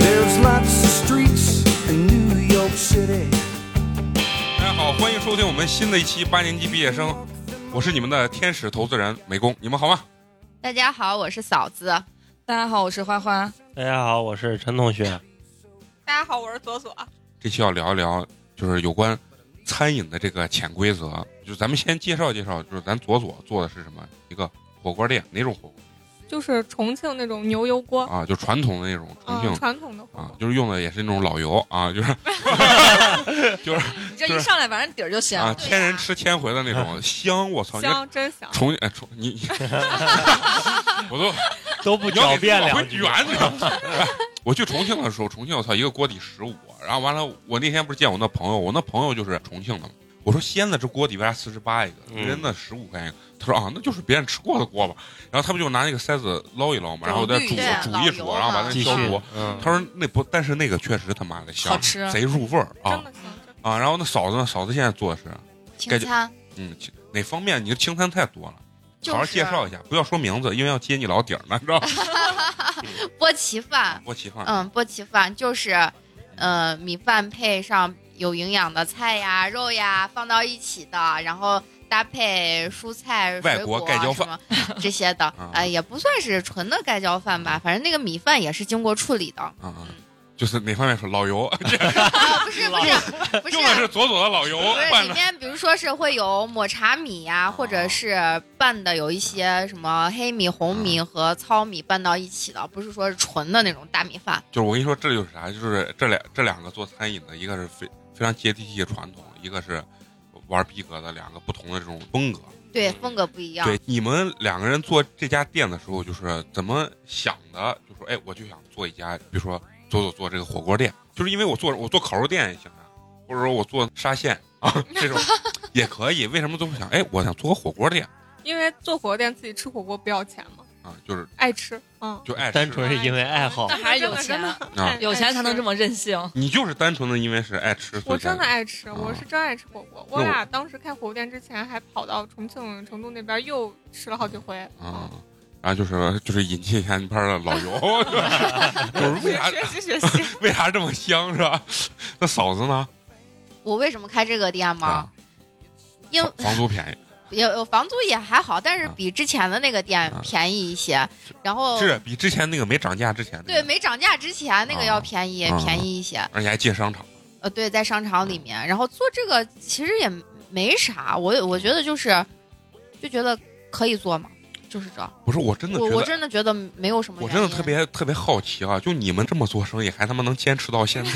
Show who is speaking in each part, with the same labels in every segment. Speaker 1: There's lots of streets in New York City.
Speaker 2: 大家好，欢迎收听我们新的一期八年级毕业生，我是你们的天使投资人美工，你们好吗？
Speaker 3: 大家好，我是嫂子。
Speaker 4: 大家好，我是花花。
Speaker 5: 大家好，我是陈同学。
Speaker 6: 大家好，我是左左。
Speaker 2: 这期要聊一聊，就是有关餐饮的这个潜规则。就咱们先介绍介绍，就是咱左左做的是什么一个火锅店，哪种火锅
Speaker 6: 就是重庆那种牛 油锅，
Speaker 2: 啊？就传统的那种重庆
Speaker 6: 嗯，传统的火
Speaker 2: 啊
Speaker 6: 锅，，
Speaker 2: 就是用的也是那种老油啊，就是就是
Speaker 4: 你这一上来，反正底儿就咸
Speaker 2: 啊，
Speaker 4: 了。
Speaker 2: 千人吃千回的那 种香。我操，你看
Speaker 6: 香真香。
Speaker 2: 重哎重你，你我 都
Speaker 5: 都不
Speaker 2: 你要
Speaker 5: 狡
Speaker 2: 给
Speaker 5: 辩
Speaker 2: 我
Speaker 5: 两
Speaker 2: 回
Speaker 5: 句
Speaker 2: 圆， 呢。我去重庆的时候，重庆我操一个锅底十五，啊然后完了，我那天不是见我那朋友，我那朋友就是重庆的嘛。我说西安的这锅底为啥四十八一个，
Speaker 5: 嗯
Speaker 2: 人那十五块钱一个？他说啊，那就是别人吃过的锅吧。然后他们就拿那个筛子捞一捞嘛，然后再煮
Speaker 4: 对
Speaker 2: 煮一煮，
Speaker 3: 老油
Speaker 2: 然后把
Speaker 3: 嘛
Speaker 2: 那
Speaker 5: 继
Speaker 2: 消
Speaker 5: 续
Speaker 2: 毒。。
Speaker 5: 嗯，
Speaker 2: 他说那不，但是那个确实他妈的香，
Speaker 4: 好吃
Speaker 2: 贼入味儿啊
Speaker 6: 真的香，真的
Speaker 2: 啊！然后那嫂子呢，嫂子现在做的是
Speaker 3: 请餐
Speaker 2: 嗯其哪方面？你的清餐太多了，
Speaker 3: 就是
Speaker 2: 好好介绍一下，不要说名字，因为要揭你老底儿呢，知道吧？
Speaker 3: 波奇饭，
Speaker 2: 我起饭。嗯
Speaker 3: 嗯，波奇饭就是，呃，米饭配上有营养的菜呀、肉呀放到一起的，然后搭配蔬菜、
Speaker 2: 外
Speaker 3: 水
Speaker 2: 国
Speaker 3: 果啊
Speaker 2: 盖浇
Speaker 3: 什
Speaker 2: 饭
Speaker 3: 么这些 的
Speaker 2: 啊，
Speaker 3: 呃，也不算是纯的盖浇饭吧，反正那个米饭也是经过处理 的。
Speaker 2: 啊，啊就是哪方面说老油，
Speaker 3: 啊，不是不是不是啊
Speaker 2: 用的。是左左的老油
Speaker 3: 不是
Speaker 2: 拌
Speaker 3: 里
Speaker 2: 的。
Speaker 3: 面，比如说是会有抹茶米呀、
Speaker 2: 哦
Speaker 3: 或者是拌的有一些什么黑米、
Speaker 2: 嗯
Speaker 3: 红米和糙米拌到一起的，不是说是纯的那种大米饭。
Speaker 2: 就是我跟你说，这就是啥，就是这两这两个做餐饮的，一个是非非常接地气的传统，一个是玩逼格的，两个不同的这种风格。
Speaker 3: 对，风格不一样。
Speaker 2: 嗯对，你们两个人做这家店的时候，就是怎么想的？就说，哎，我就想做一家，比如说左左做这个火锅店，就是因为我做我做烤肉店也行啊，或者说我做沙县啊这 种也可以。为什么都会想，哎，我想做个火锅店
Speaker 6: 因为做火锅店自己吃火锅不要钱嘛，
Speaker 2: 啊？就是
Speaker 6: 爱吃，嗯，
Speaker 2: 就爱吃
Speaker 5: 单纯是因为爱好
Speaker 4: 那。还是有
Speaker 6: 真
Speaker 4: 钱，
Speaker 6: 的真的
Speaker 2: 啊
Speaker 6: 爱
Speaker 4: 有钱才能这
Speaker 6: 么。
Speaker 4: 么任性。
Speaker 2: 你就是单纯的因为是爱吃，所
Speaker 6: 我
Speaker 2: 以才
Speaker 6: 真的爱吃，
Speaker 2: 啊
Speaker 6: 我是真爱吃火锅。
Speaker 2: 我
Speaker 6: 我俩当时开火锅店之前，还跑到重庆、成都那边又吃了好几回。嗯
Speaker 2: 啊。然后就是就是引进沿边的老 油，就是为啥
Speaker 6: 学习学习，
Speaker 2: 为啥这么香是吧？那嫂子呢？
Speaker 3: 我为什么开这个店吗
Speaker 2: 啊？，
Speaker 3: 因
Speaker 2: 房房租便宜，
Speaker 3: 也有房租也还好，但是比之前的那个店
Speaker 2: 啊
Speaker 3: 便宜一些。然后
Speaker 2: 是比之前那个没涨价之前那
Speaker 3: 哦对
Speaker 2: 个
Speaker 3: 没涨价之前那个要便宜，
Speaker 2: 啊啊
Speaker 3: 便宜一些。
Speaker 2: 而且还进商场，
Speaker 3: 呃，对，在商场里面，然后做这个其实也没啥，我我觉得就是就觉得可以做嘛，就是这。
Speaker 2: 不是我真的
Speaker 3: 我
Speaker 2: 觉
Speaker 3: 我
Speaker 2: 得。
Speaker 3: 真的觉得没有什么
Speaker 2: 我
Speaker 3: 原因，
Speaker 2: 真的特别特别好奇啊！就你们这么做生意，还他妈能坚持到现在，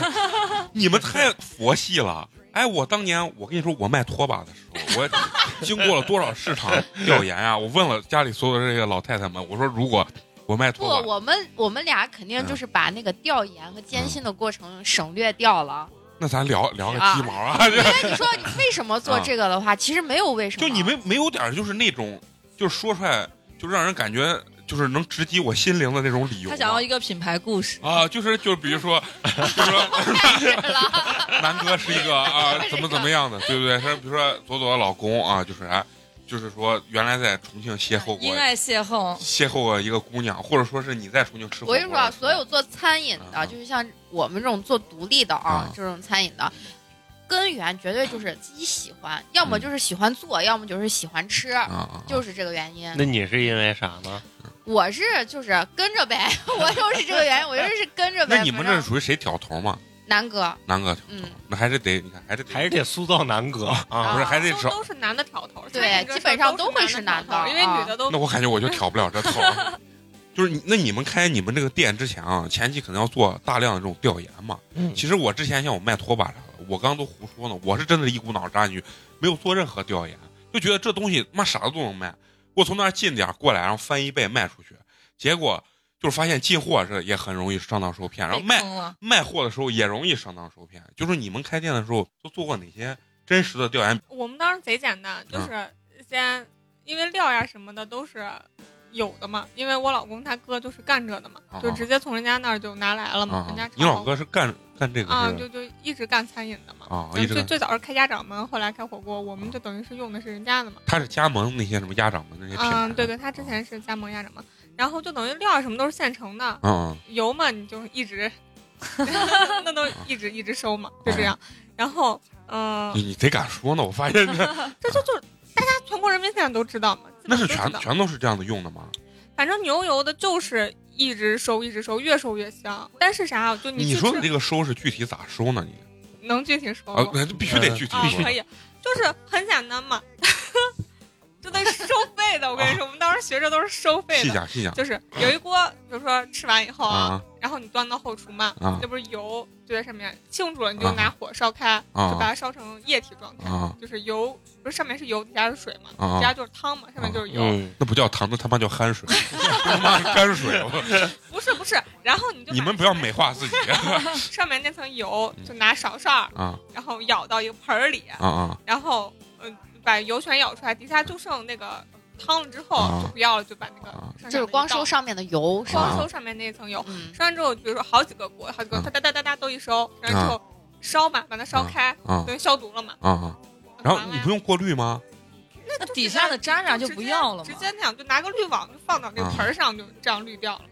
Speaker 2: 你们太佛系了。哎，我当年我跟你说，我卖拖把的时候，我经过了多少市场调研啊！我问了家里所有的这个老太太们，我说如果我卖
Speaker 3: 不，
Speaker 2: 拖把，
Speaker 3: 我们我们俩肯
Speaker 2: 嗯
Speaker 3: 定就是把那个调研和艰辛的过程省略掉 了。
Speaker 2: 那咱聊聊个
Speaker 3: 啊
Speaker 2: 鸡毛啊！
Speaker 3: 因为你说你为什么做这个的话，其实没有为什么，
Speaker 2: 就你们没有点儿就是那种，就是说出来就让人感觉就是能直击我心灵的那种理由吗。
Speaker 4: 他想要一个品牌故事，
Speaker 2: 啊，就是就是比如说， 就是说
Speaker 3: 太是 了，
Speaker 2: 南哥是一个啊，怎么怎么样的，对不对？他比如说左左的老公啊，就是啥、就是说原来在重庆邂逅过
Speaker 4: 因爱邂逅。
Speaker 2: 邂逅过一个姑娘，或者说是你在重庆吃火锅
Speaker 3: 我
Speaker 2: 的时
Speaker 3: 跟你
Speaker 2: 候。
Speaker 3: 说，啊，所有做餐饮
Speaker 2: 啊
Speaker 3: 的，就是像我们这种做独立的啊
Speaker 2: 啊，
Speaker 3: 这种餐饮的。根源绝对就是自己喜欢，要么
Speaker 2: 嗯
Speaker 3: 就是喜欢做，要么就是喜欢吃，
Speaker 2: 啊啊，啊
Speaker 3: 就是这个原因。
Speaker 5: 那你是因为啥呢？
Speaker 3: 我是就是跟着呗， 我就是这个原因，我就是跟着呗。
Speaker 2: 那你们
Speaker 3: 反
Speaker 2: 这
Speaker 3: 正
Speaker 2: 属于谁挑头嘛？
Speaker 3: 南哥，
Speaker 2: 南哥挑头，
Speaker 3: 嗯
Speaker 2: 那还是得你看还是得
Speaker 5: 还是得塑造男哥。
Speaker 2: 啊，不是还得
Speaker 6: 都
Speaker 2: 找。
Speaker 6: 都是男的挑头，
Speaker 3: 对
Speaker 6: 餐饮这
Speaker 3: 基本上
Speaker 6: 事儿
Speaker 3: 都会是
Speaker 6: 男
Speaker 3: 男的
Speaker 6: 挑头因为女的都
Speaker 2: 那我感觉我就挑不了这头儿，就是你那你们开你们这个店之前啊，前期可能要做大量的这种调研嘛。
Speaker 5: 嗯
Speaker 2: 其实我之前像我卖拖把啥的，我刚刚都胡说呢，我是真的一股脑扎进去，没有做任何调研，就觉得这东西妈啥都能卖。我从那儿进点儿过来，然后翻一倍卖出去，结果就是发现进货这也很容易上当受骗，然后
Speaker 4: 被
Speaker 2: 卖
Speaker 4: 坑了。
Speaker 2: 卖货的时候也容易上当受骗。就是你们开店的时候都做过哪些真实的调研？
Speaker 6: 我们当时贼简单，就是先因为料呀什么的都是有的嘛，因为我老公他哥就是干这的嘛，
Speaker 2: 啊
Speaker 6: 就直接从人家那儿就拿来了嘛，
Speaker 2: 啊
Speaker 6: 嗯人家，
Speaker 2: 你老哥是干干这个
Speaker 6: 啊
Speaker 2: 是
Speaker 6: 就就一直干餐饮的嘛，
Speaker 2: 啊，
Speaker 6: 就
Speaker 2: 一直
Speaker 6: 最
Speaker 2: 干
Speaker 6: 最早是开家长门，后来开火锅，我们就等于是用的是人家的嘛。
Speaker 2: 他是加盟那些什么鸭掌门那些品牌。哦
Speaker 6: 嗯，对对，他之前是加盟家长嘛，然后就等于料啊什么都是现成的，
Speaker 2: 嗯。
Speaker 6: 油嘛，你就 一直，那都一直一直收嘛，就
Speaker 2: 哦
Speaker 6: 这样。然后，嗯、
Speaker 2: 你你贼敢说呢，我发现 这
Speaker 6: 这就就大家全国人民现在都知道嘛，基
Speaker 2: 那
Speaker 6: 本
Speaker 2: 是
Speaker 6: 上都
Speaker 2: 全
Speaker 6: 知道。
Speaker 2: 全都是这样的用的吗？
Speaker 6: 反正牛油的就是一直收，一直收，越收越香。但是啥，就
Speaker 2: 你
Speaker 6: 去
Speaker 2: 说你
Speaker 6: 吃
Speaker 2: 这个收是具体咋收呢？你
Speaker 6: 能具体说
Speaker 2: 啊
Speaker 6: 吗？，
Speaker 2: 那这必须得具体
Speaker 6: 啊，
Speaker 2: 说
Speaker 6: 可。以，就是很简单嘛， 就那是收费的。我跟你说，我们当时学着都是收费
Speaker 2: 啊细
Speaker 6: 的，
Speaker 2: 讲细讲
Speaker 6: 就是有一锅，比如说吃完以后啊，
Speaker 2: 啊
Speaker 6: 然后你端到后厨嘛，
Speaker 2: 啊
Speaker 6: 那不是油就在上面浸住了，你就
Speaker 2: 啊
Speaker 6: 拿火烧开，就把
Speaker 2: 啊
Speaker 6: 它烧成液体状态，
Speaker 2: 啊
Speaker 6: 就是油，不是上面是油，底下是水嘛，
Speaker 2: 啊
Speaker 6: 底下
Speaker 2: 啊！
Speaker 6: 就是汤嘛，上面就是油，
Speaker 5: 嗯，
Speaker 2: 那不叫糖，那他妈叫酣 水，他妈是泔水。我
Speaker 6: 不是不是，然后你就
Speaker 2: 你们不要美化自己
Speaker 6: 把上面那层油
Speaker 2: 嗯
Speaker 6: 就拿勺勺，
Speaker 2: 啊
Speaker 6: 然后舀到一个盆儿里，
Speaker 2: 啊啊！
Speaker 6: 然后嗯、把油全舀出来，底下就剩那个汤了之后、
Speaker 2: 啊
Speaker 6: 就不要了，就把那个
Speaker 2: 啊
Speaker 6: 剩下的
Speaker 3: 就是光
Speaker 6: 一倒
Speaker 3: 收上面的油，是吧？
Speaker 6: 光收上面那一层油，
Speaker 3: 嗯，
Speaker 6: 收完之后，比如说好几个锅，好几个
Speaker 2: 啊
Speaker 6: 哒哒哒哒哒都一收，然后之后烧嘛，把它烧开，
Speaker 2: 啊
Speaker 6: 等于消毒了嘛。
Speaker 2: 啊啊！然后你不
Speaker 6: 用
Speaker 2: 用过滤吗？
Speaker 4: 那底下的渣渣就不要了
Speaker 6: 直
Speaker 4: 嘛。
Speaker 6: 接那样就拿个滤网就放到
Speaker 2: 啊
Speaker 6: 那个盆儿上，就这样滤掉了，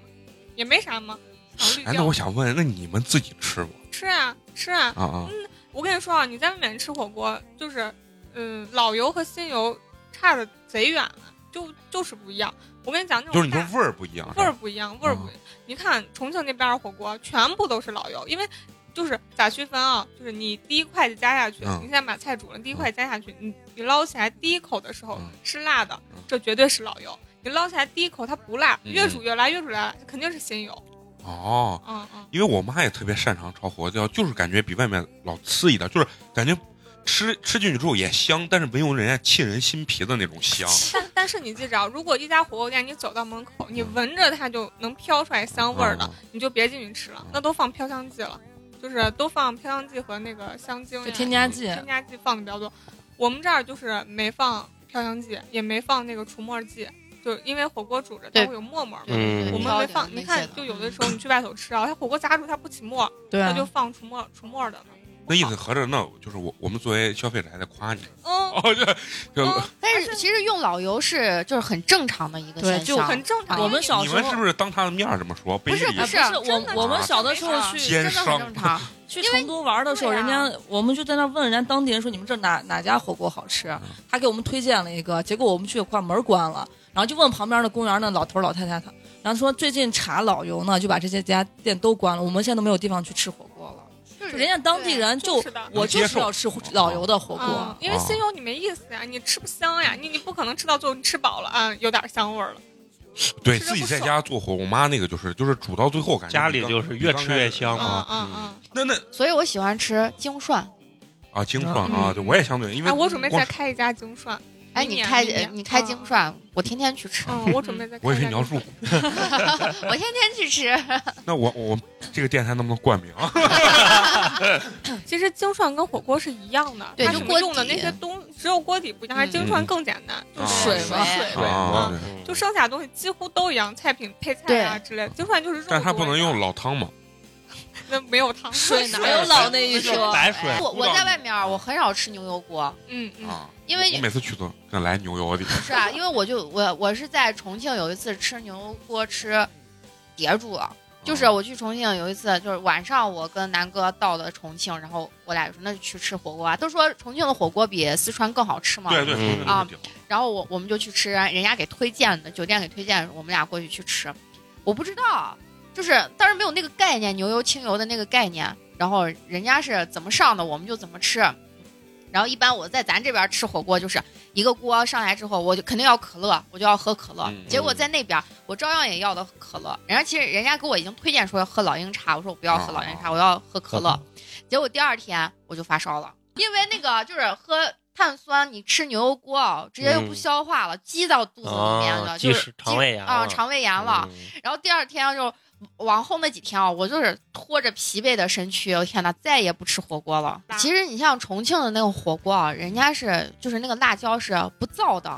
Speaker 6: 也没啥嘛，想滤
Speaker 2: 哎，那
Speaker 6: 掉
Speaker 2: 我想问，那你们自己吃吗？
Speaker 6: 吃啊吃啊。
Speaker 2: 啊啊
Speaker 6: 我跟你说啊，你在外面吃火锅，就是嗯老油和新油差的贼远了，就就是不一样。我跟你讲，那种
Speaker 2: 就是你说啊
Speaker 6: 大
Speaker 2: 味儿不一样，
Speaker 6: 味儿不一样，味儿不一样。你看重庆那边儿火锅全部都是老油，因为就是咋区分啊？就是你第一筷子夹下去，
Speaker 2: 嗯
Speaker 6: 你现在把菜煮了，第一筷子夹下去，你你捞起来第一口的时候
Speaker 2: 嗯
Speaker 6: 是辣的
Speaker 2: 嗯，
Speaker 6: 这绝对是老油。你捞起来第一口它不辣，
Speaker 2: 嗯
Speaker 6: 越煮越辣，越煮越辣，肯定是新油。
Speaker 2: 哦。
Speaker 6: 嗯嗯，
Speaker 2: 因为我妈也特别擅长炒火锅，就是感觉比外面老呲一点，就是感觉吃吃进去之后也香，但是没有人家沁人心脾的那种香。
Speaker 6: 但但是你记着啊，如果一家火锅店你走到门口，你闻着它就能飘出来香味儿
Speaker 2: 啊
Speaker 6: 的，你就别进去吃了，那都放飘香剂了，就是都放飘香剂和那个香精
Speaker 4: 就
Speaker 6: 呀。
Speaker 4: 添加剂，
Speaker 6: 添加剂放的比较多。我们这儿就是没放飘香剂，也没放那个除沫剂，就是因为火锅煮着它
Speaker 3: 对
Speaker 6: 会有沫沫嘛。
Speaker 5: 嗯
Speaker 6: 我们没放，你看，就有的时候你去外头吃啊，它火锅夹住它不起沫，
Speaker 4: 嗯对
Speaker 6: 它
Speaker 4: 啊，
Speaker 6: 就放除沫除沫的嘛。
Speaker 2: 那意思合着那就是我我们作为消费者还在夸你
Speaker 6: 嗯，
Speaker 2: 哦，就就
Speaker 6: 嗯
Speaker 3: 但是其实用老油是就是很正常的一个
Speaker 4: 对
Speaker 3: 现
Speaker 4: 就
Speaker 3: 象，
Speaker 6: 很正常。
Speaker 4: 我们小
Speaker 2: 你
Speaker 4: 时
Speaker 2: 们是
Speaker 4: 候。
Speaker 2: 不是当他的面儿这么说？不
Speaker 3: 是
Speaker 4: 啊，
Speaker 3: 不
Speaker 4: 不
Speaker 3: 是
Speaker 6: 真的
Speaker 4: 我，我们
Speaker 2: 是
Speaker 4: 小的时候去
Speaker 2: 奸
Speaker 3: 真的很正
Speaker 2: 商
Speaker 3: 常。
Speaker 4: 去成都玩的时候，
Speaker 3: 因为
Speaker 4: 人
Speaker 3: 对啊
Speaker 4: 家我们就在那问人家当地人说你们这哪哪家火锅好吃，啊
Speaker 2: 嗯
Speaker 4: 他给我们推荐了一个，结果我们去把门关了，然后就问旁边的公园那老头儿老太太他，然后说最近查老油呢，就把这些家店都关了，我们现在都没有地方去吃火锅了，
Speaker 3: 就是
Speaker 4: 就人家当地人就。
Speaker 6: 是的。
Speaker 4: 我就是要吃老油的火
Speaker 6: 嗯
Speaker 3: 啊
Speaker 4: 锅，，
Speaker 6: 因为
Speaker 2: 哦
Speaker 6: 新油你没意思呀，你吃不香呀，你你不可能吃到最后你吃饱了啊，有点香味儿了。
Speaker 2: 对
Speaker 6: 吃着
Speaker 2: 自己
Speaker 6: 不
Speaker 2: 在
Speaker 6: 爽
Speaker 2: 家做火，我妈那个就是就是煮到最后感觉
Speaker 5: 家里就是越吃越香
Speaker 2: 比刚
Speaker 6: 嗯
Speaker 2: 开始
Speaker 6: 嗯
Speaker 5: 嗯
Speaker 6: 嗯。
Speaker 2: 那那
Speaker 3: 所以我喜欢吃京涮。
Speaker 2: 啊，精算
Speaker 6: 嗯
Speaker 2: 啊，对我也相对，因为
Speaker 6: 哎，我准备
Speaker 2: 光
Speaker 6: 再开一家精涮。
Speaker 3: 哎，
Speaker 6: 明
Speaker 3: 你
Speaker 6: 年
Speaker 3: 开
Speaker 6: 明
Speaker 3: 呃
Speaker 6: 年
Speaker 3: 你开
Speaker 6: 嗯
Speaker 3: 京涮，我天天去 吃，
Speaker 6: 嗯，我准备再开一家精涮。
Speaker 2: 我以为你要入股，
Speaker 3: 我天天去吃。
Speaker 2: 那我我这个电台能不能冠名啊？
Speaker 6: 其实京涮跟火锅是一样的，
Speaker 3: 对
Speaker 6: 它
Speaker 3: 就
Speaker 6: 只是
Speaker 3: 锅
Speaker 6: 用的
Speaker 3: 底
Speaker 6: 那些东，只有锅底不一样，
Speaker 3: 嗯
Speaker 6: 还京涮更简单，
Speaker 2: 嗯
Speaker 6: 就是
Speaker 4: 水
Speaker 6: 水
Speaker 2: 啊
Speaker 4: 嘛
Speaker 2: 啊对
Speaker 5: 嗯
Speaker 6: 就剩下的东西几乎都一样，菜品配菜啊之类的。京涮就是肉，
Speaker 2: 但它不能用，老汤嘛。
Speaker 6: 那没有汤，
Speaker 4: 水哪有老那一
Speaker 5: 就是
Speaker 4: 说？
Speaker 5: 白水。
Speaker 3: 我我在外面儿我很少吃牛油锅，
Speaker 6: 嗯嗯，
Speaker 2: 啊，
Speaker 3: 因为
Speaker 2: 我我每次去都跟来牛油的，
Speaker 3: 不是啊，因为我就我我是在重庆有一次吃牛油锅吃叠住了。 就是
Speaker 2: 啊
Speaker 3: 我去重庆有一次，就是晚上我跟南哥到的重庆，然后我俩就说那就去吃火锅吧。啊都说重庆的火锅比四川更好吃嘛，
Speaker 2: 对对
Speaker 5: 嗯
Speaker 3: 啊，然后我我们就去吃，人家给推荐的，酒店给推荐，我们俩过去去吃。我不知道，就是当时没有那个概念，牛油清油的那个概念。然后人家是怎么上的，我们就怎么吃。然后一般我在咱这边吃火锅，就是一个锅上来之后，我就肯定要可乐，我就要喝可乐。
Speaker 2: 嗯
Speaker 3: 结果在那边我照样也要的可乐，人家其实人家给我已经推荐说要喝老鹰茶，我说我不要
Speaker 2: 啊
Speaker 3: 喝老鹰茶，我要喝可乐。结果第二天我就发烧了，因为那个就是喝碳酸，你吃牛油锅啊，直接就不
Speaker 5: 嗯
Speaker 3: 消化了，积到肚子里面了，
Speaker 5: 啊
Speaker 3: 就
Speaker 5: 积
Speaker 3: 是
Speaker 5: 食肠胃炎
Speaker 3: 啊、
Speaker 5: 了嗯
Speaker 3: 肠胃炎了。然后第二天就呃往后那几天啊，我就是拖着疲惫的身躯，我天呐，再也不吃火锅了。
Speaker 6: 辣
Speaker 3: 其实你像重庆的那个火锅啊，人家是就是那个辣椒是不燥的，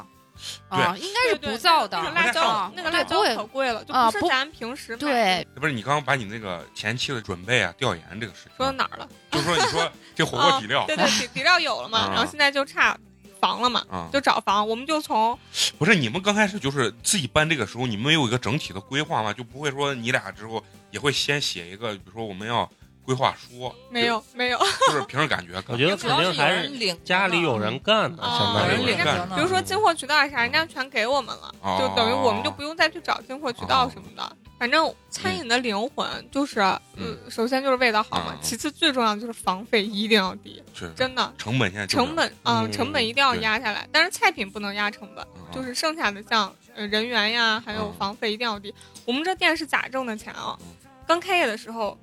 Speaker 3: 啊，应该是不燥的，
Speaker 6: 那个辣
Speaker 3: 啊
Speaker 6: 椒，那个
Speaker 3: 对
Speaker 6: 辣
Speaker 3: 不
Speaker 6: 椒可
Speaker 3: 会
Speaker 6: 贵了，就
Speaker 3: 啊
Speaker 6: 不
Speaker 3: 不
Speaker 6: 是咱平时买的
Speaker 3: 对，
Speaker 2: 不是你刚刚把你那个前期的准备啊、调研这个事情，
Speaker 6: 说到哪儿了？
Speaker 2: 就说你说这火锅底料
Speaker 6: 对对，底底料有了嘛，
Speaker 2: 啊
Speaker 6: 然后现在就差房了嘛，
Speaker 2: 啊，
Speaker 6: 就找房，我们就从
Speaker 2: 不是你们刚开始就是自己办这个时候，你们有一个整体的规划吗？就不会说你俩之后也会先写一个，比如说我们要规划书，
Speaker 6: 没有没有，
Speaker 2: 就， 就是凭着感觉
Speaker 5: 我觉得
Speaker 4: 主
Speaker 5: 肯
Speaker 4: 要
Speaker 5: 定
Speaker 4: 是有
Speaker 5: 还
Speaker 4: 人
Speaker 5: 是
Speaker 4: 领，
Speaker 5: 家里有人干的，
Speaker 3: 哦
Speaker 6: 啊
Speaker 5: 相
Speaker 2: 有
Speaker 5: 当
Speaker 2: 人
Speaker 5: 于
Speaker 2: 领着
Speaker 4: 着呢
Speaker 6: 比如说进货渠道啥，人家全给我们了，
Speaker 2: 哦
Speaker 6: 就等于我们就不用再去找进货渠道什么的。反正餐饮的灵魂就是，
Speaker 2: 嗯
Speaker 6: 呃，首先就是味道好嘛
Speaker 2: 嗯，
Speaker 6: 其次最重要就是房费一定要低，
Speaker 2: 是
Speaker 6: 真的。
Speaker 2: 成本现在就是
Speaker 6: 成本啊、
Speaker 5: 嗯
Speaker 6: 成本一定要压下来，但是菜品不能压成本，
Speaker 2: 嗯
Speaker 6: 就是剩下的像呃人员呀，还有
Speaker 2: 嗯
Speaker 6: 房费一定要低。我们这店是咋挣的钱啊
Speaker 2: 嗯？
Speaker 6: 刚开业的时候，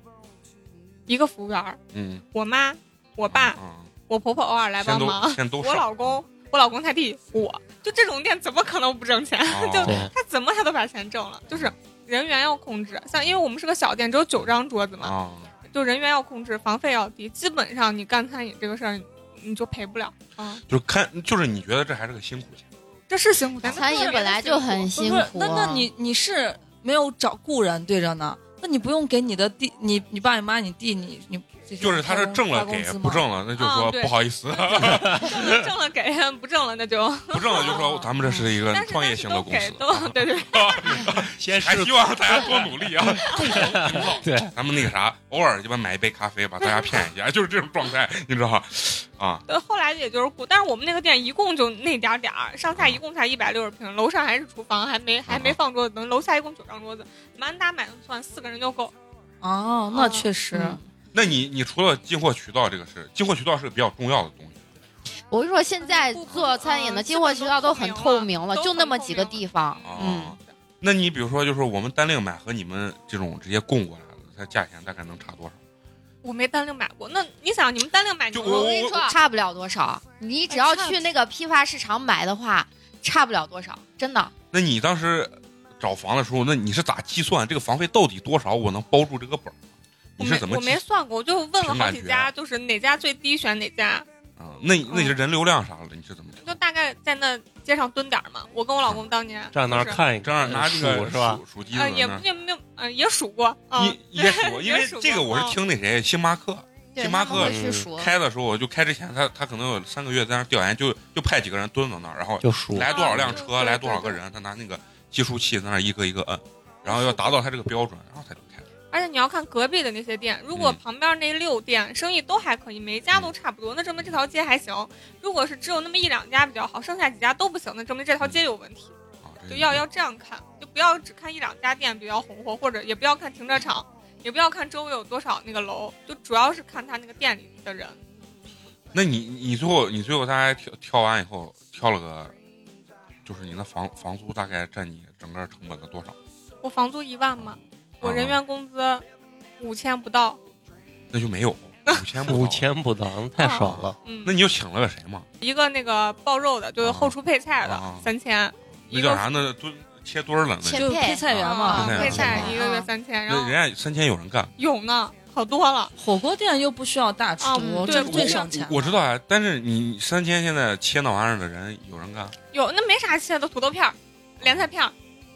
Speaker 6: 一个服务员儿，
Speaker 2: 嗯，
Speaker 6: 我妈、我爸、
Speaker 2: 嗯
Speaker 6: 我婆婆偶尔来
Speaker 2: 先
Speaker 6: 帮
Speaker 2: 都
Speaker 6: 忙，
Speaker 2: 先都
Speaker 6: 我
Speaker 2: 上啊
Speaker 6: 老公、我老公他弟，我就这种店怎么可能不挣钱？
Speaker 2: 哦
Speaker 6: 就
Speaker 5: 对
Speaker 6: 他怎么他都把钱挣了，就是人员要控制，像因为我们是个小店，只有九张桌子嘛，
Speaker 2: 啊，
Speaker 6: 就人员要控制，房费要低，基本上你干餐饮这个事儿，你你就赔不了啊、嗯
Speaker 2: 就看就是你觉得这还是个辛苦钱，
Speaker 6: 这是辛苦，但
Speaker 3: 餐饮本来就很
Speaker 6: 辛
Speaker 4: 不
Speaker 3: 辛
Speaker 4: 是
Speaker 3: 苦啊。
Speaker 4: 那那你你是没有找雇人对着呢？那你不用给你的弟、你你爸、你妈、你弟、你你这些
Speaker 2: 就是他
Speaker 4: 发
Speaker 2: 是
Speaker 4: 工
Speaker 2: 挣
Speaker 4: 发
Speaker 2: 了
Speaker 4: 工
Speaker 2: 给
Speaker 4: 资，吗
Speaker 2: 不挣了那就
Speaker 6: 啊
Speaker 2: 说
Speaker 6: 对
Speaker 2: 不好意思，
Speaker 6: 苦，挣了挣了给，不挣了那就。
Speaker 2: 不挣了就说咱们这是一个
Speaker 6: 但是
Speaker 2: 创业型的公
Speaker 6: 但
Speaker 2: 司啊
Speaker 6: 是，都给都 对对，
Speaker 5: 先
Speaker 2: 还
Speaker 5: 试
Speaker 2: 希望大家多努力啊，
Speaker 6: 嗯
Speaker 2: 共同营造。
Speaker 5: 对，
Speaker 2: 咱们那个啥，偶尔鸡巴买一杯咖啡，把大家骗一下， 就是这种状态，你知道吧？啊，
Speaker 6: 对呃后来也就是雇，但是我们那个店一共就那点儿点儿，上下一共才一百六十平，楼上还是厨房，还没还
Speaker 2: 啊
Speaker 6: 没放桌子，等楼下一共九张桌子，满打满算四个人就够。
Speaker 4: 哦，那确实，
Speaker 3: 嗯
Speaker 2: 那你你除了进货渠道这个事，进货渠道是个比较重要的东西。
Speaker 3: 我就说现在做餐饮的进货渠道都很透明了，
Speaker 6: 都很
Speaker 3: 就那么几个地方
Speaker 2: 啊，
Speaker 3: 嗯，
Speaker 2: 那你比如说，就是我们单另买和你们这种直接供过来的，它价钱大概能差多少？
Speaker 6: 我没单另买过，那你想你们啊单另买
Speaker 2: 就
Speaker 6: 牛
Speaker 3: 我
Speaker 6: 肉
Speaker 2: 我
Speaker 3: 跟你说差不了多少，你只要去那个批发市场买的话，差不了多少，真的。
Speaker 2: 那你当时找房的时候，那你是咋计算这个房费到底多少？我能包住这个本儿？
Speaker 6: 我
Speaker 2: 你是
Speaker 6: 没
Speaker 2: 怎么
Speaker 6: 我
Speaker 2: 计
Speaker 6: 没算过，我就问了好几
Speaker 2: 凭感
Speaker 6: 家，
Speaker 2: 觉
Speaker 6: 就是哪家最低选哪家，
Speaker 2: 啊？那你
Speaker 6: 嗯
Speaker 2: 那你是人流量啥的，你是怎么计
Speaker 6: 就
Speaker 2: 算？
Speaker 6: 大概在那街上蹲点儿嘛。我跟我老公当年
Speaker 5: 站那儿
Speaker 6: 就是
Speaker 5: 看一
Speaker 2: 这样
Speaker 5: 看，
Speaker 2: 拿这个
Speaker 5: 数是吧？
Speaker 2: 数数机子
Speaker 6: 呃，也
Speaker 2: 那儿
Speaker 6: 也没有，呃，也数过啊。
Speaker 2: 你你也 数，因为
Speaker 6: 也数过嗯
Speaker 2: 这个我是听那谁星巴克
Speaker 3: 对，
Speaker 2: 星巴
Speaker 3: 他
Speaker 2: 克嗯
Speaker 3: 们会去数，
Speaker 2: 开的时候，我就开之前，他他可能有三个月在那儿调研，就就派几个人蹲到那儿，然后
Speaker 5: 就数
Speaker 2: 来多少辆
Speaker 6: 啊
Speaker 2: 车，
Speaker 6: 对
Speaker 2: 来多少个
Speaker 6: 对对
Speaker 2: 人，他拿那个计数器在那儿一个一个摁，然后要达到他这个标准，然后才能开。
Speaker 6: 而且你要看隔壁的那些店，如果
Speaker 2: 嗯
Speaker 6: 旁边那六店生意都还可以，每一家都差不多，那证明这条街还行。如果是只有那么一两家比较好，剩下几家都不行，那证明这条街有问题。
Speaker 2: 啊，这
Speaker 6: 就
Speaker 2: 个
Speaker 6: 要要这样看，就不要只看一两家店比较红火，或者也不要看停车场，也不要看周围有多少那个楼，就主要是看他那个店里的人。
Speaker 2: 那你你最后你最后大概挑挑完以后，挑了个，就是你的房房租大概占你整个成本的多少？
Speaker 6: 我房租一万嘛，我
Speaker 2: 啊
Speaker 6: 人员工资五千不到，
Speaker 2: 那就 没有五千不到
Speaker 5: 五。千不到，太
Speaker 3: 哦
Speaker 5: 少了。
Speaker 6: 嗯
Speaker 2: 那，你就请了个谁嘛？
Speaker 6: 一个那个爆肉的，就是后厨配菜的
Speaker 2: 啊
Speaker 6: 三千，
Speaker 2: 那
Speaker 6: 一
Speaker 2: 叫
Speaker 6: 个
Speaker 2: 啥呢？蹲切墩儿了，那
Speaker 3: 切
Speaker 2: 就
Speaker 4: 就配菜员嘛，
Speaker 2: 啊配
Speaker 6: 配菜
Speaker 2: 菜
Speaker 6: 一个月三千，然
Speaker 2: 那
Speaker 6: 后
Speaker 2: 人家三千有人干。
Speaker 6: 有呢，好多了。
Speaker 4: 火锅店又不需要大厨，
Speaker 6: 啊嗯
Speaker 4: 这
Speaker 6: 对
Speaker 4: 是
Speaker 6: 不
Speaker 4: 最
Speaker 6: 需要
Speaker 4: 省钱
Speaker 2: 我知道啊，但是你三千现在切那玩意儿的人有人干，
Speaker 6: 有那没啥切的土豆片儿、莲菜片儿，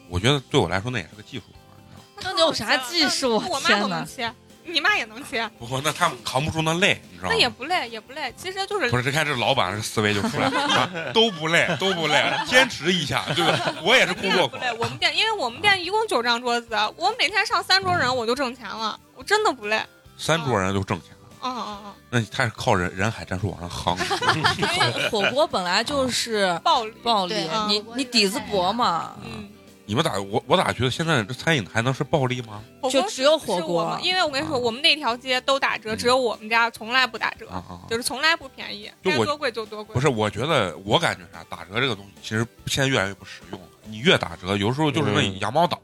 Speaker 2: 我觉得对我来说那也是个技术活儿，你知道吗？
Speaker 4: 那得有啥技术
Speaker 2: 啊
Speaker 6: 那我妈
Speaker 4: 天
Speaker 6: 都
Speaker 4: 哪
Speaker 6: 能切，你妈也能切，
Speaker 2: 不过那他们扛不住那累，你知道吗？
Speaker 6: 那也不累，也不累。其实就是
Speaker 2: 不是，这看这老板这思维就出来了，啊都不累，都不累，坚持一下，对不 对？我也是工
Speaker 6: 店
Speaker 2: 作
Speaker 6: 不
Speaker 2: 狂
Speaker 6: 累，我们店因为我们店一共九张桌子，我每天上三桌人我就挣钱了，我真的不累。
Speaker 2: 三桌人都挣钱了，
Speaker 6: 嗯嗯嗯，
Speaker 2: 那他是靠人人海战术往上夯 的，
Speaker 4: 因为火锅本来就是
Speaker 6: 暴力。
Speaker 4: 暴力
Speaker 3: 对，
Speaker 4: 你
Speaker 3: 嗯
Speaker 4: 你底子薄嘛，
Speaker 6: 嗯，
Speaker 2: 你们咋我我咋觉得现在这餐饮还能是暴利吗？
Speaker 6: 火锅
Speaker 4: 就是只有火
Speaker 6: 是
Speaker 4: 锅
Speaker 6: 我们因为我跟你说，
Speaker 2: 啊
Speaker 6: 我们那条街都打折，
Speaker 2: 嗯
Speaker 6: 只有我们家从来不打折，
Speaker 2: 啊啊！啊
Speaker 6: 就是从来不便宜，
Speaker 2: 就
Speaker 6: 该
Speaker 2: 我
Speaker 6: 多贵就多贵。
Speaker 2: 不是，我觉得我感觉啥，打折这个东西其实现在越来越不实用了。你越打折，有时候就是那
Speaker 5: 嗯
Speaker 2: 羊毛党，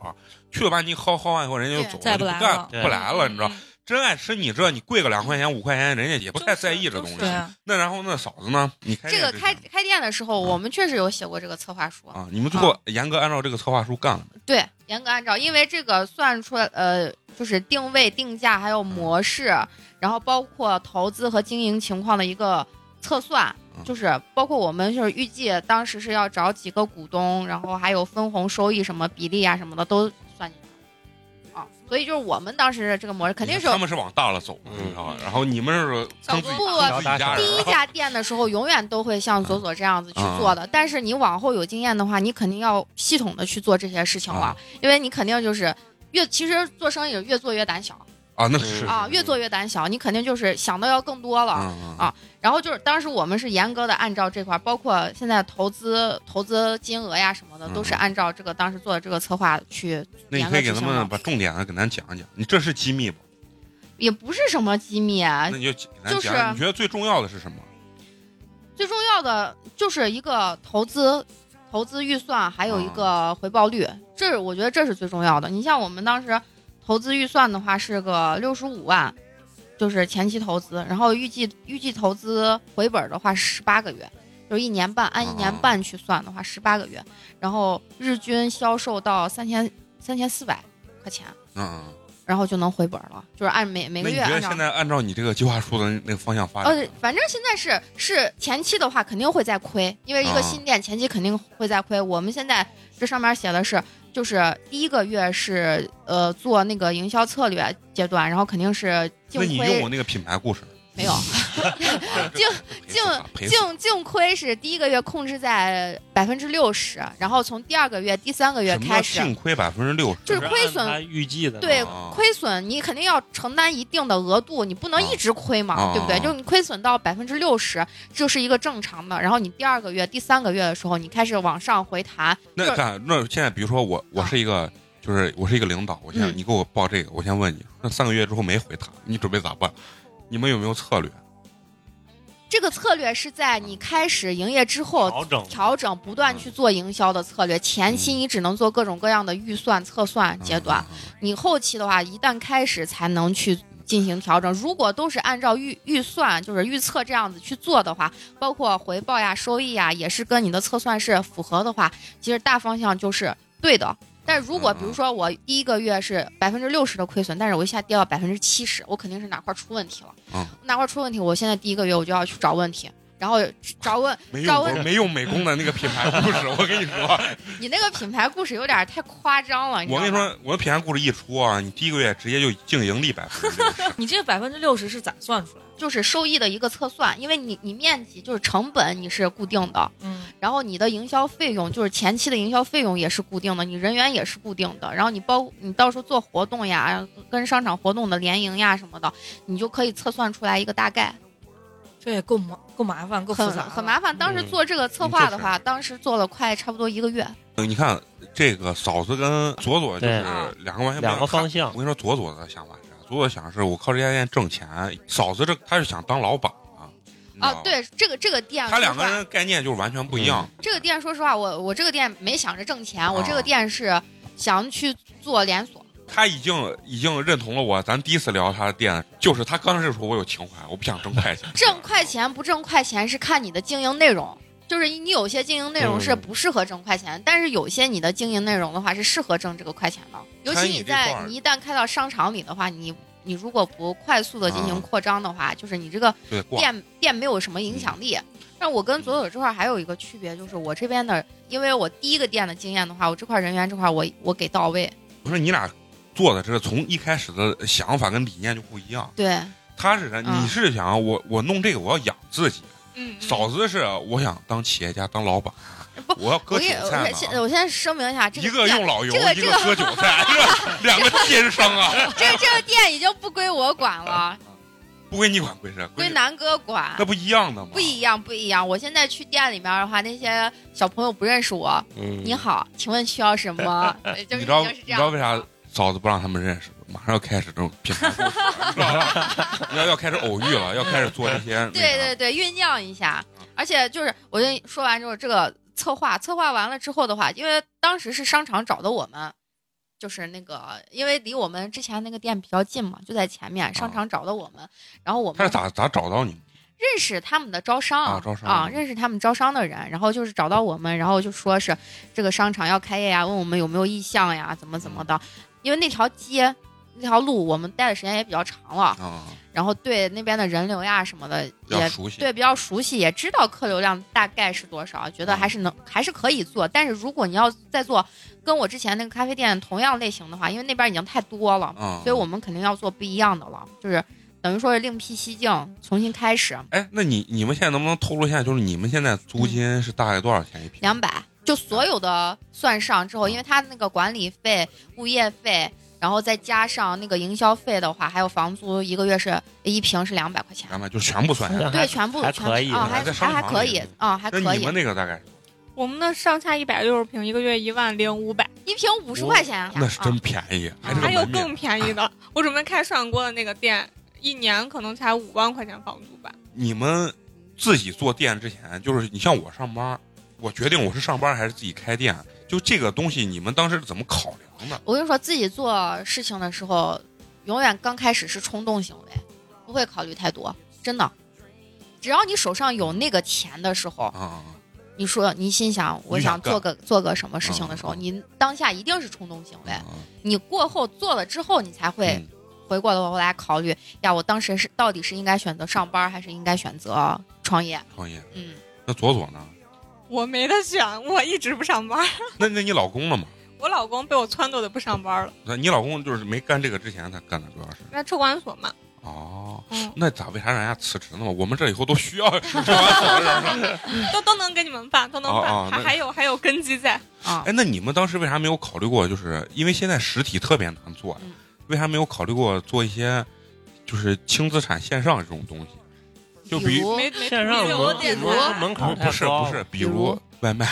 Speaker 2: 去了把你薅薅完以后，人家就
Speaker 3: 对
Speaker 2: 走
Speaker 4: 再
Speaker 2: 就
Speaker 4: 不
Speaker 2: 不
Speaker 4: 来
Speaker 2: 干
Speaker 4: 了
Speaker 2: 不来了，你知道？
Speaker 6: 嗯？
Speaker 2: 真爱吃你这，你贵个两块钱五块钱，人家也不太在意这东西。
Speaker 6: 就是
Speaker 4: 对啊，
Speaker 2: 那然后那嫂子呢？你开
Speaker 3: 这个
Speaker 2: 之
Speaker 3: 开
Speaker 2: 前
Speaker 3: 开店的时候，
Speaker 2: 嗯
Speaker 3: 我们确实有写过这个策划书，
Speaker 2: 啊，你们最后严格按照这个策划书干了没？
Speaker 3: 对，严格按照，因为这个算出来，呃，就是定位、定价
Speaker 2: 嗯
Speaker 3: 还有模式，然后包括投资和经营情况的一个测算
Speaker 2: 嗯，
Speaker 3: 就是包括我们就是预计当时是要找几个股东，然后还有分红收益什么比例啊什么的都算进去了啊，所以就是我们当时这个模式肯定是有
Speaker 2: 他们是往大了走嘛，
Speaker 5: 嗯
Speaker 2: 你知道吧？然后你们是
Speaker 6: 小
Speaker 2: 坑
Speaker 6: 多
Speaker 2: 自己
Speaker 3: 不
Speaker 2: 坑自己家
Speaker 5: 第
Speaker 2: 人
Speaker 3: 第一
Speaker 2: 啊。
Speaker 3: 家店的时候，永远都会像
Speaker 2: 嗯
Speaker 3: 左左这样子去做的。但是你往后有经验的话，你肯定要系统的去做这些事情了，
Speaker 2: 啊
Speaker 3: 因为你肯定就是越其实做生意越做越胆小
Speaker 2: 啊，那是
Speaker 3: 啊，
Speaker 5: 嗯
Speaker 3: 越做越胆小，你肯定就是想的要更多了。
Speaker 2: 嗯
Speaker 3: 啊然后就是当时我们是严格的按照这块儿，包括现在投资投资金额呀什么的，
Speaker 2: 嗯
Speaker 3: 都是按照这个当时做的这个策划去，
Speaker 2: 那你可以给他们把重点啊的给咱讲讲。你这是机密不？
Speaker 3: 也不是什么机密啊，
Speaker 2: 那你就简单
Speaker 3: 就是
Speaker 2: 讲，你觉得最重要的是什么？
Speaker 3: 最重要的就是一个投资、投资预算，还有一
Speaker 2: 啊
Speaker 3: 个回报率，这是我觉得这是最重要的。你像我们当时投资预算的话是个六十五万，就是前期投资，然后预计预计投资回本的话十八个月，就是一年半，
Speaker 2: 啊
Speaker 3: 按一年半去算的话十八个月，然后日均销售到三千三千四百块钱，
Speaker 2: 嗯，嗯
Speaker 3: 然后就能回本了，就是按每每
Speaker 2: 那你
Speaker 3: 个月
Speaker 2: 觉得
Speaker 3: 按照
Speaker 2: 现。在按照你这个计划书的那个方向发展
Speaker 3: 呃
Speaker 2: 呢，，
Speaker 3: 反正现在是是前期的话肯定会在亏，因为一个
Speaker 2: 啊
Speaker 3: 新店前期肯定会在亏。我们现在这上面写的是，就是第一个月是呃做那个营销策略阶段，然后肯定是净
Speaker 2: 那你用
Speaker 3: 亏
Speaker 2: 我那个品牌故事，
Speaker 3: 没有，净净
Speaker 2: 赔死他
Speaker 3: 净净亏是第一个月控制在百分之六十，然后从第二个月、第三个月
Speaker 2: 什么
Speaker 3: 开
Speaker 2: 叫
Speaker 3: 始，
Speaker 2: 净亏百分之六十，
Speaker 3: 就是亏
Speaker 5: 按他
Speaker 3: 损。
Speaker 5: 预计的那
Speaker 3: 对
Speaker 5: 种，
Speaker 2: 啊
Speaker 3: 亏损你肯定要承担一定的额度，你不能一直亏嘛，
Speaker 2: 啊
Speaker 3: 对不对？
Speaker 2: 啊
Speaker 3: 就是你亏损到百分之六十，这是一个正常的。然后你第二个月、第三个月的时候，你开始往上回弹，
Speaker 2: 那咱那现在比如说我我
Speaker 3: 啊
Speaker 2: 是一个。就是我是一个领导，我现在
Speaker 3: 嗯
Speaker 2: 你给我报这个，我先问你，那三个月之后没回他，你准备咋办？你们有没有策略？
Speaker 3: 这个策略是在你开始营业之后
Speaker 5: 调整
Speaker 3: 调整，不
Speaker 2: 嗯
Speaker 3: 断去做营销的策略。前期你只能做各种各样的预算、测算阶段，
Speaker 2: 嗯，
Speaker 3: 你后期的话，一旦开始才能去。进行调整，如果都是按照预预算，就是预测这样子去做的话，包括回报呀、收益呀，也是跟你的测算是符合的话，其实大方向就是对的。但如果
Speaker 2: 嗯
Speaker 3: 比如说我第一个月是百分之六十的亏损，但是我一下跌到百分之七十，我肯定是哪块儿出问题了。
Speaker 2: 嗯
Speaker 3: 哪块儿出问题，我现在第一个月我就要去找问题，然后找问
Speaker 2: 没
Speaker 3: 找
Speaker 2: 用
Speaker 3: 问
Speaker 2: 过没用美工的那个品牌故事，我跟你说，
Speaker 3: 你那个品牌故事有点太夸张了。知
Speaker 2: 我
Speaker 3: 道
Speaker 2: 跟你
Speaker 3: 吗，
Speaker 2: 说，我的品牌故事一出啊，你第一个月直接就净盈利百分之六十，
Speaker 4: 你这百分之六十是咋算出来的？
Speaker 3: 就是收益的一个测算，因为你你面积就是成本你是固定的，
Speaker 4: 嗯，
Speaker 3: 然后你的营销费用就是前期的营销费用也是固定的，你人员也是固定的，然后你包你到时候做活动呀，跟商场活动的联营呀什么的，你就可以测算出来一个大概，
Speaker 4: 这也够麻够麻烦，够复
Speaker 3: 很
Speaker 4: 杂，
Speaker 3: 很麻烦。当时
Speaker 5: 嗯
Speaker 3: 做这个策划的话，当时做了快差不多一个月，
Speaker 2: 嗯 你看这个嫂子跟左左就是
Speaker 6: 对
Speaker 2: 两个完全不一样
Speaker 5: 两个方向
Speaker 2: 我，跟你说，左左的想法是啥？左左想的是我靠这家店挣钱，嫂子这她是想当老板啊。你知道
Speaker 3: 啊
Speaker 2: 吗，，
Speaker 3: 对这个这个店，
Speaker 2: 他两
Speaker 3: 说
Speaker 2: 个
Speaker 3: 实话
Speaker 2: 人概念就是完全不一样。
Speaker 3: 这个店，说实话，我我这个店没想着挣钱，我这
Speaker 2: 啊
Speaker 3: 个店是想去做连锁。
Speaker 2: 他已经已经认同了我，咱第一次聊他的店，就是他刚开始说我有情怀，我不想挣快钱，
Speaker 3: 挣快钱不挣快钱是看你的经营内容，就是你有些经营内容是
Speaker 5: 嗯
Speaker 3: 不适合挣快钱，但是有些你的经营内容的话是适合挣这个快钱的。尤其
Speaker 2: 餐饮
Speaker 3: 你
Speaker 2: 这块
Speaker 3: 在
Speaker 2: 儿
Speaker 3: 你一旦开到商场里的话，你你如果不快速的进行
Speaker 2: 啊嗯
Speaker 3: 扩张的话，就是你这个
Speaker 2: 就得挂。
Speaker 3: 店店没有什么影响力。但我
Speaker 2: 嗯
Speaker 3: 跟左左这块儿还有一个区别，就是我这边的，因为我第一个店的经验的话，我这块儿人员这块儿我我给到位，
Speaker 2: 不是你俩做的，这是从一开始的想法跟理念就不一样。
Speaker 3: 对，
Speaker 2: 他是啥？
Speaker 3: 嗯
Speaker 2: 你是想我我弄这个我要养自己，
Speaker 6: 嗯，嗯
Speaker 2: 嫂子是我想当企业家当老板，
Speaker 3: 不
Speaker 2: 我要
Speaker 3: 我
Speaker 2: 割
Speaker 3: 给
Speaker 2: 韭
Speaker 3: 我
Speaker 2: 菜
Speaker 3: 先
Speaker 2: 嘛。
Speaker 3: 现我先声明一下，这
Speaker 2: 一
Speaker 3: 个
Speaker 2: 个
Speaker 3: 店
Speaker 2: 用老油，
Speaker 3: 这个
Speaker 2: 一
Speaker 3: 这
Speaker 2: 个
Speaker 3: 个
Speaker 2: 割韭菜，这两个奸商啊！
Speaker 3: 这这个店已经不归我管了。
Speaker 2: 不归你管，归谁？
Speaker 3: 归
Speaker 2: 你
Speaker 3: 南哥管
Speaker 2: 那，不一样的吗？
Speaker 3: 不一样不一样。我现在去店里面的话，那些小朋友不认识我，
Speaker 5: 嗯，
Speaker 3: 你好，请问需要什 么？
Speaker 6: 嗯
Speaker 3: 呃就
Speaker 2: 你
Speaker 3: 是已
Speaker 2: 知道
Speaker 3: 经是
Speaker 2: 你
Speaker 3: 这
Speaker 2: 知道
Speaker 3: 样
Speaker 2: 为
Speaker 3: 的
Speaker 2: 啥
Speaker 3: 了。
Speaker 2: 嫂子不让他们认识？马上要开始这种品牌故事了，你知道吧？要要开始偶遇了，要开始做这些。
Speaker 3: 对对对，酝酿一
Speaker 2: 啊
Speaker 3: 下。而且就是我跟你说完之后，这个策划策划完了之后的话，因为当时是商场找的我们，就是那个因为离我们之前那个店比较近嘛，就在前面，商场找的我们，然后我
Speaker 2: 啊他是
Speaker 3: 们
Speaker 2: 咋咋找到你？
Speaker 3: 认识他们的招商
Speaker 2: 啊招商
Speaker 3: 认识他们招商的人，然后就是找到我们，然后就说是这个商场要开业呀，问我们有没有意向呀，怎么怎么的，
Speaker 2: 嗯
Speaker 3: 因为那条街那条路我们待的时间也比较长了，
Speaker 2: 啊，
Speaker 3: 然后对那边的人流呀什么的
Speaker 2: 比较
Speaker 3: 也
Speaker 2: 熟悉。
Speaker 3: 对比较熟悉，也知道客流量大概是多少，
Speaker 2: 嗯
Speaker 3: 觉得还是能还是可以做。但是如果你要再做跟我之前那个咖啡店同样类型的话，因为那边已经太多了，
Speaker 2: 啊，
Speaker 3: 所以我们肯定要做不一样的了，就是等于说是另辟蹊径，重新开始。
Speaker 2: 哎，那你你们现在能不能透露一下，就是你们现在租金是大概多少钱一平？
Speaker 3: 嗯两百，就所有的算上之后，因为他那个管理费、物业费，然后再加上那个营销费的话，还有房租，一个月是一平是两百块钱。
Speaker 2: 两百，就全部算下来。
Speaker 3: 对，全部
Speaker 5: 还
Speaker 3: 全
Speaker 5: 可以
Speaker 3: 啊，
Speaker 2: 啊还
Speaker 3: 还
Speaker 2: 在商
Speaker 3: 还还
Speaker 2: 场
Speaker 3: 可
Speaker 2: 里
Speaker 3: 以啊，还可
Speaker 2: 那
Speaker 3: 以。
Speaker 2: 你们那个大概是？
Speaker 6: 我们的上下一百六十平，一个月一万零五百，
Speaker 3: 一瓶五十块钱，
Speaker 2: 那是
Speaker 3: 啊
Speaker 2: 真便宜，还是哎个
Speaker 6: 还有
Speaker 2: 门面
Speaker 6: 更便宜 的。我准备开涮锅的那个店，一年可能才五万块钱房租吧。
Speaker 2: 你们自己做店之前，就是你像我上班，我决定我是上班还是自己开店，就这个东西，你们当时是怎么考量的？
Speaker 3: 我跟你说，自己做事情的时候，永远刚开始是冲动行为，不会考虑太多，真的。只要你手上有那个钱的时候，
Speaker 2: 啊，
Speaker 3: 你说你心想我
Speaker 2: 你想
Speaker 3: 想
Speaker 2: 干
Speaker 3: 做个做个什么事情的时候，
Speaker 2: 嗯嗯
Speaker 3: 你当下一定是冲动行为。
Speaker 2: 啊
Speaker 3: 你过后做了之后，你才会
Speaker 2: 嗯
Speaker 3: 回过头来考虑呀，我当时是到底是应该选择上班，还是应该选择创业？
Speaker 2: 创业。
Speaker 3: 嗯，
Speaker 2: 那左左呢？
Speaker 6: 我没得选，我一直不上班。
Speaker 2: 那那你老公了吗？
Speaker 6: 我老公被我撺掇的不上班了，
Speaker 2: 那你老公就是没干这个之前他干的，主要是
Speaker 6: 在车管所嘛。
Speaker 2: 哦。
Speaker 6: 嗯，
Speaker 2: 那咋为啥让人家辞职呢？我们这以后都需要这玩意儿是不是
Speaker 6: 嗯都都能给你们办，都能
Speaker 2: 哦哦
Speaker 6: 办，还
Speaker 2: 那
Speaker 6: 还有还有根基在。
Speaker 3: 啊
Speaker 2: 哎，，那你们当时为啥没有考虑过？就是因为现在实体特别难做呀
Speaker 3: 嗯，
Speaker 2: 为啥没有考虑过做一些就是轻资产线上这种东西？就比
Speaker 3: 如
Speaker 6: 没没
Speaker 5: 线上门
Speaker 6: 没有电
Speaker 3: 比
Speaker 6: 脑
Speaker 3: 如
Speaker 6: 啊
Speaker 5: 门槛
Speaker 2: 不不
Speaker 5: 太
Speaker 2: 是
Speaker 5: 高
Speaker 2: 不
Speaker 5: 了
Speaker 2: 是，比
Speaker 3: 比
Speaker 2: 如
Speaker 3: 如
Speaker 2: 外卖，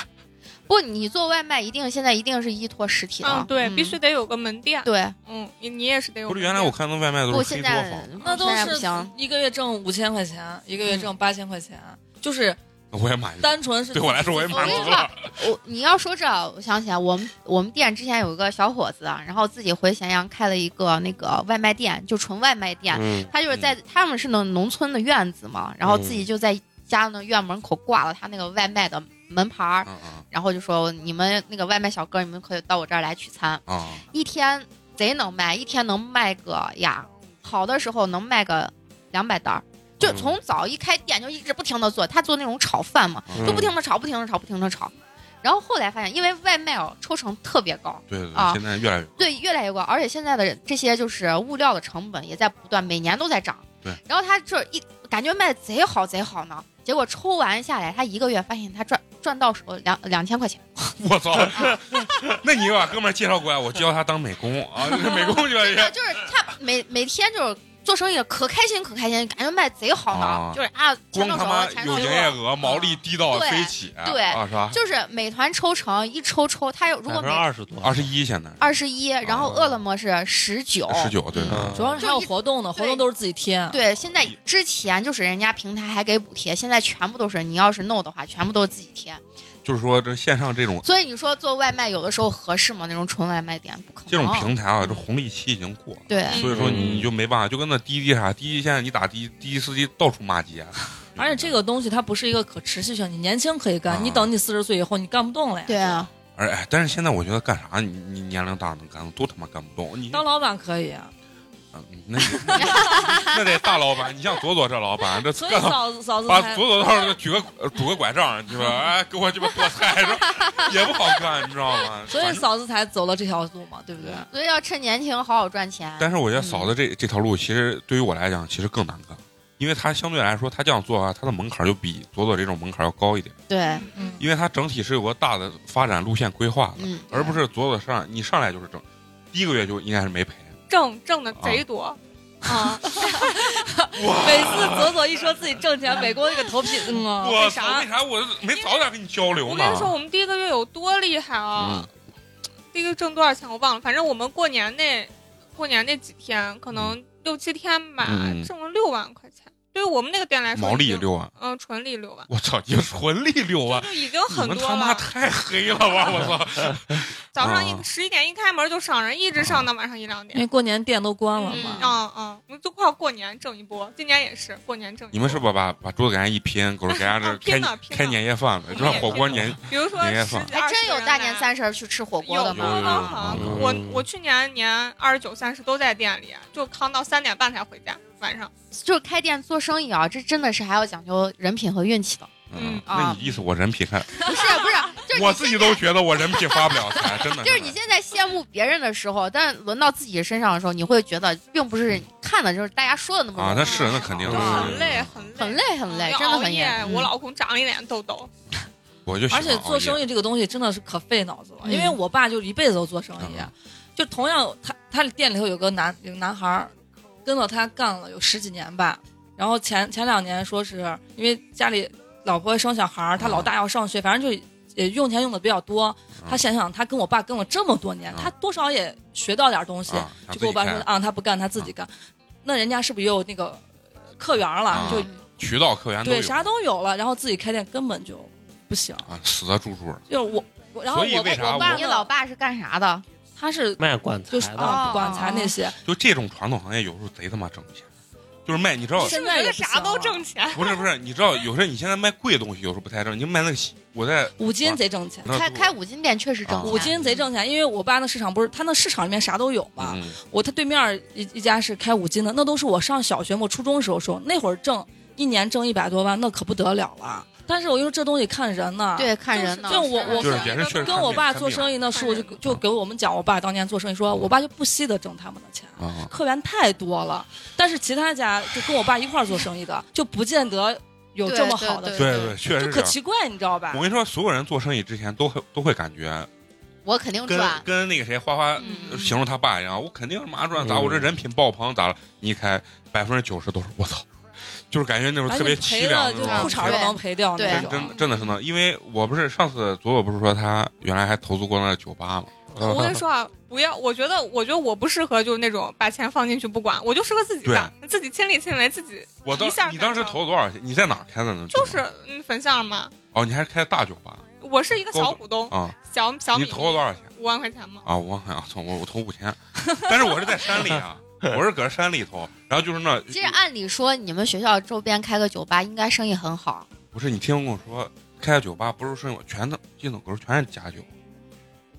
Speaker 3: 不，你做外卖一定现在一定是依托实体的，
Speaker 6: 嗯，对，必须得有个门店。
Speaker 3: 对。
Speaker 6: 嗯，你你也是得有
Speaker 2: 不
Speaker 6: 门店。
Speaker 2: 是原来我看那外卖都
Speaker 3: 不，
Speaker 2: 是黑
Speaker 3: 现
Speaker 2: 作
Speaker 3: 在
Speaker 2: 坊，
Speaker 4: 那都
Speaker 3: 现在不
Speaker 4: 是
Speaker 3: 行。嗯
Speaker 4: 一个月挣五千块钱，一个月挣八千块钱，就是
Speaker 2: 我也买一个。
Speaker 4: 单纯是
Speaker 2: 对我来说我也
Speaker 3: 我
Speaker 2: 满
Speaker 3: 跟你
Speaker 2: 足
Speaker 3: 说
Speaker 2: 了。，
Speaker 3: 我你要说这，我想起来，我们我们店之前有一个小伙子，啊然后自己回咸阳开了一个那个外卖店，就纯外卖店。
Speaker 5: 嗯，
Speaker 3: 他就是在他们是那种农村的院子嘛，然后自己就在家的院门口挂了他那个外卖的门牌儿，
Speaker 2: 嗯嗯
Speaker 3: 然后就说你们那个外卖小哥，你们可以到我这儿来取餐，
Speaker 2: 啊，
Speaker 3: 一天贼能卖，一天能卖个呀，好的时候能卖个两百单儿。就
Speaker 5: 嗯
Speaker 3: 从早一开店就一直不停的做，他做那种炒饭嘛，
Speaker 2: 嗯
Speaker 3: 都不停的炒，不停的炒，不停的炒。然后后来发现，因为外卖哦抽成特别高，
Speaker 2: 对对对，
Speaker 3: 啊
Speaker 2: 现在越来越
Speaker 3: 对，越来越高，而且现在的这些就是物料的成本也在不断，每年都在涨。
Speaker 2: 对，
Speaker 3: 然后他这一感觉卖得贼好贼好呢，结果抽完下来，他一个月发现他赚赚到手两两千块钱，
Speaker 2: 我 操！那你把哥们儿介绍过来，我教他当美工 啊，美工去了
Speaker 3: 他就是他每每天就是做生意可开心可开心，感觉卖贼好呢，
Speaker 2: 啊
Speaker 3: 就是啊钱
Speaker 2: 光
Speaker 3: 到
Speaker 2: 他
Speaker 3: 手
Speaker 2: 妈
Speaker 3: 了钱到
Speaker 2: 有
Speaker 3: 手
Speaker 2: 营业
Speaker 3: 了，
Speaker 2: 额，毛利低到
Speaker 3: 嗯对
Speaker 2: 飞起，
Speaker 3: 对
Speaker 2: 啊是吧？
Speaker 3: 就是美团抽成一抽抽，他如
Speaker 5: 百
Speaker 3: 果
Speaker 5: 分之
Speaker 3: 每
Speaker 5: 二十多，
Speaker 2: 二十一现在
Speaker 3: 二十一，然后
Speaker 2: 啊
Speaker 3: 饿了么是十九，
Speaker 2: 哦十九，对，啊
Speaker 5: 嗯
Speaker 4: 主要是还有活动的，活动都是自己贴。
Speaker 3: 对，现
Speaker 2: 嗯
Speaker 3: 在之前就是人家平台还给补贴，现在全部都是你要是弄的话，全部都是自己贴。
Speaker 2: 就是说这线上这种
Speaker 3: 所以你说做外卖有的时候合适吗？那种纯外卖店不可能。
Speaker 2: 这种平台啊，
Speaker 3: 嗯
Speaker 2: 这红利期已经过了。
Speaker 3: 对，
Speaker 2: 所以说
Speaker 5: 嗯
Speaker 2: 你就没办法，就跟那滴滴啥，滴滴现在你打滴滴滴司机到处骂街，
Speaker 4: 而且这个东西它不是一个可持续性，你年轻可以
Speaker 2: 啊
Speaker 4: 干，你等你四十岁以后你干不动了呀。
Speaker 3: 对啊，
Speaker 2: 而哎，但是现在我觉得干啥你你年龄大能干的都他妈干不动，你
Speaker 4: 当老板可以，啊
Speaker 2: 嗯那那得大老板，你像左左这老板，这
Speaker 4: 所以
Speaker 2: 干到
Speaker 4: 嫂子嫂子
Speaker 2: 把
Speaker 4: 才
Speaker 2: 左左到时候举个拄个拐杖，你说哎给我鸡巴剁菜，这也不好干，你知道吗？
Speaker 4: 所以
Speaker 2: 反正
Speaker 4: 嫂子才走了这条路嘛，对不对？
Speaker 2: 嗯
Speaker 3: 所以要趁年轻好好赚钱。
Speaker 2: 但是我觉得
Speaker 4: 嗯
Speaker 2: 嫂子这、这条路其实对于我来讲其实更难干，因为她相对来说她这样做啊，她的门槛就比左左这种门槛要高一点，
Speaker 3: 对，
Speaker 4: 嗯，
Speaker 2: 因为她整体是有个大的发展路线规划的。
Speaker 3: 嗯，
Speaker 2: 而不是左左上你上来就是挣，第一个月就应该是没赔，
Speaker 6: 挣挣的贼多，啊，
Speaker 4: 每次左左一说自己挣钱，美工那个头皮，嗯啊，
Speaker 2: 我
Speaker 4: 为
Speaker 2: 操，
Speaker 4: 啥
Speaker 2: 为？啥我没早点跟你交流
Speaker 6: 我
Speaker 2: 呢
Speaker 6: 跟你？说，我们第一个月有多厉害
Speaker 2: 嗯
Speaker 6: 啊！第一个挣多少钱我忘了，反正我们过年那过年那几天，可能六七天吧，
Speaker 2: 嗯
Speaker 6: 挣了六万块钱。对于我们那个店来说，
Speaker 2: 毛
Speaker 6: 已
Speaker 2: 利
Speaker 6: 经
Speaker 2: 六万，
Speaker 6: 嗯，纯利六万，
Speaker 2: 我操，你纯利六万，
Speaker 6: 就已经
Speaker 2: 啊你
Speaker 6: 很
Speaker 2: 们
Speaker 6: 多
Speaker 2: 他妈
Speaker 6: 了。
Speaker 2: 太黑了吧！我操，
Speaker 6: 早上
Speaker 2: 啊
Speaker 6: 一十一点一开门就上人，一直上到晚上一两
Speaker 4: 因为
Speaker 6: 点。
Speaker 4: 过年店都关了
Speaker 6: 嗯
Speaker 4: 嘛。
Speaker 6: 嗯嗯，我们就快要过年挣一波，今年也是过年挣一 波。
Speaker 2: 你们是不是把把桌子给人一拼，狗给人家这开
Speaker 6: 拼了拼了
Speaker 2: 开年夜饭了，就像火锅年
Speaker 6: 比如说
Speaker 2: 年夜
Speaker 6: 十
Speaker 2: 饭
Speaker 6: 几
Speaker 3: 还
Speaker 6: 二
Speaker 3: 哎真
Speaker 6: 十
Speaker 3: 有
Speaker 6: 人
Speaker 3: 大
Speaker 6: 来
Speaker 3: 年三十儿去吃火锅
Speaker 6: 有
Speaker 3: 的
Speaker 2: 有
Speaker 3: 吗？
Speaker 2: 有
Speaker 6: 刚刚好
Speaker 2: 有，
Speaker 6: 我
Speaker 5: 嗯
Speaker 6: 我去年年二十九、三十都在店里，就扛到三点半才回家，晚上。
Speaker 3: 就是开店做生意啊，这真的是还要讲究人品和运气的。
Speaker 2: 嗯
Speaker 6: 嗯，
Speaker 2: 那你意思我人品看，
Speaker 3: 不是不是， 就是
Speaker 2: 我
Speaker 3: 你
Speaker 2: 自己都觉得我人品发不了财，真的。
Speaker 3: 就是你现在羡慕别人的时候，但轮到自己身上的时候，你会觉得并不是看的就是大家说的那么
Speaker 2: 啊，
Speaker 3: 容易
Speaker 2: 那是那肯定
Speaker 6: 就
Speaker 2: 的，
Speaker 6: 很累，很累，
Speaker 3: 很累啊很
Speaker 4: 嗯
Speaker 3: 累，
Speaker 6: 嗯要
Speaker 3: 真的
Speaker 6: 熬
Speaker 3: 很嗯
Speaker 6: 夜
Speaker 3: 累。
Speaker 6: 我老公长了一脸痘痘，
Speaker 2: 我就喜
Speaker 4: 而
Speaker 2: 欢
Speaker 4: 且
Speaker 2: 熬
Speaker 4: 做
Speaker 2: 夜
Speaker 4: 生意这个东西真的是可费脑子了，
Speaker 3: 嗯
Speaker 4: 因为我爸就一辈子都做生意啊
Speaker 2: 嗯，
Speaker 4: 就同样他他店里头有个男有个男孩儿，跟着他干了有十几年吧，然后前前两年说是因为家里老婆生小孩儿，他老大要上学，反正就也用钱用的比较多
Speaker 2: 嗯。
Speaker 4: 他想想，他跟我爸跟了这么多年
Speaker 2: 嗯，
Speaker 4: 他多少也学到点东西，
Speaker 2: 啊，让
Speaker 4: 就
Speaker 2: 自己嗯
Speaker 4: 跟我爸说
Speaker 2: 看
Speaker 4: 啊，他不干，他自己干。那人家是不是也有那个呃客源儿了
Speaker 2: 啊？
Speaker 4: 就
Speaker 2: 渠道客源都
Speaker 4: 对，
Speaker 2: 有
Speaker 4: 啥都有了，然后自己开店根本就不行。
Speaker 2: 啊，死的住住的。
Speaker 4: 就是我，我然后
Speaker 2: 所以
Speaker 4: 我
Speaker 2: 为啥
Speaker 4: 我
Speaker 2: 啊我
Speaker 4: 爸
Speaker 3: 你老爸是干啥的？
Speaker 4: 他是
Speaker 5: 卖管材
Speaker 4: 就是
Speaker 5: 的，
Speaker 4: 啊管材
Speaker 3: 哦
Speaker 4: 那些，
Speaker 2: 就这种传统行业，有时候贼他妈挣钱，哦就是卖，你知道
Speaker 4: 现
Speaker 6: 我
Speaker 4: 在
Speaker 6: 觉
Speaker 4: 也
Speaker 6: 得
Speaker 4: 不
Speaker 6: 啥都
Speaker 4: 行了
Speaker 6: 挣钱。
Speaker 2: 不是不是？你知道有时候你现在卖贵的东西，有时候不太挣。你卖那个洗，我在
Speaker 4: 五金贼挣钱。
Speaker 2: 那
Speaker 3: 开
Speaker 2: 都
Speaker 3: 开五金店确实挣
Speaker 2: 啊
Speaker 3: 钱。
Speaker 4: 五金贼挣钱，因为我爸那市场不是他那市场里面啥都有嘛。
Speaker 2: 嗯
Speaker 4: 我他对面一一家是开五金的，那都是我上小学我初中时候说，那会儿挣一年挣一百多万，那可不得了了。但是我就说这东西看人呢，
Speaker 3: 对，看人呢。
Speaker 4: 啊就我我
Speaker 2: 就是也是确实
Speaker 4: 跟我爸做生
Speaker 2: 意
Speaker 4: 意那时候就就给我们讲，我爸当年做生意说，
Speaker 2: 嗯
Speaker 4: 我爸就不惜的挣他们的钱。
Speaker 2: 啊，
Speaker 4: 客源太多了，但是其他家就跟我爸一块儿做生意的，就不见得有这么好的，
Speaker 3: 对
Speaker 2: 对对，确
Speaker 4: 就
Speaker 2: 实
Speaker 4: 可
Speaker 2: 是。啊
Speaker 4: 奇怪，你知道吧
Speaker 2: 我？跟你说，所有人做生意之前都会都会感觉
Speaker 3: 我肯定
Speaker 2: 跟
Speaker 3: 赚。
Speaker 2: 跟那个谁花花
Speaker 3: 嗯
Speaker 2: 形容他爸一样，我肯定是麻赚咋，
Speaker 5: 嗯
Speaker 2: 我这人品爆棚咋了？你一开百分之九十都是我操，就是感觉那种特
Speaker 4: 而且
Speaker 2: 别
Speaker 4: 赔
Speaker 2: 凄凉
Speaker 4: 了
Speaker 2: 的
Speaker 4: 就
Speaker 2: 那
Speaker 4: 是
Speaker 2: 种
Speaker 4: 裤衩
Speaker 2: 赔
Speaker 4: 都
Speaker 2: 了
Speaker 4: 能赔掉
Speaker 3: 对
Speaker 4: 那
Speaker 3: 对
Speaker 4: 种
Speaker 2: 真。真的是呢，因为我不是上次左左不是说他原来还投资过那酒吧吗？
Speaker 6: 我跟你说啊，不要，我觉得，我觉得我不适合就是那种把钱放进去不管，我就适合自己干，自己亲力亲为，自己
Speaker 2: 我当
Speaker 6: 一下
Speaker 2: 你当时
Speaker 6: 感
Speaker 2: 投了多少钱？你在哪儿开的呢？
Speaker 6: 就是嗯粉巷嘛。
Speaker 2: 哦，你还是开大酒吧
Speaker 6: 我是一个小股东，
Speaker 2: 啊？
Speaker 6: 小小
Speaker 2: 你
Speaker 6: 米
Speaker 2: 投了多少钱
Speaker 6: 五万块钱嘛。
Speaker 2: 啊？我好像从我我投五千， 但是我是在山里啊，我是搁山里投，然后就是那
Speaker 3: 其实按理说，你们学校周边开个酒吧，应该生意很好。
Speaker 2: 不是你听我说，开的酒吧不是说我全都进的，我说全是假酒。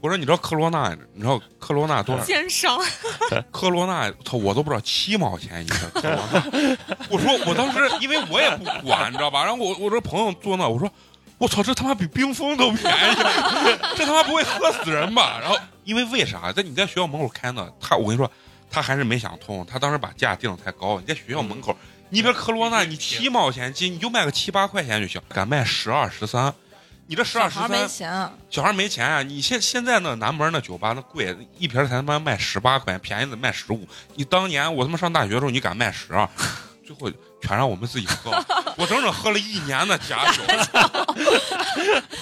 Speaker 2: 我说你知道科罗娜，你知道科罗娜多少？
Speaker 6: 奸商，
Speaker 2: 科罗娜，操，我都不知道七毛钱一个科罗娜。我说我当时因为我也不管，你知道吧？然后我我这朋友坐那，我说我操，这他妈比冰峰都便宜，这他妈不会喝死人吧？然后因为为啥在你在学校门口开呢？他我跟你说，他还是没想通，他当时把价定的太高。你在学校门口，你别科罗
Speaker 4: 嗯
Speaker 2: 娜，你七毛钱斤，你就卖个七八块钱就行，敢卖十二十三。你这十
Speaker 4: 小
Speaker 2: 二十
Speaker 4: 孩
Speaker 2: 三，
Speaker 4: 没钱啊，
Speaker 2: 小孩没钱啊！你现现在那南门那酒吧那贵，一瓶才他妈卖十八块钱，便宜的卖十五。你当年我他妈上大学的时候，你敢卖十啊？ 最后全让我们自己喝， 我整整喝了一年的假酒，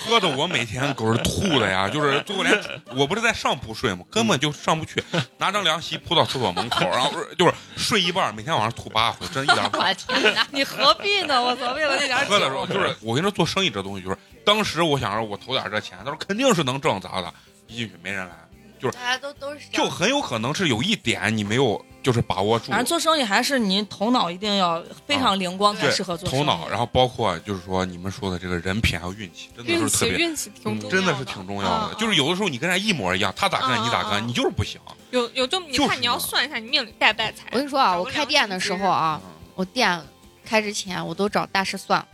Speaker 2: 喝的我每天狗是吐的呀，就是最后连我不是在上铺睡吗？根本就上不去，拿张凉席铺到厕所门口，然后就是睡一半，每天晚上吐八回，真一点儿不
Speaker 3: 我天哪！
Speaker 4: 你何必呢？我操，为了那点
Speaker 2: 喝的时候，
Speaker 4: 酒，
Speaker 2: 就是我跟你说做生意这东西，就是当时我想着我投点这钱，他说肯定是能挣咋咋，一进去没人来，
Speaker 3: 大家都都是这
Speaker 2: 就
Speaker 3: 样。
Speaker 2: 很有可能是有一点你没有就是把握住
Speaker 4: 反正做生意还是你头脑一定要非常灵光才
Speaker 2: 啊对
Speaker 4: 适合做生
Speaker 2: 头
Speaker 4: 意。
Speaker 2: 脑，然后包括就是说你们说的这个人品还有运气，真的
Speaker 6: 运
Speaker 2: 是特
Speaker 6: 气
Speaker 2: 别。嗯
Speaker 6: 运气挺重要
Speaker 2: 真的是挺重要的，
Speaker 6: 嗯
Speaker 2: 就是有的时候你跟人家一模一样，他咋干
Speaker 6: 嗯
Speaker 2: 你咋
Speaker 6: 嗯
Speaker 2: 干，
Speaker 6: 嗯
Speaker 2: 你就是不行。
Speaker 6: 有有这么，你
Speaker 2: 就是
Speaker 6: 看你要
Speaker 2: 嘛
Speaker 6: 算一下，你命里带不带财
Speaker 3: 我。跟你说啊，我开店的时候啊，
Speaker 2: 嗯
Speaker 3: 我店开之前我都找大师算，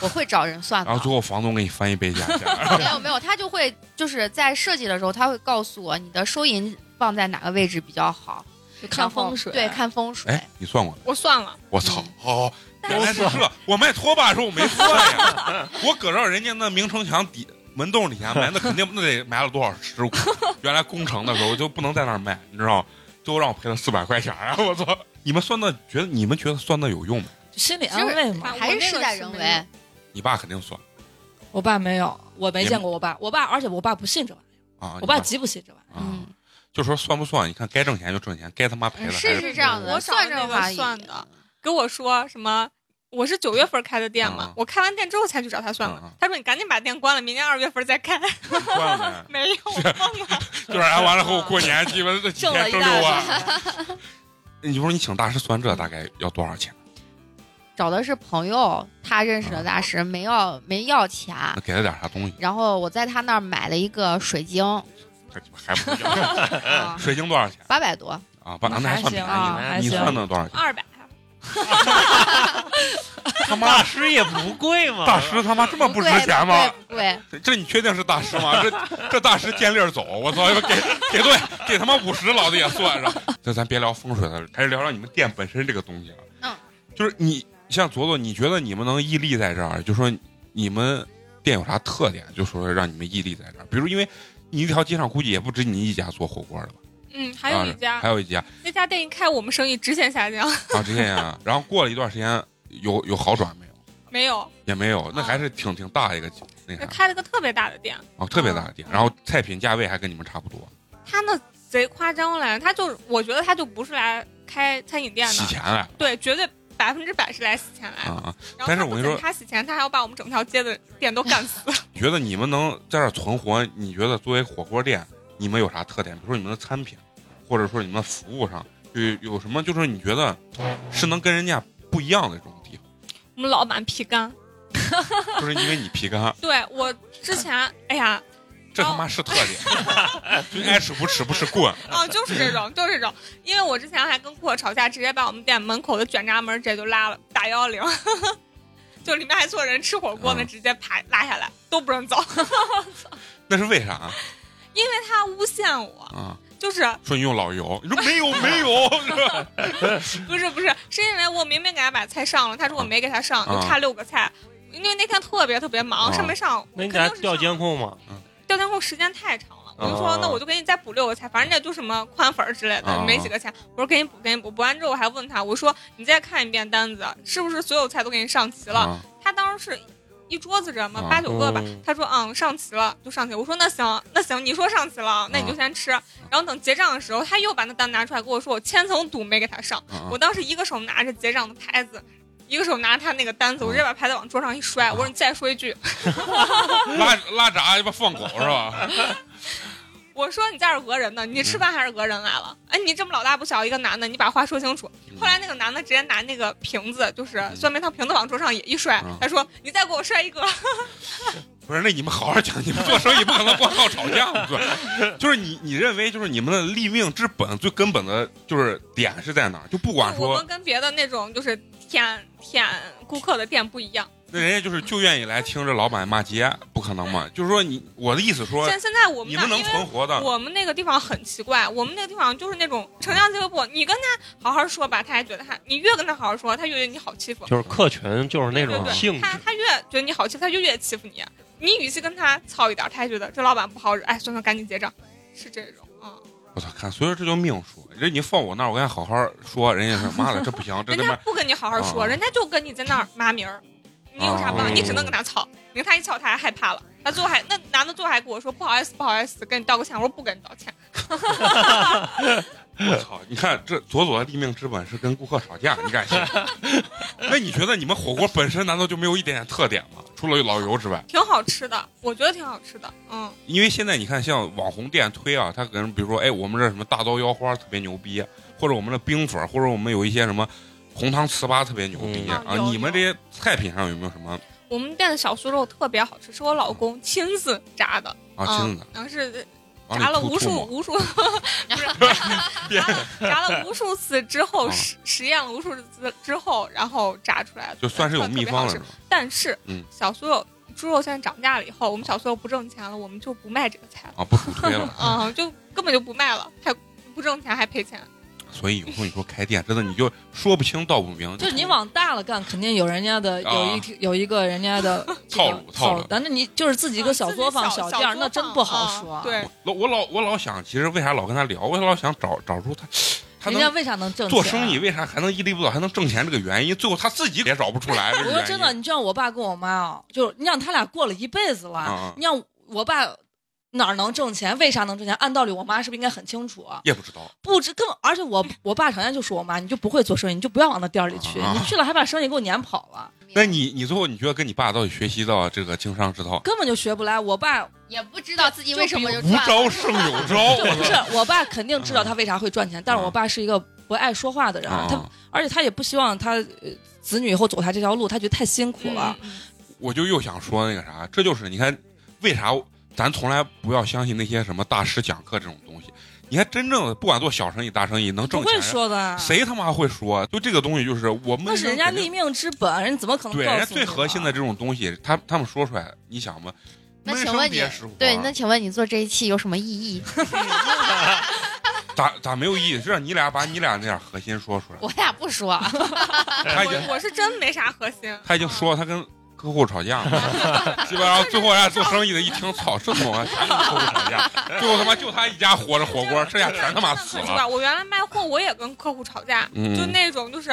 Speaker 3: 我会找人算的
Speaker 2: 然后。最后房东给你翻一倍价钱，
Speaker 3: 没有没有，他就会就是在设计的时候，他会告诉我你的收银放在哪个位置比较好，
Speaker 4: 就
Speaker 3: 然
Speaker 4: 看
Speaker 3: 后
Speaker 4: 风水，啊
Speaker 3: 对，看风水。
Speaker 2: 哎，你算过没？
Speaker 6: 我算了，
Speaker 2: 我操
Speaker 3: 嗯，
Speaker 2: 哦，原来是这，我卖拖把的时候我没算呀， 我搁这儿人家那明城墙底门洞底下埋，那肯定那得埋了多少尸骨。原来工程的时候就不能在那儿卖，你知道吗，最后让我赔了四百块钱啊！我操，你们酸的觉得你们觉得酸的有用吗？
Speaker 4: 心理安慰嘛。
Speaker 6: 啊
Speaker 3: 还
Speaker 6: 我
Speaker 3: 是
Speaker 6: 那
Speaker 3: 事
Speaker 6: 个
Speaker 3: 在
Speaker 6: 是
Speaker 3: 人
Speaker 6: 没
Speaker 3: 为
Speaker 6: 有。
Speaker 2: 你爸肯定酸
Speaker 4: 我爸没有，我没
Speaker 2: 也
Speaker 4: 见过我爸。我爸，而且我爸不信这玩意儿，
Speaker 2: 啊。
Speaker 4: 我
Speaker 2: 你
Speaker 4: 爸
Speaker 2: 爸
Speaker 4: 极不信这玩意儿。
Speaker 2: 啊
Speaker 3: 嗯，，
Speaker 2: 就说算不算？你看该挣钱就挣钱，该他妈赔了还
Speaker 3: 是
Speaker 2: 是
Speaker 3: 是这样的，
Speaker 6: 我找
Speaker 3: 算
Speaker 6: 那
Speaker 3: 这
Speaker 6: 个
Speaker 3: 话
Speaker 6: 算的跟我说什么？我是九月份开的店嘛，
Speaker 2: 啊
Speaker 6: 我开完店之后才去找他算的。
Speaker 2: 啊啊
Speaker 6: 他说：“你赶紧把店关了，明年二月份再开。，
Speaker 2: 算了
Speaker 6: 没有，我忘 了。
Speaker 2: 就是俺完了后过年基本这几
Speaker 4: 挣
Speaker 2: 天
Speaker 4: 了一
Speaker 2: 挣六
Speaker 4: 大
Speaker 2: 万。
Speaker 4: 笔，
Speaker 2: 你说你请大师算这大概要多少钱？
Speaker 3: 找的是朋友，他认识的大师，没要没要钱，
Speaker 2: 那给他点啥东西？
Speaker 3: 然后我在他那儿买了一个水晶，
Speaker 2: 这鸡巴还不一 样。
Speaker 3: 啊
Speaker 2: 水晶多少钱
Speaker 3: 八百多，
Speaker 2: 啊？把俺那还算便宜
Speaker 4: 啊
Speaker 2: 呢
Speaker 4: 还。
Speaker 2: 你
Speaker 4: 行
Speaker 2: 算的多少钱？
Speaker 6: 二百，
Speaker 5: 他妈大师也不贵嘛，
Speaker 2: 大师他妈这么不值
Speaker 3: 贵
Speaker 2: 钱吗？
Speaker 3: 不贵，
Speaker 2: 这这你确定是大师吗？这这大师见利儿走，我操！给给对，给他妈五十，老子也算上。这咱别聊风水了，还是聊聊你们店本身这个东西啊。
Speaker 3: 嗯，
Speaker 2: 就是你像左左，你觉得你们能屹立在这儿，就说你们店有啥特点，就说让你们屹立在这儿。比如，因为你一条街上估计也不止你一家做火锅的吧？
Speaker 6: 嗯，还有一家
Speaker 2: 啊、，还有一家
Speaker 6: 那家店一开，我们生意直线下降，
Speaker 2: 啊，这些呀。然后过了一段时间，有有好转没有？
Speaker 6: 没有。
Speaker 2: 也没有，
Speaker 6: 啊
Speaker 2: 那还是挺挺大一个那啥
Speaker 6: 开了个特别大的店，
Speaker 2: 啊，特别大的店。然后菜品价位还跟你们差不多，
Speaker 6: 他那贼夸张来，他就我觉得他就不是来开餐饮店
Speaker 2: 洗
Speaker 6: 的，
Speaker 2: 钱啊来了。
Speaker 6: 对，绝对百分之百是来洗钱来的。
Speaker 2: 啊，
Speaker 6: 然后
Speaker 2: 但是
Speaker 6: 他
Speaker 2: 我
Speaker 6: 不
Speaker 2: 跟你
Speaker 6: 仅
Speaker 2: 说
Speaker 6: 他洗钱，他还要把我们整条街的店都干死。
Speaker 2: 觉得你们能在这儿存活，你觉得作为火锅店，你们有啥特点？比如说你们的产品，或者说你们的服务上，有有什么就是你觉得是能跟人家不一样的这种地方，
Speaker 6: 我们老板皮干，
Speaker 2: 就是因为你皮干，
Speaker 6: 对我之前，哎呀，
Speaker 2: 这他妈是特点， 就爱吃不吃不吃棍，
Speaker 6: 哦，就是这种，就是这种，因为我之前还跟顾客吵架，直接把我们店门口的卷闸门直接就拉了，打幺幺零， 就里面还坐人吃火锅呢，
Speaker 2: 嗯
Speaker 6: 直接爬拉下来，都不让走，
Speaker 2: 那是为啥啊
Speaker 6: 因为他诬陷我，
Speaker 2: 啊？
Speaker 6: 就是
Speaker 2: 说你用老油，你说没有没 有，是吧
Speaker 6: 不是不是，是因为我明明给他把菜上了，他说我没给他上，
Speaker 2: 啊
Speaker 6: 就差六个菜，因为那天特别特别忙，
Speaker 2: 啊
Speaker 6: 上没上，
Speaker 5: 那你
Speaker 6: 肯
Speaker 5: 给他
Speaker 6: 定是
Speaker 5: 调
Speaker 6: 上
Speaker 5: 监控嘛，
Speaker 6: 调监控时间太长了，我就
Speaker 5: 啊
Speaker 6: 说那我就给你再补六个菜，反正这就什么宽粉儿之类
Speaker 2: 啊
Speaker 6: 的，没几个菜。我说给你补，给你补。补完之后我还问他，我说你再看一遍单子，是不是所有菜都给你上齐了？
Speaker 2: 啊
Speaker 6: 他当时是一桌子人嘛
Speaker 2: 啊，
Speaker 6: 八九个吧
Speaker 5: 嗯。
Speaker 6: 他说嗯，上齐了就上齐。我说那行，那行，你说上齐了，那你就先吃。然后等结账的时候，他又把那单拿出来跟我说，我千层肚没给他上。
Speaker 2: 啊
Speaker 6: 我当时一个手拿着结账的牌子。一个手拿着他那个单子，我直接把牌子往桌上一摔，我说你再说一句，
Speaker 2: 拉拉闸鸡巴放狗是 吧？
Speaker 6: 我说你这是讹人呢，你
Speaker 2: 嗯
Speaker 6: 吃饭还是讹人来了？哎，你这么老大不小一个男的，你把话说清楚。
Speaker 2: 嗯
Speaker 6: 后来那个男的直接拿那个瓶子，就是酸梅汤瓶子往桌上也一摔
Speaker 2: 嗯，
Speaker 6: 他说你再给我摔一个。
Speaker 2: 不是，那你们好好讲，你们做生意不可能光靠吵架，对吧 就是你你认为就是你们的立命之本最根本的就是点是在哪儿？就不管
Speaker 6: 我
Speaker 2: 说
Speaker 6: 们跟别的那种就是舔舔顾客的店不一样。
Speaker 2: 那人家就是就愿意来听着老板骂街，不可能嘛？就是说你我的意思说，
Speaker 6: 现现在我们
Speaker 2: 你
Speaker 6: 那
Speaker 2: 们能
Speaker 6: 因为
Speaker 2: 存活的，
Speaker 6: 我们那个地方很奇怪，我们那个地方就是那种城乡结合部，你跟他好好说吧，他还觉得他，你越跟他好好说，他越觉得你好欺负。
Speaker 5: 就是客群就是那
Speaker 6: 对
Speaker 5: 种
Speaker 6: 对
Speaker 5: 性质
Speaker 6: 他，他越觉得你好欺负，他就越欺负你。你语气跟他操一点，他还觉得这老板不好惹。哎，算了，赶紧结账，是这种啊。
Speaker 2: 我操，看，所以说这叫命数。人你放我那儿，我跟他好好说，人家说妈的这不行，这
Speaker 6: 人
Speaker 2: 他
Speaker 6: 家
Speaker 2: 妈
Speaker 6: 不跟你好好说，
Speaker 2: 啊
Speaker 6: 人家就跟你在那儿妈名儿，你有啥办法？
Speaker 5: 啊
Speaker 6: 你只能跟他操。你跟他一操，他还害怕了。他最后还那男的最后还跟我说不好意思，不好意思，跟你道个歉。我说不跟你道歉，
Speaker 2: 我操！你看这左左的立命之本是跟顾客吵架，你 敢信？那你觉得你们火锅本身难道就没有一点点特点吗？除了老油之外，
Speaker 6: 挺好吃的，我觉得挺好吃的。嗯，
Speaker 2: 因为现在你看像网红店推啊，他可能比如说哎，我们这什么大刀腰花特别牛逼，或者我们的冰粉，或者我们有一些什么红糖糍粑特别牛逼、
Speaker 5: 嗯
Speaker 2: 啊
Speaker 6: 啊有
Speaker 2: 你们这些菜品上有没有什么
Speaker 6: 我们店的小酥肉特别好吃，是我老公亲自炸的嗯
Speaker 2: 啊亲啊子
Speaker 6: 然后是
Speaker 2: 往
Speaker 6: 炸
Speaker 2: 里
Speaker 6: 了
Speaker 2: 吐
Speaker 6: 无
Speaker 2: 吐
Speaker 6: 数
Speaker 2: 沫？
Speaker 6: 无 数，不是炸了 炸了无数次之后
Speaker 2: 啊
Speaker 6: 实实验了无数次之后，然后炸出来的，
Speaker 2: 就算是有
Speaker 6: 特
Speaker 2: 秘方了
Speaker 6: 特别好
Speaker 2: 是
Speaker 6: 吃
Speaker 2: 吧？
Speaker 6: 但是，
Speaker 2: 嗯
Speaker 6: 小酥肉猪肉现在涨价了以后，我们小酥肉不挣钱了，我们就不卖这个菜了，
Speaker 2: 啊，不主推 了。
Speaker 6: 嗯，就根本就不卖了，太不挣钱还赔钱。
Speaker 2: 所以有时候你说开店，真的你就说不清道不明。
Speaker 4: 就是你往大了干，肯定有人家的有一有一个人 家的这
Speaker 2: 啊套
Speaker 4: 个
Speaker 2: 路套
Speaker 4: 套
Speaker 2: 路
Speaker 4: 但是你就是自己一个小作坊
Speaker 6: 嗯自己小
Speaker 4: 店儿，
Speaker 6: 作
Speaker 4: 那真不好
Speaker 6: 坊
Speaker 4: 说。
Speaker 6: 啊对，
Speaker 2: 我老我老我老想，其实为啥老跟他聊？我老想找找出他他
Speaker 4: 人家
Speaker 2: 能
Speaker 4: 为啥能挣钱？啊
Speaker 2: 做生意，为啥还能屹立不倒，还能挣钱？这个原因，最后他自己也找不出来。这
Speaker 4: 我
Speaker 2: 个
Speaker 4: 说
Speaker 2: 原
Speaker 4: 真的，
Speaker 2: 因
Speaker 4: 你就像我爸跟我妈啊，就是你让他俩过了一辈子了，
Speaker 2: 啊
Speaker 4: 你让我爸哪儿能挣钱？为啥能挣钱？按道理我妈是不是应该很清楚？啊
Speaker 2: 也不知道，
Speaker 4: 不知更，而且 我我爸常常就说我妈，你就不会做生意，你就不要往那店儿里去，
Speaker 2: 啊
Speaker 4: 你去了还把生意给我撵跑了，
Speaker 2: 那你你最后你觉得跟你爸到底学习到这个经商之道，
Speaker 4: 根本就学不来。我爸
Speaker 3: 也不知道自己为什么就
Speaker 2: 无
Speaker 3: 赚了。
Speaker 2: 招胜有 招，啊
Speaker 4: 就
Speaker 2: 我
Speaker 4: 不是
Speaker 2: 操！嗯
Speaker 4: 我爸肯定知道他为啥会赚钱，但是我爸是一个不爱说话的人，他
Speaker 2: 啊，
Speaker 4: 而且他也不希望他呃子女以后走他这条路，他觉得太辛苦了。
Speaker 2: 嗯我就又想说那个啥，这就是你看为啥咱从来不要相信那些什么大师讲课这种东西。你看，真正的不管做小生意、大生意，能
Speaker 4: 不
Speaker 2: 挣
Speaker 4: 会
Speaker 2: 钱，啊
Speaker 4: 说的，啊
Speaker 2: 谁他妈会说？啊就这个东西，就是我们
Speaker 4: 那是人家
Speaker 2: 肯定
Speaker 4: 立命之本，人家怎么可能
Speaker 2: 对，
Speaker 4: 告
Speaker 2: 人
Speaker 4: 诉你啊
Speaker 2: 家
Speaker 4: 呢？
Speaker 2: 最核心的这种东西，他他们说出来，你想嘛？
Speaker 3: 那
Speaker 2: 闷
Speaker 3: 请
Speaker 2: 声
Speaker 3: 问你
Speaker 2: 别识火，
Speaker 3: 对，那请问你做这一期有什么意义？
Speaker 2: 咋咋没有意义？就让你俩把你俩那点核心说出来。
Speaker 3: 我俩不说，
Speaker 2: 他已经
Speaker 6: 我我是真没啥核心，啊
Speaker 2: 他已经说他跟客户吵架了，基本上最后人家做生意的一听，操，这他妈全跟客户吵架，最后他妈就他一家活着火锅，剩下全他妈死
Speaker 6: 很奇
Speaker 2: 了。
Speaker 6: 怪，我原来卖货我也跟客户吵架，
Speaker 2: 嗯
Speaker 6: 就那种就是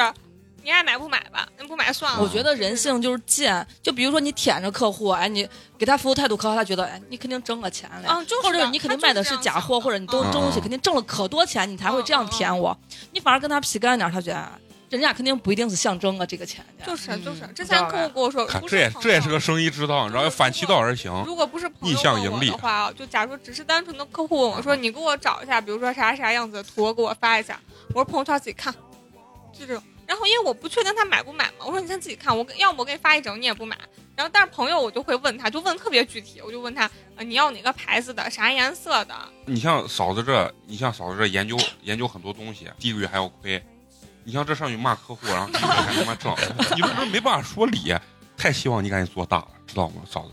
Speaker 6: 你爱买不买吧，你不买算了。
Speaker 4: 我觉得人性就是贱，就比如说你舔着客户，哎，你给他服务态度可好，他觉得哎，你肯定挣了钱了呀，
Speaker 6: 嗯就是的
Speaker 4: 或者你肯定卖的是假货，
Speaker 6: 他就是这样想的嗯
Speaker 4: 或者你东
Speaker 2: 嗯
Speaker 4: 东西肯定挣了可多钱，你才会这样舔我。你反而跟他皮干点儿，他觉得哎人家肯定不一定是象征啊了这个钱的。
Speaker 6: 就是就是，
Speaker 4: 嗯
Speaker 6: 之前客户跟我说
Speaker 2: 看，，
Speaker 6: 不
Speaker 2: 这也
Speaker 6: 朋友
Speaker 2: 这也是个生意之道，你知道，要反其道而行。
Speaker 6: 如果不是朋友
Speaker 2: 逆向
Speaker 6: 问
Speaker 2: 盈
Speaker 6: 我
Speaker 2: 利嗯
Speaker 6: 的话啊，就假如说只是单纯的客户问我说，你给我找一下，比如说啥啥样子的图给我发一下，我说朋友圈自己看，就这种。然后因为我不确定他买不买嘛，我说你先自己看，我给要么我给你发一整，你也不买。然后但是朋友我就会问他，就问特别具体，我就问他、呃你要哪个牌子的，啥颜色的，
Speaker 2: 你像嫂子这，你像嫂子这研究研究很多东西，地狱还要亏。你像这上去骂客户，然后地狱还他妈挣，你为啥没办法说理？太希望你赶紧做大了，知道吗，嫂子？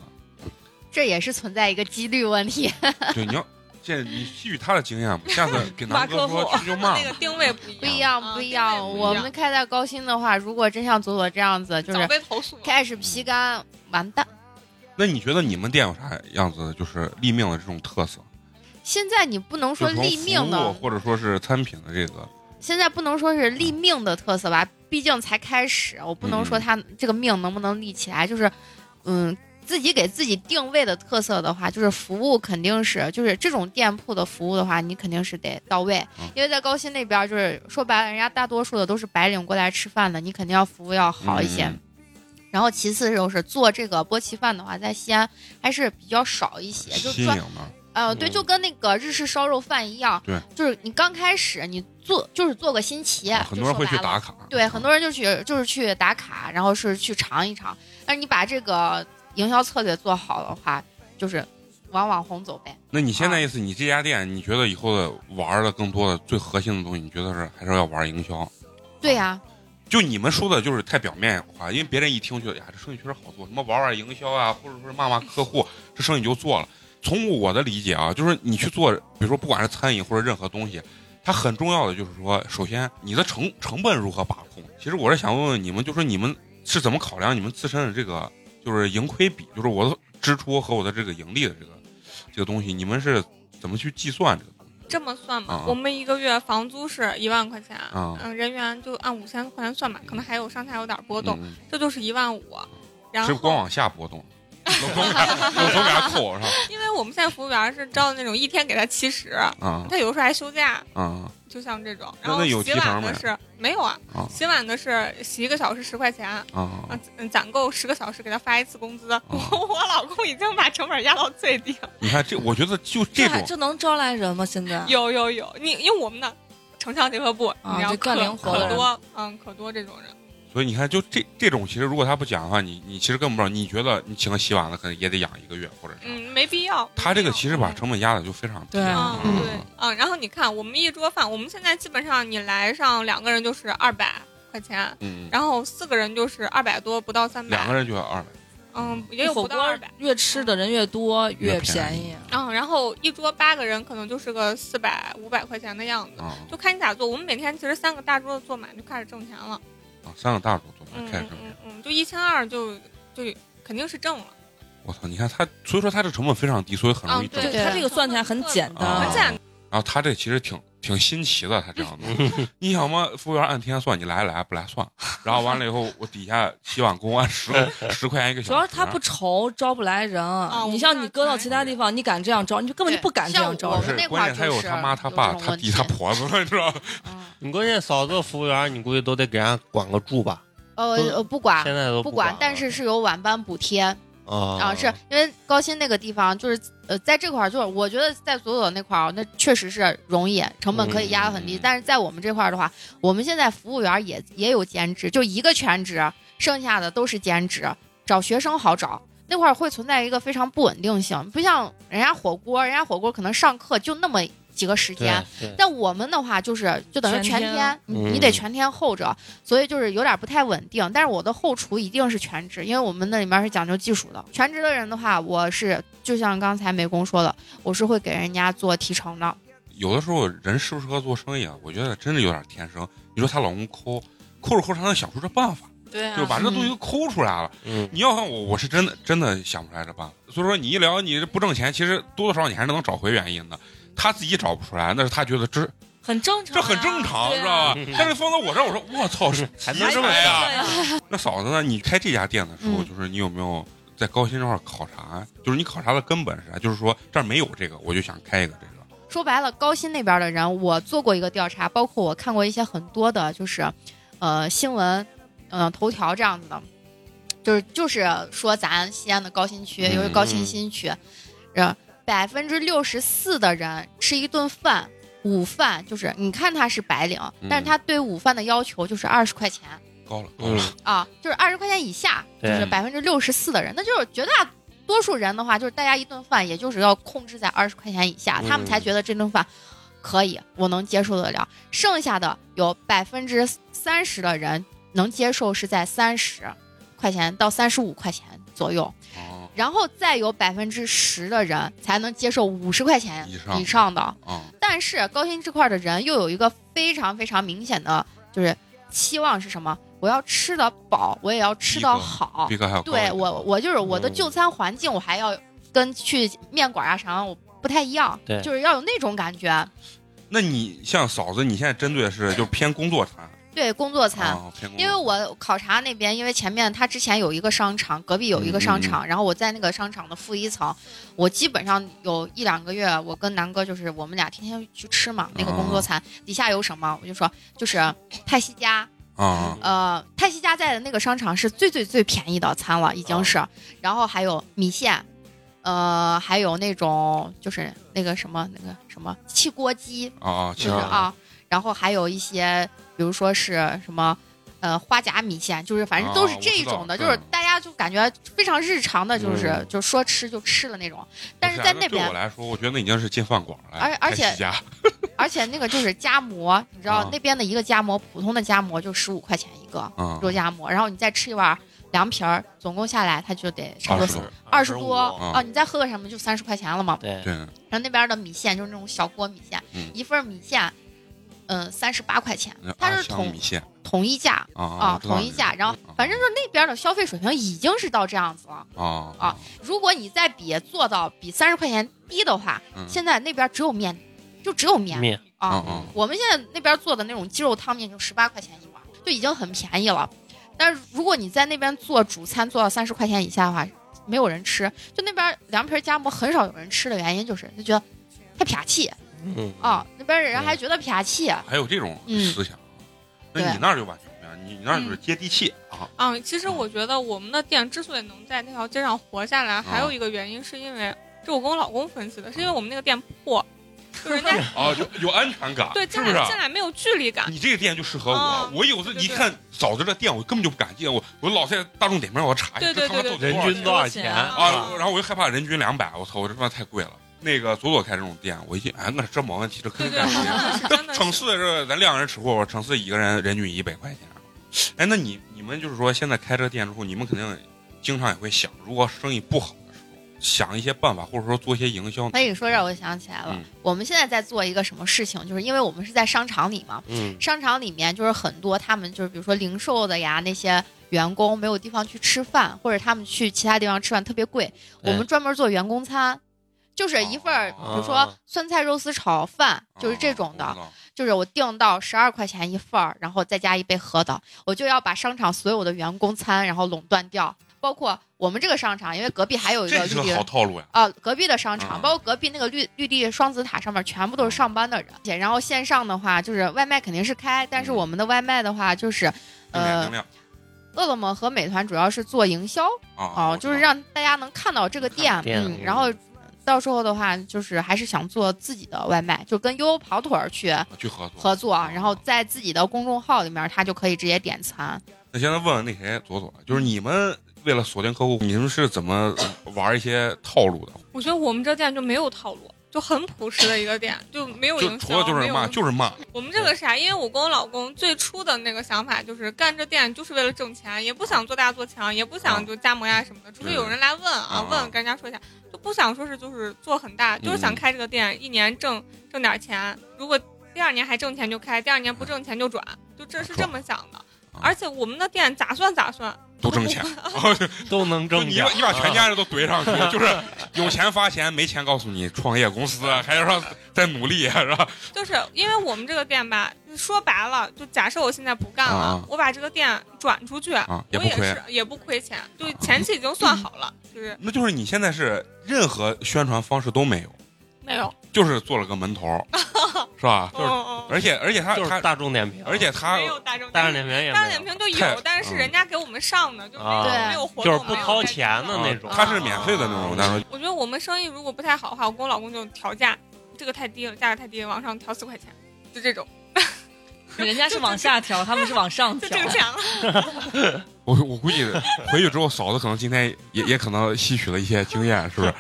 Speaker 3: 这也是存在一个几率问题。
Speaker 2: 对，你要这你吸取他的经验嘛，下次给
Speaker 4: 骂
Speaker 2: 南哥
Speaker 4: 客户
Speaker 2: 说去就骂
Speaker 6: 那个定位不一
Speaker 3: 不
Speaker 6: 样，
Speaker 3: 一样，
Speaker 6: 嗯
Speaker 3: 不一
Speaker 6: 定位
Speaker 3: 样。
Speaker 6: 不一
Speaker 3: 我
Speaker 6: 样
Speaker 3: 们开在高薪的话，如果真像左左这样子，就
Speaker 6: 早
Speaker 3: 是
Speaker 6: 被投诉了。
Speaker 3: 开始皮干，完蛋。
Speaker 2: 那你觉得你们店有啥样子就是立命的这种特色？
Speaker 3: 现在你不能
Speaker 2: 就
Speaker 3: 说
Speaker 2: 从
Speaker 3: 立
Speaker 2: 服
Speaker 3: 命
Speaker 2: 务
Speaker 3: 的，
Speaker 2: 或者说是餐品的这个，
Speaker 3: 现在不能说是立命的特色吧，毕竟才开始，我不能说
Speaker 2: 嗯
Speaker 3: 他这个命能不能立起来，就是，嗯，自己给自己定位的特色的话，就是服务肯定是，就是这种店铺的服务的话，你肯定是得到位
Speaker 2: 嗯，
Speaker 3: 因为在高新那边儿，就是说白了，人家大多数的都是白领过来吃饭的，你肯定要服务要好一些。
Speaker 2: 嗯
Speaker 3: 然后其次就是做这个波奇饭的话，在西安还是比较少一些，就
Speaker 2: 新
Speaker 3: 是说
Speaker 2: 颖的。
Speaker 3: 呃，对，就跟那个日式烧肉饭一样，
Speaker 2: 嗯对，
Speaker 3: 就是你刚开始你做就是做个新奇，
Speaker 2: 啊很多人会去
Speaker 3: 就说白
Speaker 2: 打
Speaker 3: 了
Speaker 2: 卡，
Speaker 3: 对，很多人就去就是去打卡，然后是去尝一尝。但是你把这个营销策略做好的话，就是往网红走呗。
Speaker 2: 那你现在意思，你这家店，你觉得以后的玩的更多的最核心的东西，你觉得是还是要玩营销？
Speaker 3: 对呀、
Speaker 2: 就你们说的就是太表面化，因为别人一听哎觉得呀，这生意确实好做，什么玩玩营销啊，或者说是骂骂客户，这生意就做了。从我的理解啊，就是你去做，比如说不管是餐饮或者任何东西，它很重要的就是说，首先你的成成本如何把控。其实我是想问问你们，就说你们是怎么考量你们自身的这个就是盈亏比，就是我的支出和我的这个盈利的这个这个东西，你们是怎么去计算这个东西？
Speaker 6: 这么算吧，
Speaker 2: 啊
Speaker 6: 我们一个月房租是一万块钱，
Speaker 2: 啊
Speaker 6: 嗯，人员就按五千块钱算吧，可能还有上下有点波动，
Speaker 2: 嗯
Speaker 6: 这就是一万五。然
Speaker 2: 是不
Speaker 6: 后，
Speaker 2: 是光往下波动，总总给它总给它扣上
Speaker 6: 因为我们现在服务员是招的那种一天给他七十，
Speaker 2: 啊
Speaker 6: 他有的时候还休假，
Speaker 2: 啊！
Speaker 6: 就像这种。
Speaker 2: 那
Speaker 6: 然后
Speaker 2: 那有
Speaker 6: 洗
Speaker 2: 提成
Speaker 6: 碗的
Speaker 2: 没
Speaker 6: 是没有啊，
Speaker 2: 啊
Speaker 6: 洗碗的是洗一个小时十块钱，啊，
Speaker 2: 啊，
Speaker 6: 嗯攒够十个小时给他发一次工资。我 我老公已经把成本压到最低了。
Speaker 2: 你看这，我觉得就
Speaker 4: 这
Speaker 2: 这
Speaker 4: 还
Speaker 2: 种，
Speaker 4: 这能招来人吗？现
Speaker 2: 啊
Speaker 4: 在
Speaker 6: 有有有，你因为我们的城乡结合部，
Speaker 4: 啊
Speaker 6: 你要
Speaker 4: 就干
Speaker 6: 可
Speaker 4: 灵活
Speaker 2: 的
Speaker 6: 可
Speaker 2: 人
Speaker 6: 多，嗯，可多这种人。
Speaker 2: 所以你看，就这这种，其实如果他不讲的话，你你其实根本不知道。你觉得你请个洗碗的，可能也得养一个月或者啥。
Speaker 6: 嗯，没必要。
Speaker 2: 他这个
Speaker 6: 没必要
Speaker 2: 其实把成本压的就非常低。
Speaker 4: 对
Speaker 6: 嗯，
Speaker 2: 嗯
Speaker 6: 对，嗯，然后你看，我们一桌饭，我们现在基本上你来上两个人就是二百块钱，
Speaker 2: 嗯，
Speaker 6: 然后四个人就是二百多，不到三百。
Speaker 2: 两个人就要二百，
Speaker 6: 嗯，也有
Speaker 4: 火
Speaker 6: 不到
Speaker 4: 锅
Speaker 6: 二百。
Speaker 4: 越吃的人越多
Speaker 2: 越
Speaker 4: 越
Speaker 2: 便
Speaker 4: 便
Speaker 2: 宜
Speaker 4: 宜，
Speaker 6: 嗯，然后一桌八个人可能就是个四百五百块钱的样子，
Speaker 2: 啊
Speaker 6: 就看你咋做。我们每天其实三个大桌子坐满就开始挣钱了。
Speaker 2: 啊，三个大主做
Speaker 6: 嗯
Speaker 2: 开始挣
Speaker 6: 嗯
Speaker 2: 钱
Speaker 6: 嗯。嗯，就一千二就就肯定是挣了。
Speaker 2: 我操，你看他，啊所以说他这成本非常低，所以很容易
Speaker 6: 嗯
Speaker 2: 挣
Speaker 6: 对。
Speaker 4: 他这个算起来很简
Speaker 2: 啊
Speaker 4: 单
Speaker 6: 很。简单。
Speaker 2: 然后他这其实挺挺新奇的，他这样的。你想嘛，服务员按天算，你来来不来算，然后完了以后，我底下洗碗工按十十块钱一个小时。
Speaker 4: 主要是他不愁招不来人，你
Speaker 6: 我
Speaker 4: 像
Speaker 6: 不知
Speaker 4: 你
Speaker 6: 道
Speaker 4: 搁到
Speaker 6: 咋
Speaker 4: 其他地方，你敢这样招，你就根本就不敢这样
Speaker 3: 像
Speaker 4: 招
Speaker 2: 不
Speaker 3: 我
Speaker 4: 人。
Speaker 2: 是，
Speaker 3: 们哦那
Speaker 2: 关
Speaker 3: 块儿
Speaker 2: 键他
Speaker 3: 就
Speaker 2: 有
Speaker 3: 是
Speaker 2: 他妈他爸
Speaker 3: 有这种
Speaker 2: 他
Speaker 3: 问
Speaker 2: 弟他
Speaker 3: 题
Speaker 2: 婆子，你知道吗？
Speaker 3: 嗯，
Speaker 5: 你关键嫂子服务员，你估计都得给人家管个住吧？
Speaker 3: 呃
Speaker 5: 都
Speaker 3: 呃，不管
Speaker 5: 现在都
Speaker 3: 不
Speaker 5: 管
Speaker 3: 管
Speaker 5: 了，
Speaker 3: 但是是有晚班补贴
Speaker 5: 啊
Speaker 3: 啊，是因为高新那个地方就是呃，在这块儿就是我觉得在所有的那块儿，那确实是容易，成本可以压得很低。
Speaker 2: 嗯
Speaker 3: 但是在我们这块儿的话，我们现在服务员也也有兼职，就一个全职，剩下的都是兼职，找学生好找。那块儿会存在一个非常不稳定性，不像人家火锅，人家火锅可能上课就那么几个时间，
Speaker 5: 对，
Speaker 3: 但我们的话就是，就等于
Speaker 4: 全
Speaker 3: 全
Speaker 4: 天
Speaker 3: 天，你
Speaker 5: 嗯
Speaker 3: 你得全天候着，所以就是有点不太稳定。但是我的后厨一定是全职，因为我们那里面是讲究技术的。全职的人的话，我是就像刚才美工说的，我是会给人家做提成的。
Speaker 2: 有的时候人适不适合做生意啊？我觉得真的有点天生。你说她老公抠，抠着抠着她能想出这办法，
Speaker 4: 对
Speaker 3: 嗯
Speaker 2: 就把这东西都抠出来了。
Speaker 5: 嗯，
Speaker 2: 你要看我，我是真的真的想不出来这办法。所以说你一聊你这不挣钱，其实多多少少你还是能找回原因的。她自己找不出来，那是她觉得这
Speaker 4: 很正常
Speaker 2: 这
Speaker 4: 啊，
Speaker 2: 很正常，
Speaker 4: 对啊
Speaker 2: 知道吧？但是放到我这儿，我说我操，是
Speaker 5: 还
Speaker 2: 奇
Speaker 5: 能这么
Speaker 2: 才哎呀
Speaker 5: 干？
Speaker 4: 对啊
Speaker 2: 那嫂子呢？你开这家店的时候，
Speaker 3: 嗯
Speaker 2: 就是你有没有在高新这块儿考察？就是你考察的根本是啥？就是说这儿没有这个，我就想开一个这个。
Speaker 3: 说白了，高新那边的人，我做过一个调查，包括我看过一些很多的，就是，呃，新闻，嗯、头条这样子的，就是就是说咱西安的高新区，
Speaker 2: 嗯
Speaker 3: 由于高新新区，呃，百分之六十四的人吃一顿饭，午饭就是你看他是白领，
Speaker 2: 嗯
Speaker 3: 但是他对午饭的要求就是二十块钱
Speaker 2: 高了，高
Speaker 5: 嗯
Speaker 2: 了。
Speaker 3: 啊，就是二十块钱以下，就是
Speaker 5: 对
Speaker 3: 百分之六十四的人，那就是绝大多数人的话，就是大家一顿饭也就是要控制在二十块钱以下，
Speaker 5: 嗯
Speaker 3: 他们才觉得这顿饭可以，我能接受得了。剩下的有百分之三十的人能接受是在三十块钱到三十五块钱左右，
Speaker 2: 哦
Speaker 3: 然后再有百分之十的人才能接受五十块钱
Speaker 2: 以上
Speaker 3: 以上的。
Speaker 2: 哦，
Speaker 3: 但是高薪这块的人又有一个非常非常明显的就是期望是什么？我要吃得饱，我也要吃
Speaker 2: 逼
Speaker 3: 得
Speaker 2: 格
Speaker 3: 好。
Speaker 2: 逼格还有高一
Speaker 3: 哦对
Speaker 2: 点
Speaker 3: 我，我就是我的就餐环境，我还要跟去面馆啊啥，我不太一样，
Speaker 5: 对
Speaker 3: 就是要有那种感觉。
Speaker 2: 那你像嫂子，你现在针对的是就偏工作餐，
Speaker 3: 对，工作餐，
Speaker 2: 啊，偏工作
Speaker 3: 因为我考察那边，因为前面他之前有一个商场，隔壁有一个商场，然后我在那个商场的负一层，我基本上有一两个月，我跟南哥就是我们俩天天去吃嘛，那个工作餐、底下有什么，我就说就是泰西家，
Speaker 2: 啊，
Speaker 3: 呃，泰西家在的那个商场是最最最便宜的餐了，已经是，
Speaker 2: 哦
Speaker 3: 然后还有米线，呃，还有那种就是那个什么那个什么汽锅鸡，
Speaker 2: 啊啊，其
Speaker 3: 就是
Speaker 2: 实
Speaker 5: 啊
Speaker 3: 啊，然后还有一些比如说是什么。呃，花甲米线就是，反正都是
Speaker 2: 啊我
Speaker 3: 这
Speaker 2: 知道
Speaker 3: 种的，
Speaker 2: 嗯
Speaker 3: 就是大家就感觉非常日常的，就是、
Speaker 5: 嗯
Speaker 3: 就说吃就吃的那种。但
Speaker 2: 不
Speaker 3: 是
Speaker 2: 啊
Speaker 3: 在
Speaker 2: 那
Speaker 3: 那
Speaker 2: 对
Speaker 3: 边
Speaker 2: 我，来说，我觉得那已经是进饭馆了，
Speaker 3: 而而且
Speaker 2: 开西家
Speaker 3: 而且那个就是夹馍，你知道、
Speaker 2: 啊
Speaker 3: 那边的一个夹馍，普通的夹馍就十五块钱一个，
Speaker 2: 啊，
Speaker 3: 肉夹馍，然后你再吃一碗凉皮儿，总共下来它就得差不
Speaker 2: 二
Speaker 3: 多
Speaker 2: 十
Speaker 5: 多
Speaker 3: 二十多
Speaker 2: 嗯
Speaker 3: 啊，你再喝个什么就三十块钱了嘛。
Speaker 5: 对，
Speaker 2: 对，
Speaker 3: 然后那边的米线就是那种小锅米线，
Speaker 2: 嗯
Speaker 3: 一份儿米线，嗯，三十八块钱
Speaker 2: 那，
Speaker 3: 它
Speaker 2: 阿
Speaker 3: 是
Speaker 2: 香
Speaker 3: 统
Speaker 2: 米线
Speaker 3: 统一价
Speaker 2: 啊
Speaker 3: 啊，统一价。
Speaker 2: 嗯
Speaker 3: 然后反正就是那边的消费水平已经是到这样子了。
Speaker 2: 啊
Speaker 3: 啊，如果你再比做到比三十块钱低的话，
Speaker 2: 嗯
Speaker 3: 现在那边只有面，就只有面
Speaker 5: 面
Speaker 3: 啊。
Speaker 2: 嗯嗯
Speaker 3: 我们现在那边做的那种鸡肉汤面就十八块钱一碗，就已经很便宜了。但是如果你在那边做主餐做到三十块钱以下的话，没有人吃。就那边凉皮儿夹馍很少有人吃的原因就是他觉得太撇气
Speaker 5: 嗯，
Speaker 3: 啊，那边人还觉得撇气。
Speaker 2: 还有这种
Speaker 3: 嗯
Speaker 2: 思想，那
Speaker 3: 对
Speaker 2: 你那儿就完全不一样，你你那儿
Speaker 6: 嗯
Speaker 2: 就是接地气啊，
Speaker 6: 啊，其实我觉得我们的店之所以能在那条街上活下来，
Speaker 2: 啊
Speaker 6: 还有一个原因是因为，这我跟我老公分析的，是因为我们那个店 破，就人家
Speaker 2: 啊，有有安全感，
Speaker 6: 对
Speaker 2: 是
Speaker 6: 进
Speaker 2: 不是
Speaker 6: 来
Speaker 2: 啊？
Speaker 6: 进来没有距离感。
Speaker 2: 你这个店就适合我
Speaker 6: 啊，
Speaker 2: 我有的
Speaker 6: 对对
Speaker 2: 一
Speaker 6: 对
Speaker 2: 看嫂子这店，我根本就不敢进，我我老在大众点评上我查一下，
Speaker 6: 对
Speaker 2: 这
Speaker 6: 对
Speaker 2: 他妈
Speaker 6: 对
Speaker 2: 到底
Speaker 5: 人
Speaker 2: 多少
Speaker 5: 均
Speaker 2: 钱
Speaker 5: 多少钱
Speaker 2: 啊？然后我就害怕人均两百，我操，我这他妈太贵了。那个左左开这种店，我一进，哎，那这没问题，这肯
Speaker 6: 对
Speaker 2: 定干
Speaker 6: 对，真
Speaker 2: 不
Speaker 6: 的是真
Speaker 2: 那
Speaker 6: 的
Speaker 2: 城
Speaker 6: 是。
Speaker 2: 市这咱两个人吃火锅，城市一个人人均一百块钱。哎，那你你们就是说现在开这店之后，你们肯定经常也会想，如果生意不好的时候，想一些办法，或者说做一些营销。
Speaker 3: 哎，你说这我就想起来了，
Speaker 2: 嗯
Speaker 3: 我们现在在做一个什么事情，就是因为我们是在商场里嘛，
Speaker 5: 嗯，
Speaker 3: 商场里面就是很多他们就是比如说零售的呀那些员工没有地方去吃饭，或者他们去其他地方吃饭特别贵，
Speaker 5: 对
Speaker 3: 我们专门做员工餐，就是一份儿，
Speaker 2: 哦
Speaker 3: 比如说酸菜肉丝炒饭，就是这种
Speaker 2: 啊
Speaker 3: 的，就是我定到十二块钱一份儿，然后再加一杯核桃，我就要把商场所有的员工餐然后垄断掉，包括我们这个商场，因为隔壁还有一
Speaker 2: 这
Speaker 3: 个
Speaker 2: 是
Speaker 3: 绿
Speaker 2: 个好
Speaker 3: 地。
Speaker 2: 套路呀。
Speaker 3: 啊，隔壁的商场，
Speaker 2: 嗯
Speaker 3: 包括隔壁那个绿绿地双子塔上面，全部
Speaker 2: 啊
Speaker 3: 都是上班的人。且然后线上的话，就是外卖肯定是开，但是
Speaker 2: 嗯
Speaker 3: 我们的外卖的话，就是，
Speaker 2: 正面能
Speaker 3: 呃，
Speaker 2: 量
Speaker 3: 饿了么和美团主要是做营销，
Speaker 2: 啊
Speaker 3: 哦，就是让大家能看到这个店，
Speaker 5: 店
Speaker 3: 嗯，
Speaker 5: 嗯
Speaker 3: 然后到时候的话，就是还是想做自己的外卖，就跟悠悠跑腿儿去
Speaker 2: 去合作
Speaker 3: 合作，啊然
Speaker 2: 哦
Speaker 3: 后在自己的公众号里面，他就可以直接点餐。
Speaker 2: 那现在问问那谁左左，就是你们为了锁定客户，你们是怎么玩一些套路的？
Speaker 6: 我觉得我们这店就没有套路，就很朴实的一个店，就没有
Speaker 2: 就
Speaker 6: 营
Speaker 2: 除了
Speaker 6: 销，
Speaker 2: 就
Speaker 6: 没
Speaker 2: 是
Speaker 6: 有
Speaker 2: 骂，就是 骂，
Speaker 6: 我们这个啥？因为我跟我老公最初的那个想法就是干这店就是为了挣钱，也不想做大做强，也不想就加盟呀什么的，除非有人来问啊
Speaker 2: 啊嗯，
Speaker 6: 问跟人家说一下，就不想说是就是做很大，就是想开这个店，一年挣挣点钱，如果第二年还挣钱就开，第二年不挣钱就转，就这是这么想的
Speaker 2: 嗯。
Speaker 6: 而且我们的店咋算咋算，
Speaker 2: 都挣钱。
Speaker 5: 都能
Speaker 2: 就
Speaker 5: 挣
Speaker 2: 啊你
Speaker 5: 点
Speaker 2: 把
Speaker 5: 儿。
Speaker 2: 你把全家人都怼上去，就是有钱发钱，没钱告诉你创业公司，啊还要让再努力，啊是吧？
Speaker 6: 就是因为我们这个店吧，说白了，就假设我现在不干了，
Speaker 2: 啊
Speaker 6: 我把这个店转出去，
Speaker 2: 啊，也
Speaker 6: 我
Speaker 2: 不
Speaker 6: 也
Speaker 2: 亏
Speaker 6: 是。也不亏钱，就前期已经算好 了，就是
Speaker 2: 那就是你现在是任何宣传方式都没有，
Speaker 6: 没有。
Speaker 2: 就是做了个门头儿，是吧？就是，
Speaker 6: 嗯嗯
Speaker 2: 而且而且他
Speaker 5: 就是
Speaker 2: 他，
Speaker 5: 大众点评，
Speaker 2: 而且他啊
Speaker 6: 没有大众
Speaker 5: 大众点
Speaker 6: 点
Speaker 5: 评也
Speaker 6: 评，
Speaker 5: 没
Speaker 6: 大
Speaker 5: 有
Speaker 6: 众点评就
Speaker 2: 太嗯
Speaker 6: 有，但是人家给我们上的就没
Speaker 5: 啊
Speaker 6: 有
Speaker 3: 对
Speaker 6: 没有活动，
Speaker 5: 就是不掏钱
Speaker 2: 啊
Speaker 5: 的那种，
Speaker 2: 他是免费的那种，但 是
Speaker 6: 我觉得我们生意如果不太好的话，我跟我老公就调价，这个太低了，价格太低了，往上调四块钱，就这种，
Speaker 4: 人家是往下调，他们是往上
Speaker 6: 就
Speaker 4: 调
Speaker 6: 挣。钱了。
Speaker 2: 我我估计回去之后，嫂子可能今天也也可能吸取了一些经验，是不是？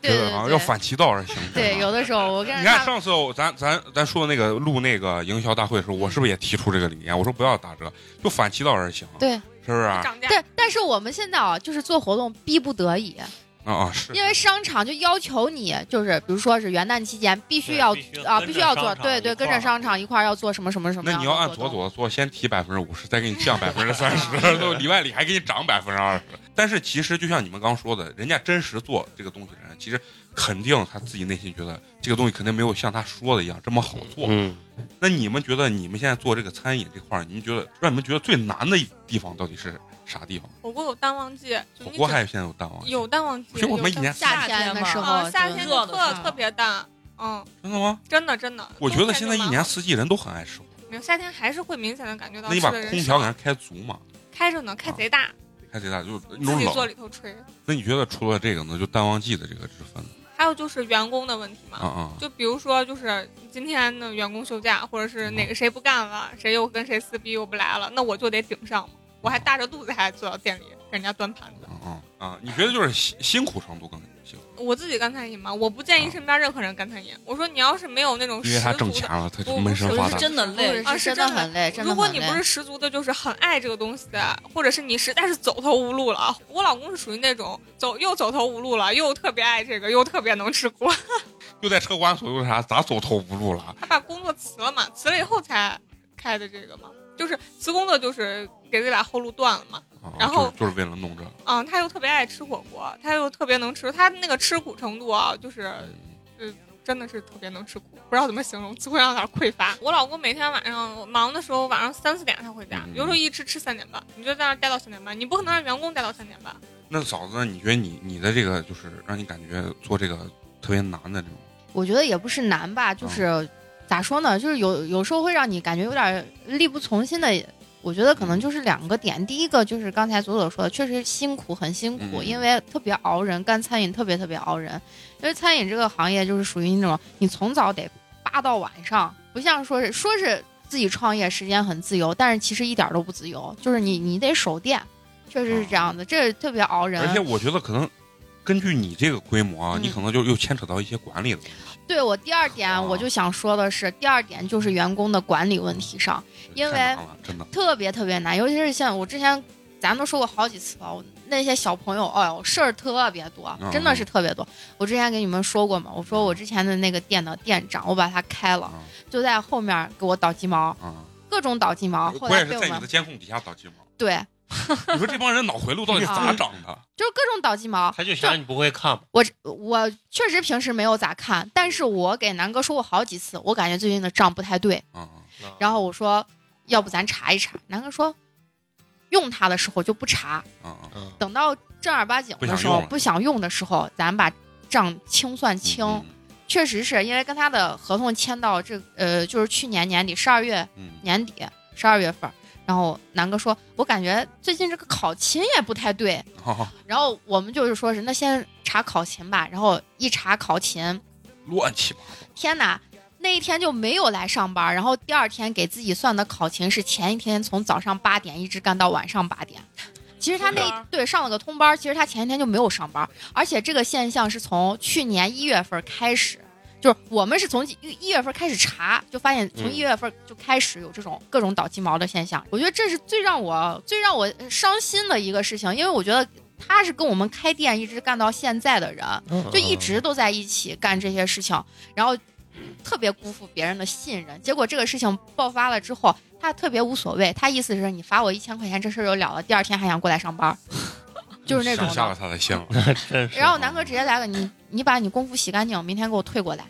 Speaker 3: 对
Speaker 2: 觉得
Speaker 3: 对
Speaker 2: 好像
Speaker 3: 对，
Speaker 2: 要反其道而行之。
Speaker 3: 对，有的时候我跟
Speaker 2: 你
Speaker 3: 人
Speaker 2: 看
Speaker 3: 家
Speaker 2: 上次我咱咱咱说的那个录那个营销大会的时候，我是不是也提出这个理念？我说不要打折，就反其道而行，
Speaker 3: 对
Speaker 2: 是不是？啊
Speaker 6: 涨价。
Speaker 3: 对，但是我们现在啊，就是做活动逼不得已，
Speaker 2: 啊是。
Speaker 3: 因为商场就要求你，就是比如说是元旦期间必须
Speaker 5: 对
Speaker 3: 要
Speaker 5: 必须
Speaker 3: 啊，
Speaker 5: 跟
Speaker 3: 必须
Speaker 5: 着
Speaker 3: 要做，
Speaker 5: 商场
Speaker 3: 对对，
Speaker 5: 一
Speaker 3: 跟
Speaker 5: 块
Speaker 3: 着
Speaker 5: 儿
Speaker 3: 商场一块儿要做什么什么什
Speaker 2: 那
Speaker 3: 么样
Speaker 2: 你
Speaker 3: 的
Speaker 2: 要按
Speaker 3: 活
Speaker 2: 左
Speaker 3: 动
Speaker 2: 左的做，先提百分之五十，再给你降百分之三十， 都里外里还给你涨百分之二十。但是其实就像你们刚说的，人家真实做这个东西的人，其实肯定他自己内心觉得这个东西肯定没有像他说的一样这么好做。
Speaker 5: 嗯，
Speaker 2: 那你们觉得你们现在做这个餐饮这块儿，你们觉得让你们觉得最难的地方到底是啥地方？
Speaker 6: 火锅有淡旺季，就
Speaker 2: 火
Speaker 6: 你
Speaker 2: 锅
Speaker 6: 只
Speaker 2: 还有现在有淡旺季，
Speaker 6: 有淡旺季，
Speaker 2: 是我们以
Speaker 6: 有
Speaker 2: 前
Speaker 3: 夏
Speaker 4: 夏
Speaker 3: 天
Speaker 4: 天
Speaker 3: 的
Speaker 4: 嘛
Speaker 3: 时
Speaker 6: 啊
Speaker 3: 候，
Speaker 6: 夏
Speaker 3: 就
Speaker 6: 天
Speaker 4: 热
Speaker 6: 就
Speaker 4: 的
Speaker 6: 特
Speaker 4: 时候
Speaker 6: 特别淡，嗯，
Speaker 2: 真的吗？
Speaker 6: 真的真的。
Speaker 2: 我觉得现在
Speaker 6: 冬天就
Speaker 2: 一
Speaker 6: 蛮
Speaker 2: 年
Speaker 6: 好
Speaker 2: 四季人都很爱吃火锅，
Speaker 6: 没有夏天还是会明显的感觉到
Speaker 2: 那你
Speaker 6: 吃
Speaker 2: 把
Speaker 6: 的人
Speaker 2: 空调给它开足嘛，
Speaker 6: 开着呢，开贼大，
Speaker 2: 开贼大就是那
Speaker 6: 自
Speaker 2: 种
Speaker 6: 己坐
Speaker 2: 冷。
Speaker 6: 里头吹。
Speaker 2: 那你觉得除了这个呢，就淡旺季的这个之分呢？
Speaker 6: 还有就是员工的问题嘛，
Speaker 2: 啊啊，
Speaker 6: 就比如说就是今天的员工休假，或者是
Speaker 2: 嗯
Speaker 6: 哪个谁不干了，谁又跟谁撕逼我不来了，那我就得顶上嘛，我还大着肚子还坐到店里给人家端盘子。
Speaker 2: 啊啊啊！你觉得就是辛辛苦程度更辛苦，
Speaker 6: 我自己干餐饮嘛，我不建议身边任何人干餐饮。我说你要是没有那种
Speaker 2: 啊因为
Speaker 6: 十
Speaker 2: 他挣
Speaker 6: 足
Speaker 2: 钱
Speaker 6: 的。
Speaker 2: 了，他就
Speaker 6: 不
Speaker 2: 闷声
Speaker 4: 不
Speaker 2: 发
Speaker 4: 是
Speaker 2: 大。
Speaker 4: 真的累，
Speaker 6: 啊
Speaker 3: 是
Speaker 6: 是
Speaker 3: 真的
Speaker 6: 真的
Speaker 3: 很累，真的
Speaker 6: 如果
Speaker 3: 很
Speaker 6: 你
Speaker 3: 累
Speaker 6: 不是十足的，就是很爱这个东西，或者是你实在是走投无路了。我老公是属于那种走又走投无路了，又特别爱这个，又特别能吃锅。
Speaker 2: 又在车管所又啥，咋走投无路了？啊
Speaker 6: 他把工作辞了嘛，辞了以后才开的这个嘛，就是辞工作就是给自己把后路断了嘛。
Speaker 2: 啊
Speaker 6: 然后
Speaker 2: 就是就是为了弄这个，
Speaker 6: 嗯，他又特别爱吃火锅，他又特别能吃，他那个吃苦程度啊，就是呃真的是特别能吃苦，不知道怎么形容，词汇量有点匮乏。我老公每天晚上忙的时候，晚上三四点才回家，
Speaker 2: 嗯
Speaker 6: 有时候一吃吃三点半，你就在那儿待到三点半，你不可能让员工待到三点半。
Speaker 2: 那嫂子，你觉得你你的这个就是让你感觉做这个特别难的这种，
Speaker 3: 我觉得也不是难吧，就是咋说呢，就是有有时候会让你感觉有点力不从心的。我觉得可能就是两个点，第一个就是刚才左左说的，确实辛苦，很辛苦，
Speaker 2: 嗯
Speaker 3: 因为特别熬人，干餐饮特别特别熬人。因为餐饮这个行业就是属于那种你从早得扒到晚上，不像说是说是自己创业时间很自由，但是其实一点都不自由，就是你你得守店，确实是这样的，这特别熬人。
Speaker 2: 而且我觉得可能根据你这个规模啊，
Speaker 3: 嗯
Speaker 2: 你可能就又牵扯到一些管理的东西。
Speaker 3: 对我第二
Speaker 2: 啊
Speaker 3: 点，我就想说的是，第二点就是员工的管理问题上因为
Speaker 2: 太难了真的
Speaker 3: 特别特别难，尤其是像我之前咱都说过好几次了，我那些小朋友，哎呦事儿特别多
Speaker 2: 嗯，
Speaker 3: 真的是特别多。我之前给你们说过嘛，我说我之前的那个店的店长，我把他开了，
Speaker 2: 啊
Speaker 3: 就在后面给我倒鸡毛，
Speaker 2: 啊！
Speaker 3: 啊各种倒鸡毛，后
Speaker 2: 我
Speaker 3: 来
Speaker 2: 也
Speaker 3: 被
Speaker 2: 是
Speaker 3: 我
Speaker 2: 在你
Speaker 3: 们
Speaker 2: 的监控底下倒鸡毛。
Speaker 3: 对，
Speaker 2: 你说这帮人脑回路到底
Speaker 3: 啊
Speaker 2: 咋长的？啊
Speaker 3: 就是各种倒鸡毛。
Speaker 5: 他就想你不会看，
Speaker 3: 我我确实平时没有咋看，但是我给南哥说过好几次，我感觉最近的账不太对。
Speaker 2: 啊，
Speaker 3: 然后我说，要不咱查一查？南哥说，用它的时候就不查，
Speaker 2: 啊啊！
Speaker 5: 嗯，
Speaker 3: 等到正儿八经
Speaker 2: 不
Speaker 3: 的
Speaker 2: 想
Speaker 3: 时候，
Speaker 2: 用了
Speaker 3: 不想用的时候，咱把账清算清。
Speaker 2: 嗯
Speaker 3: 确实是因为跟他的合同签到这呃，就是去年年底十二月
Speaker 2: 嗯嗯
Speaker 3: 年底十二月份儿，然后南哥说，我感觉最近这个考勤也不太对，
Speaker 2: 嗯，啊
Speaker 3: 然后我们就是说是那先查考勤吧，然后一查考勤，
Speaker 2: 乱七八
Speaker 3: 天哪！那一天就没有来上班，然后第二天给自己算的考勤是前一天从早上八点一直干到晚上八点。其实他
Speaker 5: 通
Speaker 3: 那
Speaker 6: 班
Speaker 3: 对上了个通班，其实他前一天就没有上班，而且这个现象是从去年一月份开始，就是我们是从一一月份开始查，就发现从
Speaker 5: 嗯
Speaker 3: 一月份就开始有这种各种倒鸡毛的现象。我觉得这是最让我最让我伤心的一个事情，因为我觉得他是跟我们开店一直干到现在的人，
Speaker 2: 嗯
Speaker 3: 就一
Speaker 5: 嗯
Speaker 3: 直都在一起干这些事情，然后特别辜负别人的信任。结果这个事情爆发了之后，他特别无所谓，他意思是你罚我一千块钱，这事儿就了了，第二天还想过来上 班儿，就是那种
Speaker 2: 糟，下了
Speaker 3: 的。
Speaker 2: 他的香。
Speaker 5: 真是
Speaker 3: 然后南哥直接来个你，你把你功夫洗干净，明天给我退过来，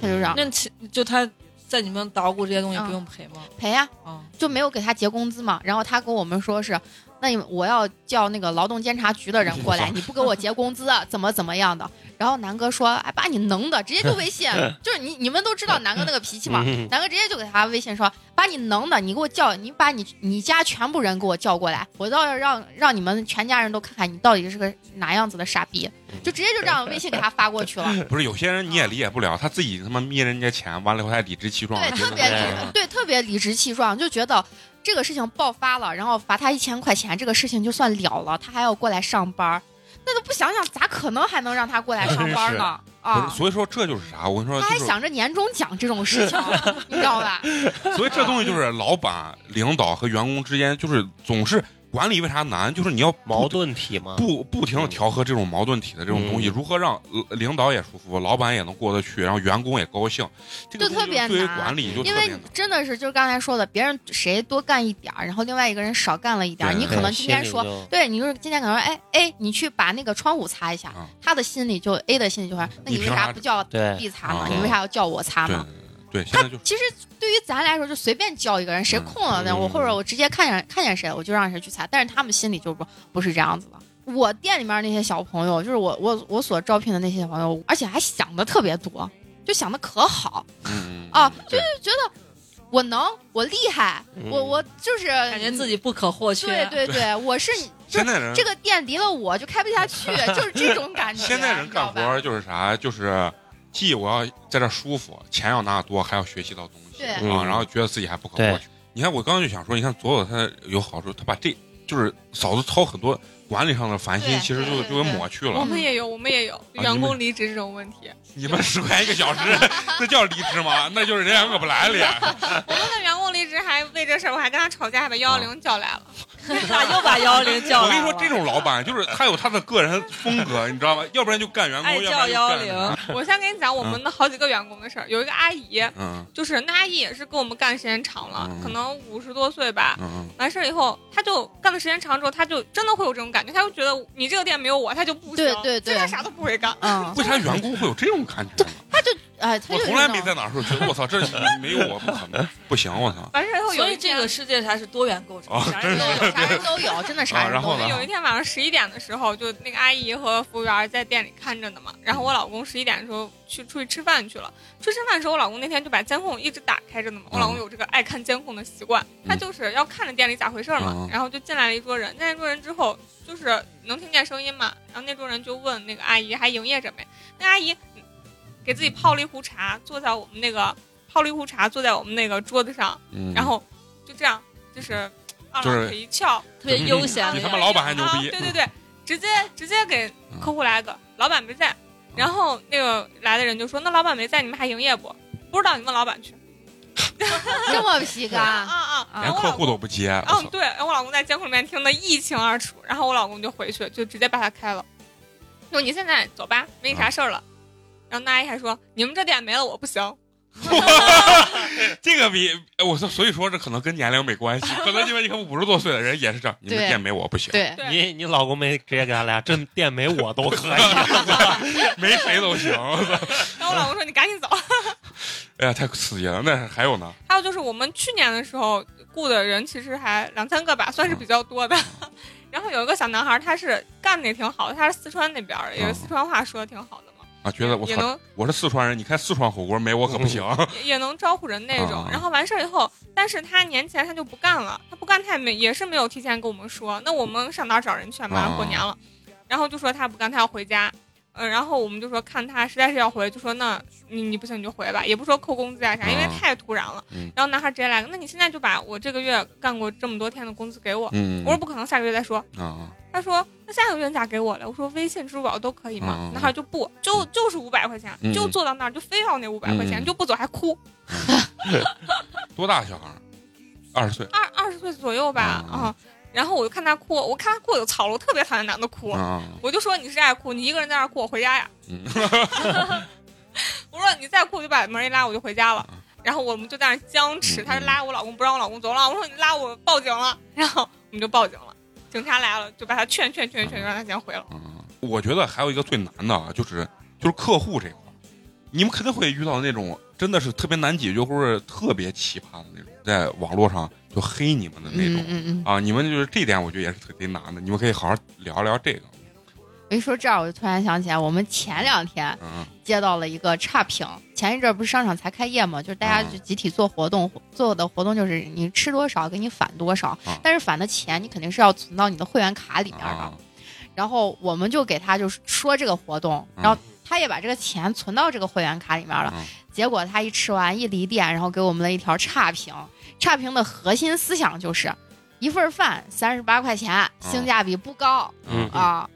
Speaker 3: 他就让
Speaker 4: 那其就他在你们捣鼓这些东西不用赔吗？
Speaker 3: 赔呀、
Speaker 4: 啊，
Speaker 3: 就没有给他结工资嘛。然后他跟我们说是，那你我要叫那个劳动监察局的人过来，你不给我结工资，啊怎么怎么样的。然后南哥说，哎，把你能的，直接就微信，就是你你们都知道南哥那个脾气嘛。
Speaker 5: 嗯
Speaker 3: 南哥直接就给他微信说，把你能的，你给我叫，你把你你家全部人给我叫过来，我倒要让让你们全家人都看看你到底是个哪样子的傻逼，就直接就这样微信给他发过去了。
Speaker 2: 不是有些人你也理解不了，他自己他妈灭人家钱，完了以后还理直气壮，
Speaker 3: 对，
Speaker 2: 觉
Speaker 3: 特
Speaker 2: 得
Speaker 3: 别
Speaker 2: 哎
Speaker 3: 理对特别理直气壮，就觉得这个事情爆发了，然后罚他一千块钱，这个事情就算了了，他还要过来上班儿，那都不想想，咋可能还能让他过来上班 呢？
Speaker 2: 不
Speaker 3: 啊
Speaker 2: 是，，所以说这就是啥？我跟你说，
Speaker 3: 他还
Speaker 2: 就是
Speaker 3: 想着年终奖这种事情，你知道 吧？
Speaker 2: 所以这东西就是老板、领导和员工之间，就是总是管理为啥难，就是你要
Speaker 5: 矛盾体嘛，
Speaker 2: 不不停的调和这种矛盾体的这种东西，
Speaker 5: 啊嗯
Speaker 2: 如何让呃领导也舒服，老板也能过得去，然后员工也高兴，这个
Speaker 3: 就
Speaker 2: 东西
Speaker 3: 特别
Speaker 2: 对于
Speaker 3: 难
Speaker 2: 管理就特别
Speaker 3: 因为
Speaker 2: 难。
Speaker 3: 真的是就是刚才说的，别人谁多干一点儿，然后另外一个人少干了一点儿，
Speaker 2: 对
Speaker 3: 你可能今天说。
Speaker 5: 说
Speaker 3: 对，你就是今天可能说，哎 A，你去把那个窗户擦一下，
Speaker 2: 啊
Speaker 3: 他的心里就 A 的心里就说，那
Speaker 2: 你
Speaker 3: 你为
Speaker 2: 凭啥
Speaker 3: 啥不叫
Speaker 5: 对
Speaker 3: B 擦嘛？
Speaker 2: 啊
Speaker 3: 你为啥要叫我擦
Speaker 2: 对
Speaker 3: 嘛？
Speaker 2: 对，现
Speaker 3: 他
Speaker 2: 在就是嗯
Speaker 3: 其实对于咱来说，就随便叫一个人，谁空了呢？
Speaker 5: 嗯
Speaker 3: 我或者我直接看见看见谁，我就让谁去擦。但是他们心里就不不是这样子的。我店里面那些小朋友，就是我我我所招聘的那些小朋友，而且还想的特别多，就想的可好，
Speaker 2: 嗯嗯
Speaker 3: 啊
Speaker 2: 嗯
Speaker 3: 就是觉得我能，我厉害，
Speaker 5: 嗯
Speaker 3: 我我就是
Speaker 4: 感
Speaker 3: 感
Speaker 4: 觉自己不可或缺。
Speaker 3: 对对对，我是就
Speaker 2: 现
Speaker 3: 是
Speaker 2: 在人
Speaker 3: 这个店离了我就开不 下去，就是这种感觉。啊
Speaker 2: 现在人
Speaker 3: 你知道
Speaker 2: 干
Speaker 3: 吧
Speaker 2: 活儿就是啥，就是既我要在这儿舒服，钱要拿得多，还要学习到东西
Speaker 3: 对
Speaker 2: 啊，
Speaker 5: 嗯
Speaker 2: 然后觉得自己还不可或
Speaker 5: 对
Speaker 2: 缺。你看我刚刚就想说，你看左左他有好处，他把这就是嫂子操很多管理上的烦心
Speaker 3: 对，
Speaker 2: 其实
Speaker 3: 对
Speaker 2: 就
Speaker 3: 对
Speaker 2: 就给
Speaker 3: 对
Speaker 2: 抹去
Speaker 6: 我
Speaker 2: 了。
Speaker 6: 们也有，我们也有
Speaker 2: 啊你
Speaker 6: 员工
Speaker 2: 们
Speaker 6: 离职这种问题。
Speaker 2: 你们十块一个小时， 那叫离职吗？那就是人家饿不来了呀。
Speaker 6: 我们的员工离职还为这事儿，我还跟他吵架，还
Speaker 2: 啊
Speaker 6: 把幺幺零叫来了。
Speaker 4: 咋又把幺幺零叫
Speaker 2: 我
Speaker 4: 来
Speaker 2: 跟你
Speaker 4: 了
Speaker 2: 说，这种老板就是他有他的个人风格，你知道吗？要不然就干员工，
Speaker 4: 爱
Speaker 2: 要不然
Speaker 4: 叫
Speaker 2: 就
Speaker 4: 幺
Speaker 2: 干那啥。，
Speaker 4: 零
Speaker 6: 我先跟你讲我们的好几个员工的事儿。有一个阿姨，
Speaker 2: 嗯
Speaker 6: 就是那阿姨也是跟我们干时间长了，
Speaker 2: 嗯
Speaker 6: 可能五十多岁吧。
Speaker 2: 嗯嗯，
Speaker 6: 完事儿以后，她就干的时间长之后，她就真的会有这种感觉，她就觉得你这个店没有我，她就不行。
Speaker 3: 对对对
Speaker 6: 其实她啥都不会干。
Speaker 3: 嗯，
Speaker 2: 为啥员工会有这种感觉呢？
Speaker 3: 他就哎，他
Speaker 2: 我
Speaker 3: 就
Speaker 2: 从
Speaker 3: 是
Speaker 2: 来
Speaker 3: 那
Speaker 2: 没
Speaker 3: 种
Speaker 2: 在哪儿说觉得我操，这没有我不可能，不行，我操。
Speaker 6: 完事儿以后，有
Speaker 4: 所
Speaker 6: 一
Speaker 4: 以这个
Speaker 6: 天，
Speaker 4: 世界还是多元构成
Speaker 2: 哦，
Speaker 4: 啥人都 有。
Speaker 3: 啥人都有，真的啥人
Speaker 2: 啊然
Speaker 3: 都
Speaker 2: 后呢
Speaker 3: 有
Speaker 6: 有一。天晚上十一点的时候，就那个阿姨和服务员在店里看着呢嘛。然后我老公十一点的时候去出去吃饭去了。出去吃饭的时候，我老公那天就把监控一直打开着呢嘛。我
Speaker 2: 嗯
Speaker 6: 老公有这个爱看监控的习惯，他就是要看着店里咋回事儿嘛。
Speaker 2: 嗯
Speaker 6: 然后就进来了一桌人，那一桌人之后就是能听见声音嘛。然后那桌人就问那个阿姨还营业着没？那阿姨嗯给自己泡了一壶茶，坐在我们那个泡了一壶茶，坐在我们那个桌子上，
Speaker 2: 嗯
Speaker 6: 然后就这样，就是二
Speaker 2: 就是
Speaker 6: 郎腿一翘。
Speaker 4: 特别悠闲的
Speaker 2: 比
Speaker 4: 样
Speaker 2: 他
Speaker 4: 子
Speaker 2: 们。老板还牛逼嗯
Speaker 6: 啊对对对，直接直接给客户来个老板没在，然后那个来的人就说：“那老板没在，你们还营业不？”不知道你问老板去。
Speaker 3: 这么 皮
Speaker 6: 啊
Speaker 3: 干，
Speaker 6: 啊！啊
Speaker 2: 连
Speaker 6: 然后我
Speaker 2: 客
Speaker 6: 老
Speaker 2: 户都不接。我
Speaker 6: 嗯，
Speaker 2: 操
Speaker 6: 对，然后我老公在监控里面听得一清二楚，然后我老公就回去，就直接把他开了。说你现在走吧，没
Speaker 2: 嗯
Speaker 6: 啥事儿了。然后那阿姨还说：“你们这店没了我不行。
Speaker 2: 这个比哎我说，所以说这可能跟年龄没关系，可能因为一个五十多岁的人也是这样，你们
Speaker 3: 对
Speaker 2: 店没我不行，
Speaker 3: 对，
Speaker 6: 对
Speaker 5: 你你老公没直接给他来，这店没我都可以。
Speaker 2: 没谁都行。
Speaker 6: 然后我老公说你赶紧走。
Speaker 2: 哎呀，太刺激了。那还有呢？
Speaker 6: 还有就是我们去年的时候雇的人其实还两三个吧，算是比较多的。
Speaker 2: 嗯
Speaker 6: 然后有一个小男孩，他是干的也挺好的，他是四川那边儿，也是四川话说的挺好的嘛，
Speaker 2: 啊，嗯觉得我
Speaker 6: 也
Speaker 2: 操，
Speaker 6: 能
Speaker 2: 我是四川人，你看四川火锅没我可不行。
Speaker 6: 也也能招呼人那种
Speaker 2: 啊。
Speaker 6: 然后完事儿以后，但是他年前他就不干了，他不干他也没也是没有提前跟我们说，那我们上哪儿找人去啊？马上过年了，然后就说他不干，他要回家。嗯，然后我们就说看他实在是要回，就说那你你不行你就回吧，也不说扣工资啊啥，因为
Speaker 2: 啊
Speaker 6: 太突然了。
Speaker 2: 嗯
Speaker 6: 然后男孩直接来个，那你现在就把我这个月干过这么多天的工资给我。
Speaker 2: 嗯，
Speaker 6: 我说不可能，下个月再说。
Speaker 2: 啊，
Speaker 6: 他说那下个月你咋给我了？我说微信、支付宝都可以嘛。
Speaker 2: 嗯嗯嗯
Speaker 6: 男孩就不就就是五百块钱，
Speaker 2: 嗯
Speaker 6: 就坐到那儿就非要那五百块钱，
Speaker 2: 嗯
Speaker 6: 就不走还哭。
Speaker 2: 多大小孩儿？二十岁。
Speaker 6: 二二十岁左右吧
Speaker 2: 啊
Speaker 6: 啊。然后我就看他哭，我看他哭我就操了，我特别讨厌男的哭，
Speaker 2: 啊，
Speaker 6: 我就说你是爱哭，你一个人在那儿哭，我回家呀。
Speaker 2: 嗯
Speaker 6: 我说你再哭我就把门一拉，我就回家了。然后我们就在那儿僵持，
Speaker 2: 啊嗯
Speaker 6: 他是拉我老公不让我老公走了，我说你拉我报警了，然后我们就报警了，警察来了就把他劝劝劝劝，让他先回了。
Speaker 2: 啊，我觉得还有一个最难的啊，就是就是客户这块儿，你们肯定会遇到那种真的是特别难解决或者特别奇葩的那种，在网络上就黑你们的那种。
Speaker 3: 嗯嗯。
Speaker 2: 啊，你们就是这点，我觉得也是特别难的。你们可以好好聊聊这个。
Speaker 3: 我一说这儿，我就突然想起来，我们前两天
Speaker 2: 嗯
Speaker 3: 接到了一个差评。前一阵儿不是商场才开业嘛，就是大家
Speaker 2: 嗯
Speaker 3: 就集体做活动，做的活动就是你吃多少给你返多少，
Speaker 2: 嗯
Speaker 3: 但是返的钱你肯定是要存到你的会员卡里面的。
Speaker 2: 啊，
Speaker 3: 然后我们就给他就是说这个活动，
Speaker 2: 嗯
Speaker 3: 然后他也把这个钱存到这个会员卡里面了。
Speaker 2: 嗯
Speaker 3: 结果他一吃完一离店，然后给我们了一条差评。差评的核心思想就是，一份饭三十八块钱，性价比不高、
Speaker 2: 嗯
Speaker 3: 啊。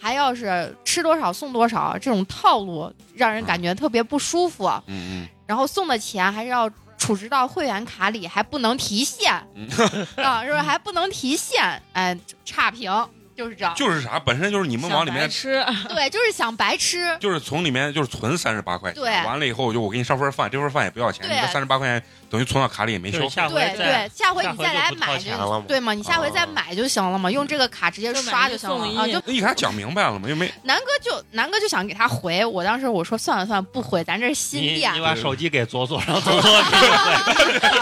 Speaker 3: 还要是吃多少送多少这种套路，让人感觉特别不舒服。
Speaker 2: 嗯
Speaker 3: 然后送的钱还是要储值到会员卡里，还不能提现
Speaker 2: 嗯，
Speaker 3: 啊，是不是还不能提现？哎，差评就是这样
Speaker 2: 嗯，。就是啥，本身就是你们往里
Speaker 4: 想白
Speaker 2: 面，
Speaker 4: 吃，
Speaker 3: 对，就是想白吃。
Speaker 2: 就是从里面就是存三十八块钱，
Speaker 3: 对
Speaker 2: 完了以后就我给你上份饭，这份饭也不要钱，你
Speaker 3: 对
Speaker 2: 这三十八块钱等于存到卡里也没
Speaker 5: 就
Speaker 2: 消费
Speaker 5: 是下回
Speaker 3: 对
Speaker 5: 再
Speaker 3: 对，下回
Speaker 5: 下
Speaker 3: 你
Speaker 5: 回
Speaker 3: 再
Speaker 5: 就
Speaker 3: 来
Speaker 5: 不掏
Speaker 3: 买
Speaker 5: 钱了
Speaker 3: 就
Speaker 5: 嘛
Speaker 3: 对嘛，你下回再
Speaker 5: 哦
Speaker 3: 买就行了嘛，用这个卡直接
Speaker 4: 就买
Speaker 3: 刷
Speaker 4: 一
Speaker 3: 就行了
Speaker 4: 送
Speaker 3: 啊。
Speaker 4: 一
Speaker 3: 就
Speaker 2: 那你给他讲明白了吗？又没
Speaker 3: 南哥就南哥就想给他回，我当时我说算了算了，不回，咱这是新
Speaker 5: 你
Speaker 3: 店
Speaker 5: 你，把手机给左左让左左给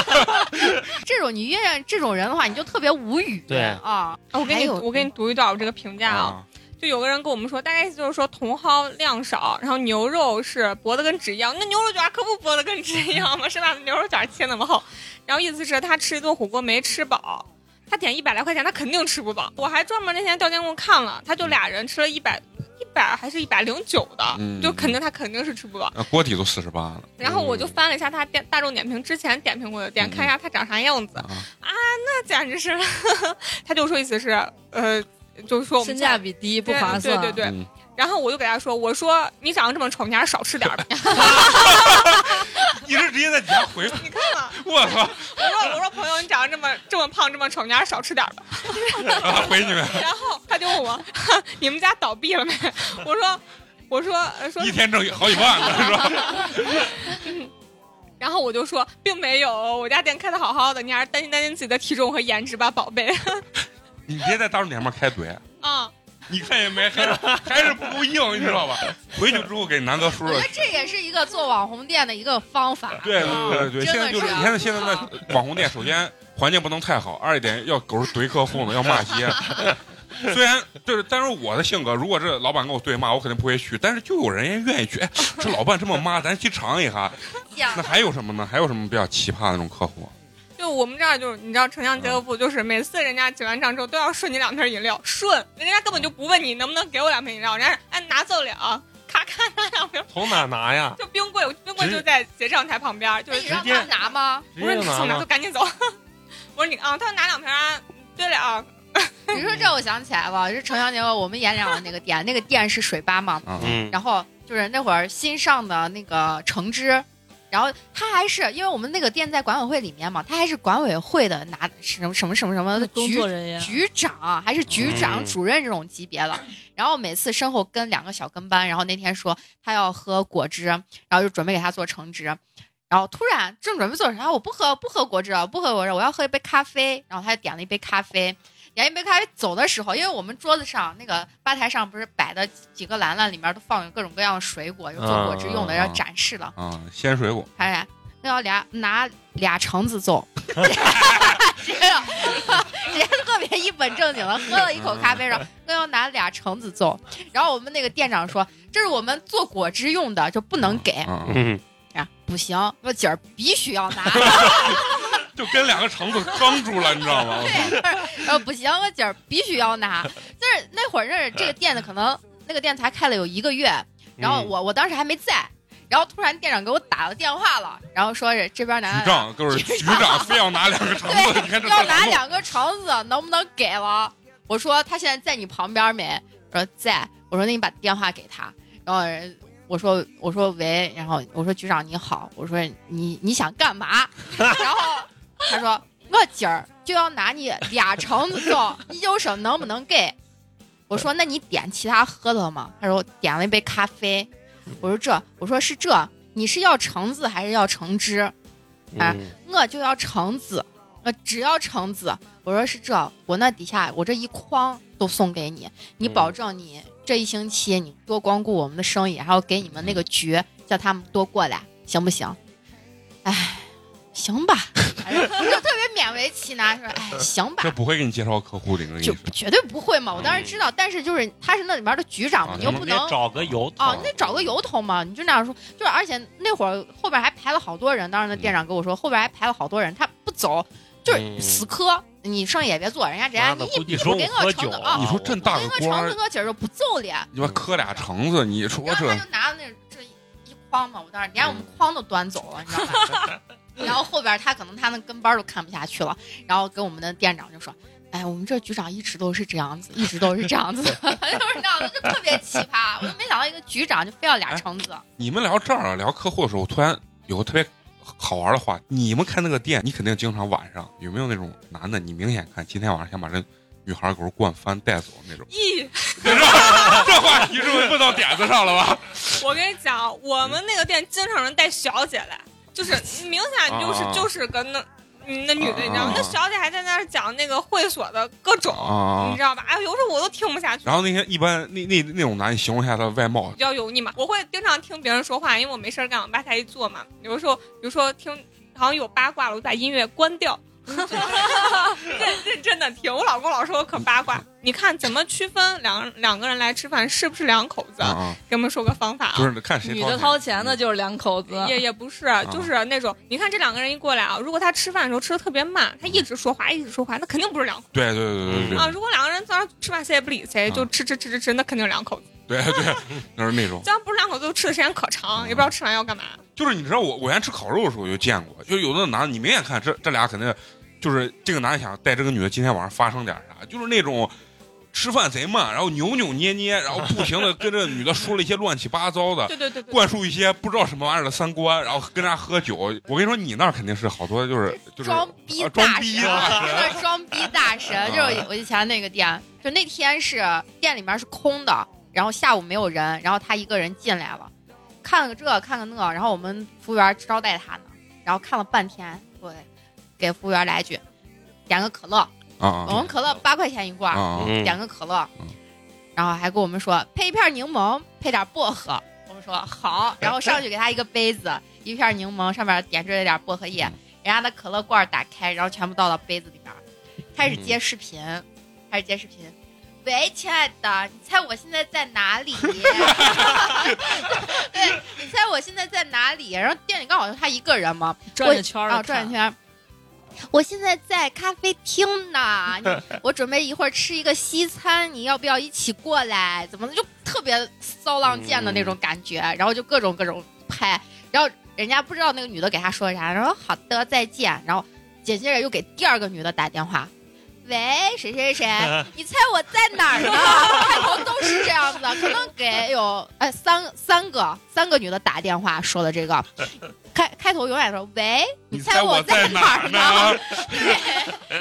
Speaker 3: 这种你越让这种人的话，你就特别无语。
Speaker 5: 对
Speaker 3: 啊，
Speaker 6: 啊我给
Speaker 3: 还
Speaker 6: 你
Speaker 3: 有
Speaker 6: 我给你读一段我这个评价啊，
Speaker 2: 啊
Speaker 6: 就有个人跟我们说，大概意思就是说茼蒿量少，然后牛肉是薄的跟纸一样，那牛肉卷儿可不薄的跟纸一样吗？是把牛肉卷儿切那么厚，然后意思是他吃一顿火锅没吃饱。他点一百来块钱，他肯定吃不饱。我还专门那天调监控看了，他就俩人吃了一百一百还是一百零九的，
Speaker 2: 嗯
Speaker 6: 就肯定他肯定是吃不饱。
Speaker 2: 啊，锅底都四十八了
Speaker 6: 然后我就翻了一下他店大众点评之前点评过的店，
Speaker 2: 嗯
Speaker 6: 看一下他长啥样子。
Speaker 2: 啊，
Speaker 6: 那简直是， 他就说意思是，呃，就是说我们
Speaker 4: 性价比低不划算。
Speaker 6: 对对对
Speaker 2: 嗯
Speaker 6: 然后我就给他说：“我说你长得这么丑，你还是少吃点儿吧。
Speaker 2: 你是直接在底下回复，
Speaker 6: 你看嘛，
Speaker 2: 我操，
Speaker 6: 我说我说朋友，你长得这么这么胖，这么丑，你还是少吃点儿吧。
Speaker 2: 啊回你们，
Speaker 6: 然后他就问我：哈你们家倒闭了没？我说我说呃说
Speaker 2: 一，天挣好几万呢，是吧？
Speaker 6: 然后我就说并没有，我家店开的好好的，你还是担心担心自己的体重和颜值吧，宝贝。
Speaker 2: 你别在大众点评开怼，
Speaker 6: 啊，
Speaker 2: 你看也没，还是还是不够硬，你知道吧？回去之后给南哥说
Speaker 3: 我觉
Speaker 2: 说
Speaker 3: 得。这也是一个做网红店的一个方法。啊
Speaker 2: 对对对对，
Speaker 3: 嗯真
Speaker 2: 现
Speaker 3: 的啊
Speaker 2: 在就是
Speaker 3: 是
Speaker 2: 你看现在那网红店，首先环境不能太好，二一点要狗是怼客户呢，要骂 街。虽然就是，但是我的性格，如果这老板跟我对骂，我肯定不会去。但是就有人也愿意去，哎，这老板这么骂，咱去尝一下。
Speaker 3: 讲
Speaker 2: 那还有什么呢？还有什么比较奇葩的那种客户？啊
Speaker 6: 就我们这儿就是你知道城乡结合部，就是每次人家结完账之后都要顺你两瓶饮料，顺人家根本就不问你能不能给我两瓶饮料，人家是哎拿走了啊，咔咔拿两瓶。”
Speaker 5: 从哪拿呀？
Speaker 6: 就冰柜，冰柜
Speaker 5: 直
Speaker 6: 就在结账台旁边儿，就
Speaker 3: 那
Speaker 6: 是
Speaker 3: 你让
Speaker 5: 直接
Speaker 3: 他拿吗？
Speaker 5: 直
Speaker 6: 我说
Speaker 5: 接
Speaker 6: 你
Speaker 5: 拿
Speaker 6: 送拿
Speaker 5: 吗
Speaker 6: 就？赶紧走。 我说你啊，他说拿两瓶啊。对了啊，？
Speaker 3: 你说这我想起来了，是城乡结合我们演两的那个店，那个店是水吧嘛，
Speaker 2: 啊，
Speaker 5: 嗯，
Speaker 3: 然后就是那会儿新上的那个橙汁，然后他还是因为我们那个店在管委会里面嘛，他还是管委会的拿什么什么什么什么的
Speaker 4: 工
Speaker 3: 局
Speaker 4: 作人员
Speaker 3: 局长还是局长、
Speaker 5: 嗯
Speaker 3: 主任这种级别的。然后每次身后跟两个小跟班，然后那天说他要喝果汁，然后就准备给他做橙汁。然后突然正准备做啥，我不喝不喝果汁啊，不喝果汁，我要喝一杯咖啡。然后他就点了一杯咖啡，点一杯咖啡走的时候，因为我们桌子上那个吧台上不是摆的几个篮篮里面都放有各种各样的水果，有做果汁用的，
Speaker 2: 啊
Speaker 3: 要展示了。
Speaker 2: 啊，鲜水果，
Speaker 3: 他俩哎那要俩拿俩橙子揍， 直接直接特别一本正经的喝了一口咖啡，然后那要拿俩橙子揍。然后我们那个店长说，这是我们做果汁用的，就不能给。
Speaker 2: 啊，
Speaker 5: 嗯，
Speaker 3: 啊，不行，我姐儿必须要拿。
Speaker 2: 就跟两个橙子刚住了，你知道吗？
Speaker 3: 呃，不行，我姐儿必须要拿。但是那会儿认识这个店的，可能那个店才开了有一个月，然后我我当时还没在，然后突然店长给我打了电话了，然后说是这边拿
Speaker 2: 局长啊就是局长，非要拿两个橙子，你看这
Speaker 3: 要拿两个橙子，能不能给了？我说他现在在你旁边没？说在。我说那你把电话给他。然后人我说我说喂，然后我说局长你好，我说你你想干嘛？ 然后他说我今儿就要拿你俩橙子送，你有什么能不能给？我说那你点其他喝的了吗？他说我点了一杯咖啡。我说这，我说是这，你是要橙子还是要橙汁？哎
Speaker 5: 嗯
Speaker 3: 我就要橙子，我只要橙子。我说是这，我那底下我这一筐都送给你，
Speaker 2: 嗯
Speaker 3: 你保证你这一星期你多光顾我们的生意，还有给你们那
Speaker 2: 嗯
Speaker 3: 个局叫他们多过来，行不行？哎，行吧， 反正就特别勉为其难，说哎行吧
Speaker 2: 这，不会给你介绍客户的，你
Speaker 3: 就
Speaker 2: 说
Speaker 3: 绝对不会嘛。我当时知道，但是就是他是那里面的局长嘛，
Speaker 2: 啊
Speaker 3: 你又不
Speaker 5: 你
Speaker 3: 能
Speaker 5: 得找个由头
Speaker 3: 哦，你得找个由头嘛，你就那样说，就是而且那会儿后边还排了好多人，当时那店长跟我说，后边还排了好多人，他不走，就是
Speaker 5: 嗯
Speaker 3: 死磕，你生意也别做，人家直接
Speaker 5: 妈的
Speaker 3: 你
Speaker 5: 估计
Speaker 3: 你
Speaker 5: 说
Speaker 3: 不给
Speaker 5: 我
Speaker 3: 我
Speaker 5: 喝
Speaker 3: 橙
Speaker 5: 酒
Speaker 3: 子啊，
Speaker 2: 你说这大
Speaker 3: 不
Speaker 2: 个
Speaker 3: 给我
Speaker 2: 官
Speaker 3: 橙
Speaker 2: 儿
Speaker 3: 子，，我姐儿就不揍脸，
Speaker 2: 你妈磕俩橙子，你说
Speaker 3: 然后
Speaker 2: 这
Speaker 3: 他就拿那这一筐嘛，我当时连我们筐都端走了，你知道吧？ 然后后边他可能他那跟班都看不下去了，然后跟我们的店长就说：“哎，我们这局长一直都是这样子，一直都是这样子， 就是那样，就特别奇葩。我就没想到一个局长就非要
Speaker 5: 哎
Speaker 3: 俩橙子。
Speaker 2: 你们聊这儿啊，聊客户的时候，我突然有个特别好玩的话，你们开那个店，你肯定经常晚上有没有那种男的，你明显看今天晚上想把这女孩给我灌翻带走那种
Speaker 6: 咦，
Speaker 2: 这这话题是不是问到点子上了吧？
Speaker 6: 我跟你讲，我们那个店经常能带小姐来，就是明显就是
Speaker 2: 啊
Speaker 6: 就是个那嗯那女的，你知道
Speaker 2: 啊
Speaker 6: 吗？那小姐还在那儿讲那个会所的各种，
Speaker 2: 啊
Speaker 6: 你知道吧？哎，有时候我都听不下去。
Speaker 2: 然后那些一般那那那种男，你形容一下他的外貌
Speaker 6: 比较油腻嘛，我会经常听别人说话，因为我没事儿干，往吧台一坐嘛。有的时候，比如说听好像有八卦了，我就把音乐关掉， 认认真的听。我老公老说我可八卦，你看怎么区分两两个人来吃饭是不是两口子？
Speaker 2: 啊啊，
Speaker 6: 给我们说个方法
Speaker 2: 不
Speaker 6: 啊。
Speaker 2: 是看谁
Speaker 4: 女的
Speaker 2: 掏
Speaker 4: 掏钱的嗯就是两口子，
Speaker 6: 也也不是，啊就是那种，你看这两个人一过来啊，如果他吃饭的时候吃的特别慢，他一直说话，一直说话，那肯定不是两口
Speaker 2: 对对对对
Speaker 6: 子
Speaker 2: 对
Speaker 6: 啊。如果两个人在那儿吃饭，谁也不理谁，
Speaker 2: 啊
Speaker 6: 就吃吃吃吃吃，那肯定是两口子。
Speaker 2: 对对对，那是那种。
Speaker 6: 这样不是两口子，吃的时间可长，也不知道吃完要干嘛。
Speaker 2: 就是你知道我我原来吃烤肉的时候我就见过，就有的男的你明显看这这俩肯定就是这个男的想带这个女的今天晚上发生点啥，就是那种吃饭贼慢，然后扭扭捏捏，然后不停的跟这女的说了一些乱七八糟的。
Speaker 6: 对对对对。
Speaker 2: 灌输一些不知道什么玩意儿的三观，然后跟人家喝酒。我跟你说，你那儿肯定是好多就是就是
Speaker 3: 装逼
Speaker 2: 啊装
Speaker 3: 大
Speaker 2: 逼
Speaker 3: 神，
Speaker 2: 大
Speaker 3: 那装逼 大神就是我以前那个店，就那天是店里面是空的，然后下午没有人，然后他一个人进来了，看了个这看了那，然后我们服务员招待他呢，然后看了半天，对，给服务员来一句，点个可乐，
Speaker 2: 啊
Speaker 3: 我们可乐八块钱一罐
Speaker 2: 啊，啊！
Speaker 5: 嗯
Speaker 3: 点个可乐
Speaker 2: 嗯，
Speaker 3: 然后还跟我们说配一片柠檬，配点薄荷。我们说好，然后上去给他一个杯子，一片柠檬上面点缀了点薄荷叶，人家的可乐罐打开，然后全部倒到杯子里边，开始接视频，开始接视频。喂，亲爱的，你猜我现在在哪里？ 对，你猜我现在在哪里？然后店里刚好就他一个人嘛，
Speaker 4: 转着圈儿
Speaker 3: 啊，
Speaker 4: 的
Speaker 3: 转一
Speaker 4: 看。
Speaker 3: 圈。我现在在咖啡厅呢，你我准备一会儿吃一个西餐，你要不要一起过来？怎么的就特别骚浪贱的那种感觉，然后就各种各种拍，然后人家不知道那个女的给他说啥，然后好的再见，然后紧接着又给第二个女的打电话，喂谁谁谁，你猜我在哪儿呢？开头都是这样子的，可能给有哎三三个三个女的打电话说的这个，开开头永远说喂，
Speaker 2: 你
Speaker 3: 猜
Speaker 2: 我
Speaker 3: 在
Speaker 2: 哪
Speaker 3: 儿呢？
Speaker 2: 呢？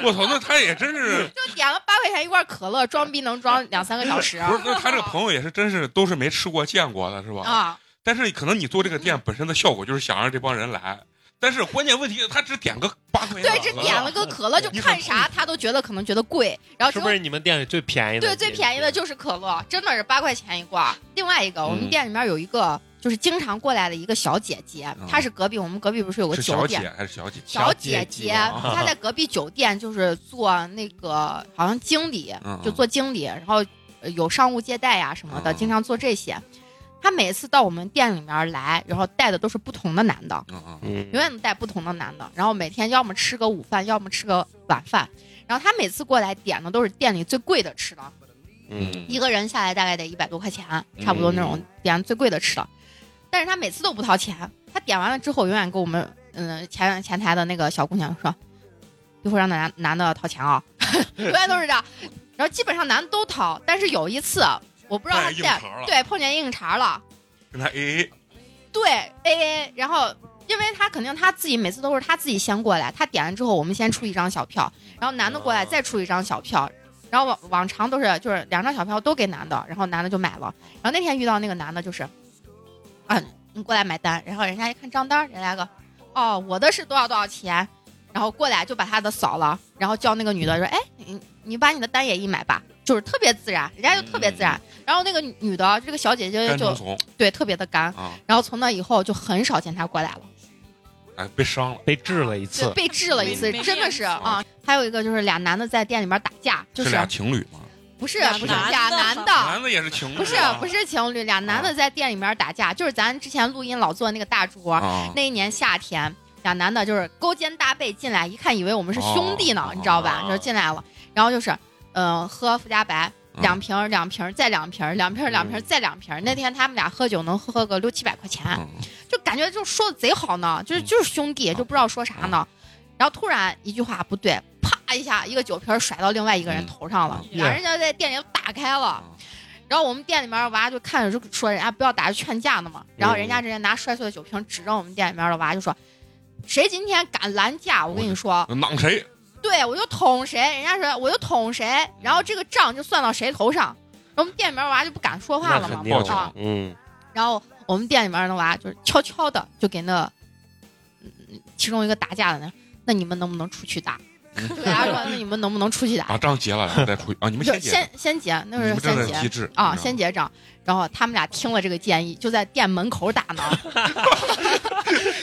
Speaker 2: 我操，那他也真是，
Speaker 3: 就点了八块钱一罐可乐，装逼能装两三个小时啊
Speaker 2: 不是？那他这朋友也是真是都是没吃过见过的，是吧？
Speaker 3: 啊！嗯
Speaker 2: 但是可能你做这个店本身的效果就是想让这帮人来，但是关键问题，他只点个八块钱，
Speaker 3: 对，只点了个可乐，就看啥他都觉得可能觉得贵，然后
Speaker 5: 是
Speaker 3: 只
Speaker 5: 不
Speaker 3: 有
Speaker 5: 是你们店里最便宜的？
Speaker 3: 对最便宜的就是可乐，真的是八块钱一罐儿。另外一个，我们
Speaker 5: 嗯
Speaker 3: 店里面有一个就是经常过来的一个小姐姐，她是隔壁，我们隔壁不是有个
Speaker 2: 是
Speaker 3: 酒
Speaker 2: 小
Speaker 3: 店
Speaker 2: 姐，还是小姐？
Speaker 3: 小
Speaker 5: 姐
Speaker 3: 姐
Speaker 5: 姐
Speaker 3: 姐，
Speaker 5: 啊
Speaker 3: 她在隔壁酒店就是做那个好像经理
Speaker 2: 嗯，
Speaker 3: 就做经理，然后呃有商务接待呀、什么的，
Speaker 2: 嗯
Speaker 3: 经常做这些。她每次到我们店里面来，然后带的都是不同的男的，
Speaker 2: 嗯嗯，
Speaker 5: 嗯，
Speaker 3: 永远都带不同的男的，然后每天要么吃个午饭，要么吃个晚饭。然后她每次过来点的都是店里最贵的吃的，
Speaker 5: 嗯
Speaker 3: 一个人下来大概得一百多块钱，差不多
Speaker 2: 嗯
Speaker 3: 那种点最贵的吃的。但是他每次都不掏钱，他点完了之后永远给我们嗯前前台的那个小姑娘说，一会儿让男男的掏钱啊， 永远都是这样。然后基本上男的都掏，但是有一次啊我不知道他
Speaker 2: 带硬
Speaker 3: 带
Speaker 2: 茬了
Speaker 3: 对碰见硬茬了，
Speaker 2: 跟他哎 A A，
Speaker 3: 对 A A，然后因为他肯定他自己每次都是他自己先过来，他点了之后我们先出一张小票，然后男的过来
Speaker 5: 哦
Speaker 3: 再出一张小票，然后往往常都是就是两张小票都给男的，然后男的就买了，然后那天遇到那个男的就是，啊你过来买单，然后人家一看账单，人家个哦我的是多少多少钱，然后过来就把他的扫了，然后叫那个女的说哎你你把你的单也一买吧，就是特别自然，人家就特别自然，然后那个女的这个小姐姐
Speaker 2: 干
Speaker 3: 就
Speaker 2: 成怂
Speaker 3: 对特别的干。
Speaker 2: 啊，
Speaker 3: 然后从那以后就很少见他过来了，
Speaker 2: 哎，被伤了，
Speaker 5: 被治了一
Speaker 3: 对，
Speaker 5: 次，
Speaker 3: 被治了一次
Speaker 6: 没，
Speaker 3: 真的是啊。还有一个就是俩男的在店里面打架，就是是
Speaker 2: 俩情侣吗？
Speaker 3: 不是
Speaker 6: 俩
Speaker 3: 不是
Speaker 6: 男
Speaker 3: 俩
Speaker 6: 的
Speaker 3: 男的，
Speaker 2: 男的也是情侣啊，
Speaker 3: 不是不是情侣，俩男的在店里面打架，就是咱之前录音老做那个大桌，
Speaker 2: 啊，
Speaker 3: 那一年夏天，俩男的就是勾肩搭背进来，一看以为我们是兄弟呢
Speaker 2: 哦，
Speaker 3: 你知道吧
Speaker 5: 哦？
Speaker 3: 就是进来了，然后就是嗯喝福加白。两瓶儿，两瓶儿，再两瓶儿，两瓶儿，两瓶儿，再两瓶儿。那天他们俩喝酒能喝个六七百块钱，
Speaker 2: 嗯
Speaker 3: 就感觉就说的贼好呢，就是就是兄弟，就不知道说啥呢。然后突然一句话不对，啪一下一个酒瓶儿甩到另外一个人头上了，
Speaker 5: 嗯
Speaker 3: 俩人就在店里就打开了
Speaker 2: 嗯。
Speaker 3: 然后我们店里面娃就看着就说人家不要打，劝架呢嘛。然后人家直接拿摔碎的酒瓶指着我们店里面的娃就说：“谁今天敢拦架，我跟你说，
Speaker 2: 嗯，囊谁？
Speaker 3: 对我就捅谁。”人家说我就捅谁，然后这个账就算到谁头上。然后我们店里面娃就不敢说话
Speaker 5: 那
Speaker 3: 了嘛
Speaker 5: 肯，定
Speaker 2: 报警
Speaker 3: 啊，
Speaker 5: 嗯，
Speaker 3: 然后我们店里面的娃就是悄悄的就给那嗯其中一个打架的那，那你们能不能出去 打？就给他说，那你们能不能出去打？
Speaker 2: 把账结了，然后再出去啊！你们
Speaker 3: 就
Speaker 2: 先结，
Speaker 3: 先先结，那
Speaker 2: 你
Speaker 3: 是
Speaker 2: 们这
Speaker 3: 先
Speaker 2: 是嗯机
Speaker 3: 结
Speaker 2: 智
Speaker 3: 啊，先结账。然后他们俩听了这个建议，就在店门口打呢，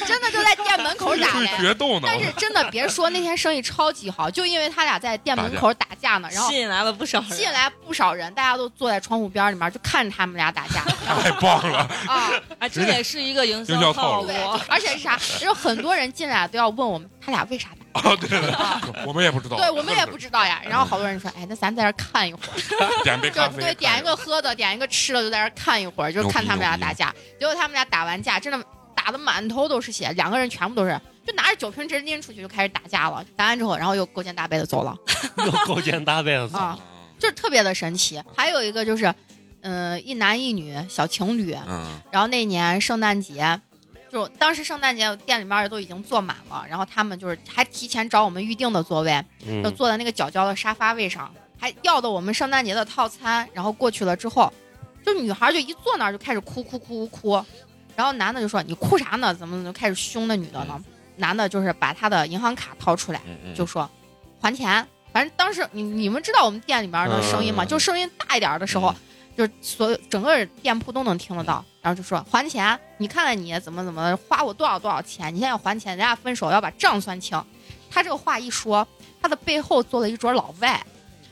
Speaker 3: 真的就在店门口打
Speaker 2: 会
Speaker 3: 嘞。
Speaker 2: 决斗呢，
Speaker 3: 但是真的别说，那天生意超级好，就因为他俩在店门口打架呢，然后
Speaker 7: 吸引来了不少人。
Speaker 3: 进来不少人，大家都坐在窗户边儿里面就看着他们俩打架
Speaker 2: 太棒了！
Speaker 3: 啊。
Speaker 4: 啊，这也是一个营
Speaker 2: 营销
Speaker 4: 销
Speaker 2: 套
Speaker 4: 套
Speaker 2: 路
Speaker 4: 路啊
Speaker 3: 对，，而且是啥？有很多人进来都要问我们他俩为啥打，
Speaker 2: 啊，对对 对，我们也不知道，
Speaker 3: 对我们也不知道呀。然后好多人说，哎，那咱在这儿看一会儿，
Speaker 2: 点杯咖
Speaker 3: 就
Speaker 2: 啡，
Speaker 3: 对，点一个喝的，点一个吃的，就在这儿看一会儿，就是看他们俩打架。结果他们俩打完架，真的打的满头都是血，两个人全部都是，就拿着酒瓶直接拎出去就开始打架了。打完之后，然后又勾肩搭背的走了
Speaker 5: 又勾肩搭背 了，
Speaker 3: 啊，就是特别的神奇。还有一个就是，嗯、一男一女小情侣，
Speaker 2: 嗯，
Speaker 3: 然后那年圣诞节，就当时圣诞节店里面都已经坐满了，然后他们就是还提前找我们预定的座位，就
Speaker 5: 嗯，
Speaker 3: 坐在那个角角的沙发位上，还要的我们圣诞节的套餐。然后过去了之后，就女孩就一坐那儿就开始哭哭哭哭哭，然后男的就说你哭啥呢？怎么怎么就开始凶那女的呢？男的就是把他的银行卡掏出来，
Speaker 2: 嗯嗯，
Speaker 3: 就说还钱。反正当时你你们知道我们店里面的声音吗？
Speaker 5: 嗯
Speaker 3: 就声音大一点的时候，就是所有整个店铺都能听得到。然后就说还钱，你看看你怎么怎么花我多少多少钱，你现在要还钱，人家分手要把账算清。他这个话一说，他的背后坐了一桌老外，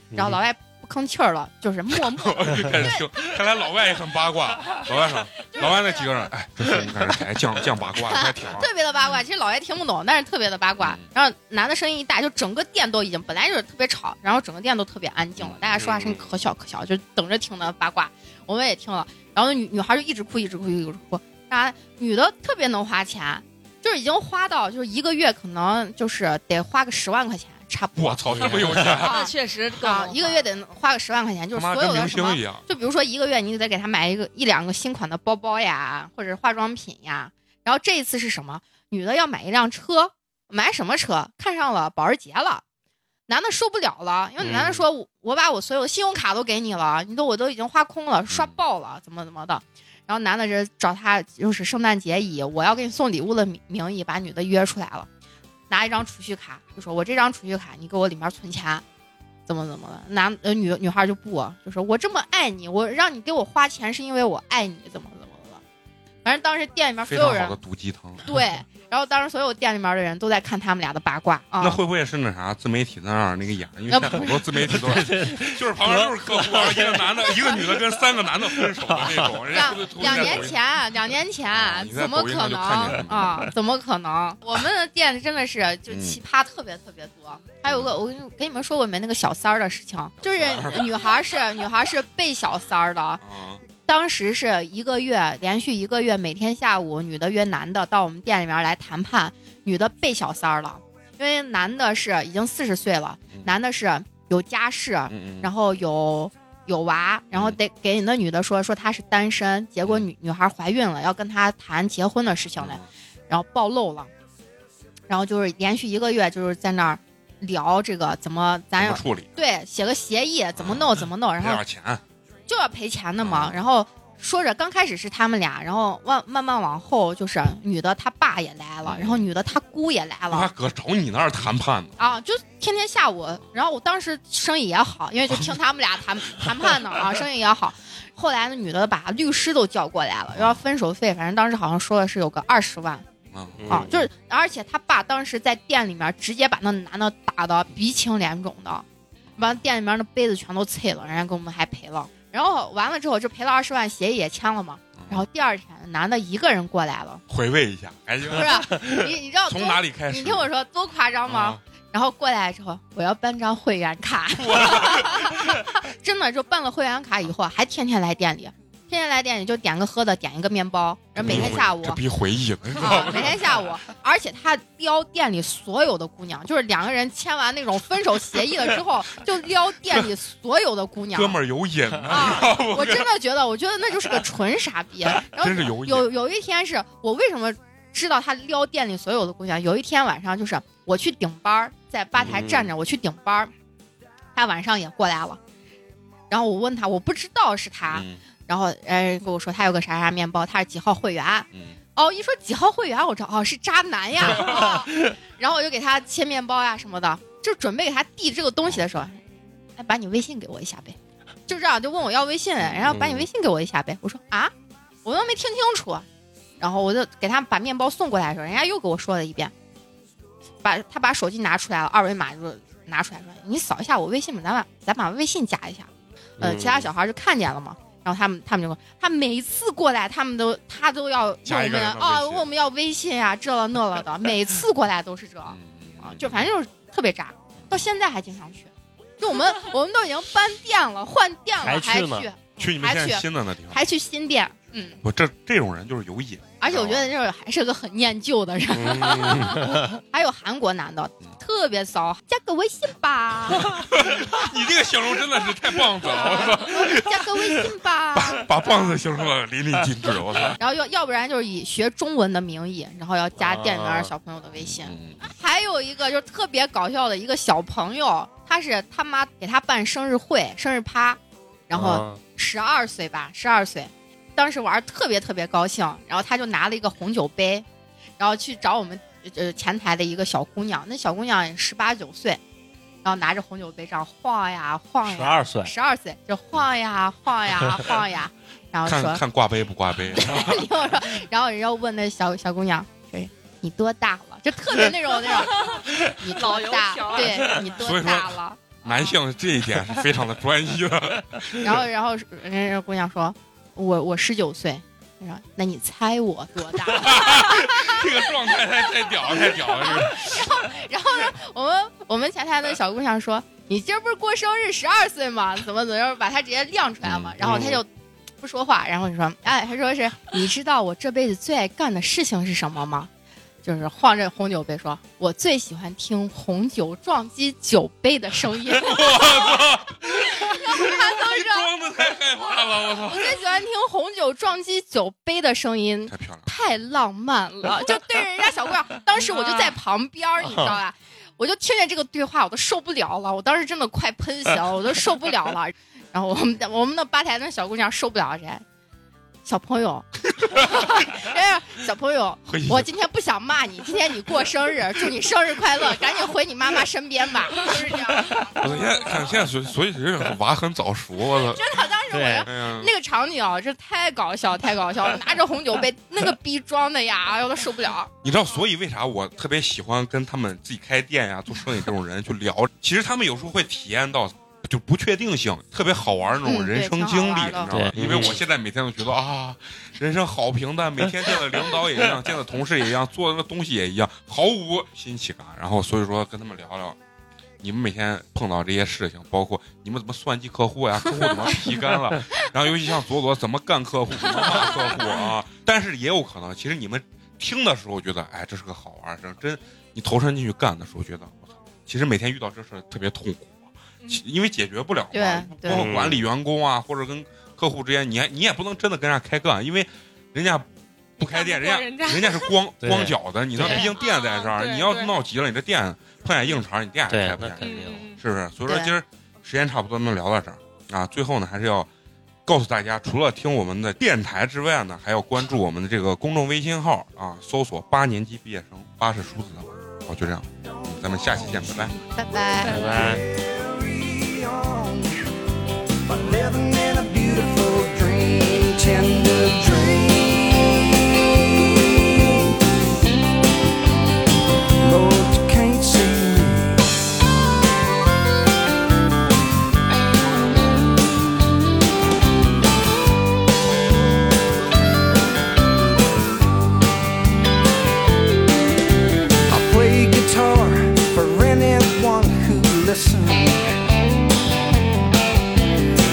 Speaker 3: 然后
Speaker 5: 嗯
Speaker 3: 老外不吭气儿了，就是默默地
Speaker 2: 开始听，看来老外也很八 卦。老外说，老外那几个人，哎，这是你看这才降降八卦，快挺啊。
Speaker 3: 特别的八卦。其实老外听不懂，但是特别的八卦
Speaker 2: 嗯。
Speaker 3: 然后男的声音一大，就整个店都已经本来就是特别吵，然后整个店都特别安
Speaker 2: 嗯
Speaker 3: 静了，大家说话声音可小可小，就等着听那八卦。我们也听了，然后那女女孩就一直哭，一直哭，一直哭。啥？女的特别能花钱，就是已经花到就是一个月可能就是得花个十万块钱，差不多。
Speaker 2: 我操，这么有钱，
Speaker 3: 啊
Speaker 4: 那确实够
Speaker 3: 啊，一个月得花个十万块钱，就
Speaker 2: 他妈
Speaker 3: 是所
Speaker 2: 跟
Speaker 3: 有的
Speaker 2: 明
Speaker 3: 什么
Speaker 2: 星一样。
Speaker 3: 就比如说一个月你就得给他买一个一两个新款的包包呀，或者化妆品呀。然后这一次是什么？女的要买一辆车，买什么车？看上了保时捷了。男的受不了了，因为男的说：“我我把我所有的信用卡都给你了，你都我都已经花空了，刷爆了，怎么怎么的。”然后男的是找他就是圣诞节以我要给你送礼物的名名义把女的约出来了，拿一张储蓄卡，就说我这张储蓄卡你给我里面存钱，怎么怎么的，男呃女女孩就不就说我这么爱你，我让你给我花钱是因为我爱你，怎么怎么的，反正当时店里面
Speaker 2: 非
Speaker 3: 所有
Speaker 2: 常好
Speaker 3: 人
Speaker 2: 的毒鸡汤。
Speaker 3: 对，然后当时所有店里面的人都在看他们俩的八卦啊。
Speaker 2: 那会不会是那啥自媒体在那儿那个演？因为
Speaker 3: 那
Speaker 2: 现
Speaker 3: 不
Speaker 2: 在好多自媒体都是，就是旁边都是客户，一个男的，一个女的跟三个男的分手的那种，人家会不会突然
Speaker 3: 两年
Speaker 2: 抖音
Speaker 3: 前，两年前
Speaker 2: 啊你，在
Speaker 3: 怎么
Speaker 2: 抖音
Speaker 3: 可
Speaker 2: 上就
Speaker 3: 能
Speaker 2: 看见了
Speaker 3: 啊？怎么可能？我们的店真的是就
Speaker 2: 嗯
Speaker 3: 奇葩特别特别多。还有个，我跟你跟你们说过没？那个小三儿的事情，就是女孩是女孩是被小三儿的。
Speaker 2: 啊，
Speaker 3: 当时是一个月，连续一个月，每天下午女的约男的到我们店里面来谈判，女的被小三儿了，因为男的是已经四十岁了
Speaker 2: 嗯，
Speaker 3: 男的是有家室，
Speaker 2: 嗯嗯，
Speaker 3: 然后有有娃，然后得给你的女的说说她是单身，结
Speaker 2: 嗯
Speaker 3: 果女女孩怀孕了，要跟她谈结婚的事情嘞，然后暴露了，然后就是连续一个月就是在那儿聊这个怎么咱
Speaker 2: 怎么处理？嗯
Speaker 3: 对写个协议怎么弄怎么弄，然
Speaker 2: 赔
Speaker 3: 后
Speaker 2: 点钱，
Speaker 3: 就要赔钱的嘛
Speaker 2: 啊，
Speaker 3: 然后。说着，刚开始是他们俩，然后慢慢慢往后就是女的她爸也来了，然后女的她姑也来了
Speaker 2: 他，哥找你那儿谈判呢，
Speaker 3: 啊，就天天下午，然后我当时生意也好，因为就听他们俩谈 谈判呢啊，生意也好。后来那女的把律师都叫过来了，要分手费，反正当时好像说的是有个二十万
Speaker 2: 啊，
Speaker 3: 啊，就是而且他爸当时在店里面直接把那男的打的鼻青脸肿的，完了店里面的杯子全都碎了，人家给我们还赔了。然后完了之后就赔了二十万，协议也签了嘛。
Speaker 2: 嗯
Speaker 3: 然后第二天男的一个人过来了，
Speaker 2: 回味一下，哎呀
Speaker 3: 不，是你你知道多
Speaker 2: 从哪里开始？
Speaker 3: 你听我说多夸张吗？
Speaker 2: 啊
Speaker 3: 然后过来之后，我要办张会员 卡，真的就办了会员卡以后，啊还天天来店里，天天来店里就点个喝的，点一个面包，然后每天下午
Speaker 2: 哎这逼回忆了，哎你知道
Speaker 3: 啊
Speaker 2: 吗，？
Speaker 3: 每天下午，而且他撩店里所有的姑娘，就是两个人签完那种分手协议了之后，就撩店里所有的姑娘
Speaker 2: 哥。们儿有瘾呢，
Speaker 3: 啊！我真的觉得，我觉得那就是个纯傻逼。然后
Speaker 2: 哎真是有瘾。
Speaker 3: 有有一天是我为什么知道他撩店里所有的姑娘？有一天晚上就是我去顶班儿，在吧台站
Speaker 2: 嗯
Speaker 3: 着，我去顶班儿，他晚上也过来了，然后我问他，我不知道是他，
Speaker 2: 嗯
Speaker 3: 然后哎跟我说他有个啥啥面包，他是几号会员。
Speaker 2: 嗯，
Speaker 3: 哦，一说几号会员，我知道哦是渣男呀、哦然后我就给他切面包呀什么的，就准备给他递这个东西的时候，哎，把你微信给我一下呗，就这样就问我要微信，然后把你微信给我一下呗，我说啊，我都没听清楚，然后我就给他把面包送过来的时候，人家又给我说了一遍，把他把手机拿出来了，二维码就拿出来说，你扫一下我微信吧，咱把咱把微信加一下，呃，
Speaker 5: 嗯
Speaker 3: 其他小孩就看见了嘛。然后他们他们就说，他每次过来，他们都他都要问
Speaker 2: 加
Speaker 3: 我
Speaker 2: 一个
Speaker 3: 们
Speaker 2: 人的微
Speaker 3: 啊，
Speaker 2: 信
Speaker 3: 问我们要微信呀、这了那 了的，每次过来都是这啊，
Speaker 2: 嗯
Speaker 3: 就反正就是特别渣，到现在还经 常去。就我们我们都已经搬店了，换店了，
Speaker 5: 还
Speaker 3: 还
Speaker 5: 去呢
Speaker 3: 去
Speaker 2: 去你们现在新的那地方，
Speaker 3: 还去新店，嗯，
Speaker 2: 我这这种人就是有瘾，
Speaker 3: 而且我觉得就是还是个很念旧的人。 还有韩国男的
Speaker 2: 哦嗯
Speaker 3: 特别骚，加个微信吧，
Speaker 2: 你这个形容真的是太棒子了，我操，
Speaker 3: 加个微信吧。
Speaker 2: 把棒子形容的淋漓尽致，我操。
Speaker 3: 然后要要不然就是以学中文的名义，然后要加店里面
Speaker 2: 啊
Speaker 3: 小朋友的微信。
Speaker 2: 嗯
Speaker 3: 还有一个就是特别搞笑的一个小朋友，他是他妈给他办生日会、生日趴，然后
Speaker 5: 啊
Speaker 3: 十二岁吧，十二岁，当时玩儿特别特别高兴，然后他就拿了一个红酒杯，然后去找我们呃前台的一个小姑娘，那小姑娘十八九岁，然后拿着红酒杯这样晃呀晃
Speaker 5: 十
Speaker 3: 呀，
Speaker 5: 二岁，
Speaker 3: 十二岁就晃呀晃呀晃呀，然后
Speaker 2: 看
Speaker 3: 说，
Speaker 2: 看挂杯不挂杯，
Speaker 3: 然后说，然后人家问那小小姑娘，谁你多大了？就特别那种那种， 你多
Speaker 6: 老油
Speaker 3: 大
Speaker 6: 条？
Speaker 3: 对 你
Speaker 2: 所
Speaker 3: 多
Speaker 2: 以说
Speaker 3: 大了？
Speaker 2: 男性这一点是非常的专一的。
Speaker 3: 然后，然后人家姑娘说：“我我十九岁。”她说：“那你猜我多大？”
Speaker 2: 这个状态太太屌了，太屌了！这个
Speaker 3: 然后呢，我们我们前台的小姑娘说：“
Speaker 2: 哎
Speaker 3: 你今儿不是过生日十二岁 吗？怎么怎么样？”把她直接亮出来了嘛。
Speaker 2: 嗯
Speaker 3: 然后她就不说话，然后就说：“哎，她说是你知道我这辈子最爱干的事情是什么吗？”就是晃着红酒杯说：“我最喜欢听红酒撞击酒杯的声 音。”我操！然后她都是
Speaker 2: 装的太害怕了，我操！
Speaker 3: 我最喜欢听红酒撞击酒杯的声音，
Speaker 2: 太漂亮了，
Speaker 3: 太浪漫 了，就对着人家小姑 娘，当时我就在旁边儿，你知道吧？我就听见这个对话，我都受不了了，我当时真的快 喷血了，我都受不了了。然后我们我们的吧台那小姑娘受不了这，哎小朋友， 哎，小朋友，我今天不想骂你，今天你过生日，祝你生日快 乐，赶紧回你妈妈身边吧，就是这样。
Speaker 2: 我现在看现在所以所以这个娃很早熟，我操！
Speaker 3: 真的，当时我
Speaker 5: 对
Speaker 3: 要
Speaker 2: 哎呀，
Speaker 3: 那个场景啊，这太搞笑，太搞笑了！拿着红酒杯，那个逼装的呀，哎呦，都受不了。
Speaker 2: 你知道，所以为啥我特别喜欢跟他们自己开店呀、做生意这种人去聊？其实他们有时候会体验到就不确定性，特别好玩那种
Speaker 3: 嗯
Speaker 2: 人生
Speaker 3: 对
Speaker 2: 经历，你知
Speaker 3: 挺好玩的
Speaker 2: 道吧？
Speaker 5: 对
Speaker 2: 因为我现在每天都觉得啊，人生好平淡，每天见的领导也一样，见的同事也一样，做的东西也一样，毫无新奇感。然后所以说跟他们聊聊。你们每天碰到这些事情，包括你们怎么算计客户呀？客户怎么皮干了？然后尤其像左左怎么干客户， 怎么骂客户啊？但是也有可能，其实你们听的时候觉得，哎，这是个好玩儿事儿，真你投身进去干的时候觉得，我操，其实每天遇到这事儿特别痛苦，其
Speaker 6: 嗯
Speaker 2: 因为解决不了嘛，
Speaker 3: 对
Speaker 2: 包括
Speaker 5: 对
Speaker 2: 管理员工啊，或者跟客户之间，你还你也不能真的跟人家开干，因为人家。不开店，
Speaker 6: 干不
Speaker 2: 人
Speaker 6: 过
Speaker 2: 家人
Speaker 6: 人家
Speaker 2: 家是光
Speaker 5: 对
Speaker 2: 光脚的，你知道，
Speaker 5: 对
Speaker 2: 毕竟店在这
Speaker 6: 啊
Speaker 2: 儿，
Speaker 6: 对
Speaker 2: 你要
Speaker 6: 对
Speaker 2: 闹急了，你这店碰见硬茬儿，你店还
Speaker 5: 对
Speaker 2: 开不
Speaker 5: 那
Speaker 2: 下去。
Speaker 5: 肯定
Speaker 6: 嗯
Speaker 2: 是不是？所以说
Speaker 3: 对
Speaker 2: 今儿时间差不多，能聊到这儿啊。最后呢，还是要告诉大家，除了听我们的电台之外呢，还要关注我们的这个公众微信号啊，搜索“八年级毕业生”，八是数字的。好，就这样，咱们下期见，拜拜。
Speaker 3: 拜拜。
Speaker 5: 拜拜。
Speaker 1: carry on. But living in a beautiful dream, tender dream. Lord, you can't see me. I play guitar for anyone who listens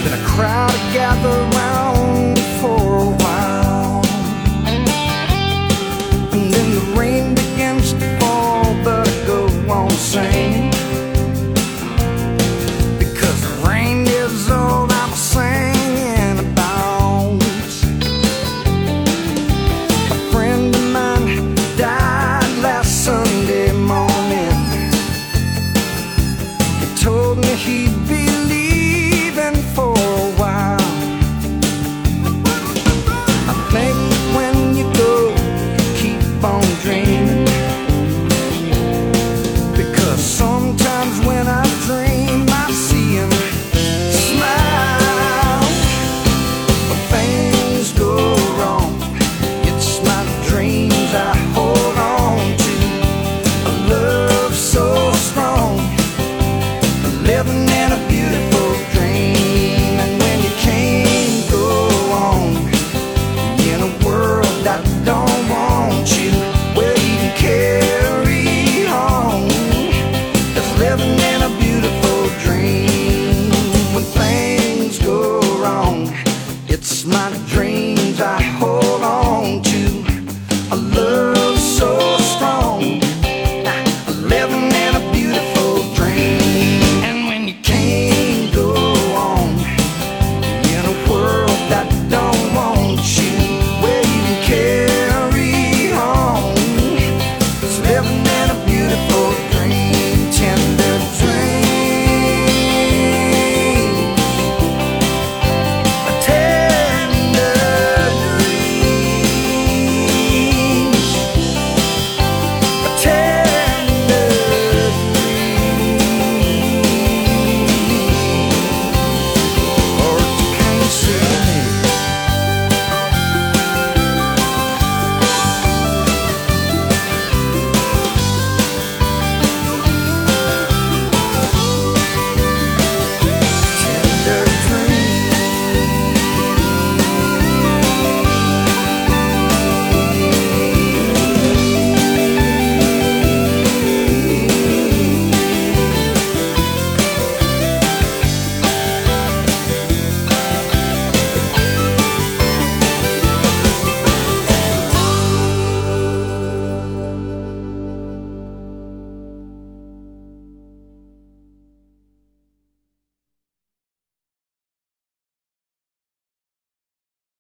Speaker 1: been a crowd to gather round for a while. And then the rain begins to fall, but I go on singing.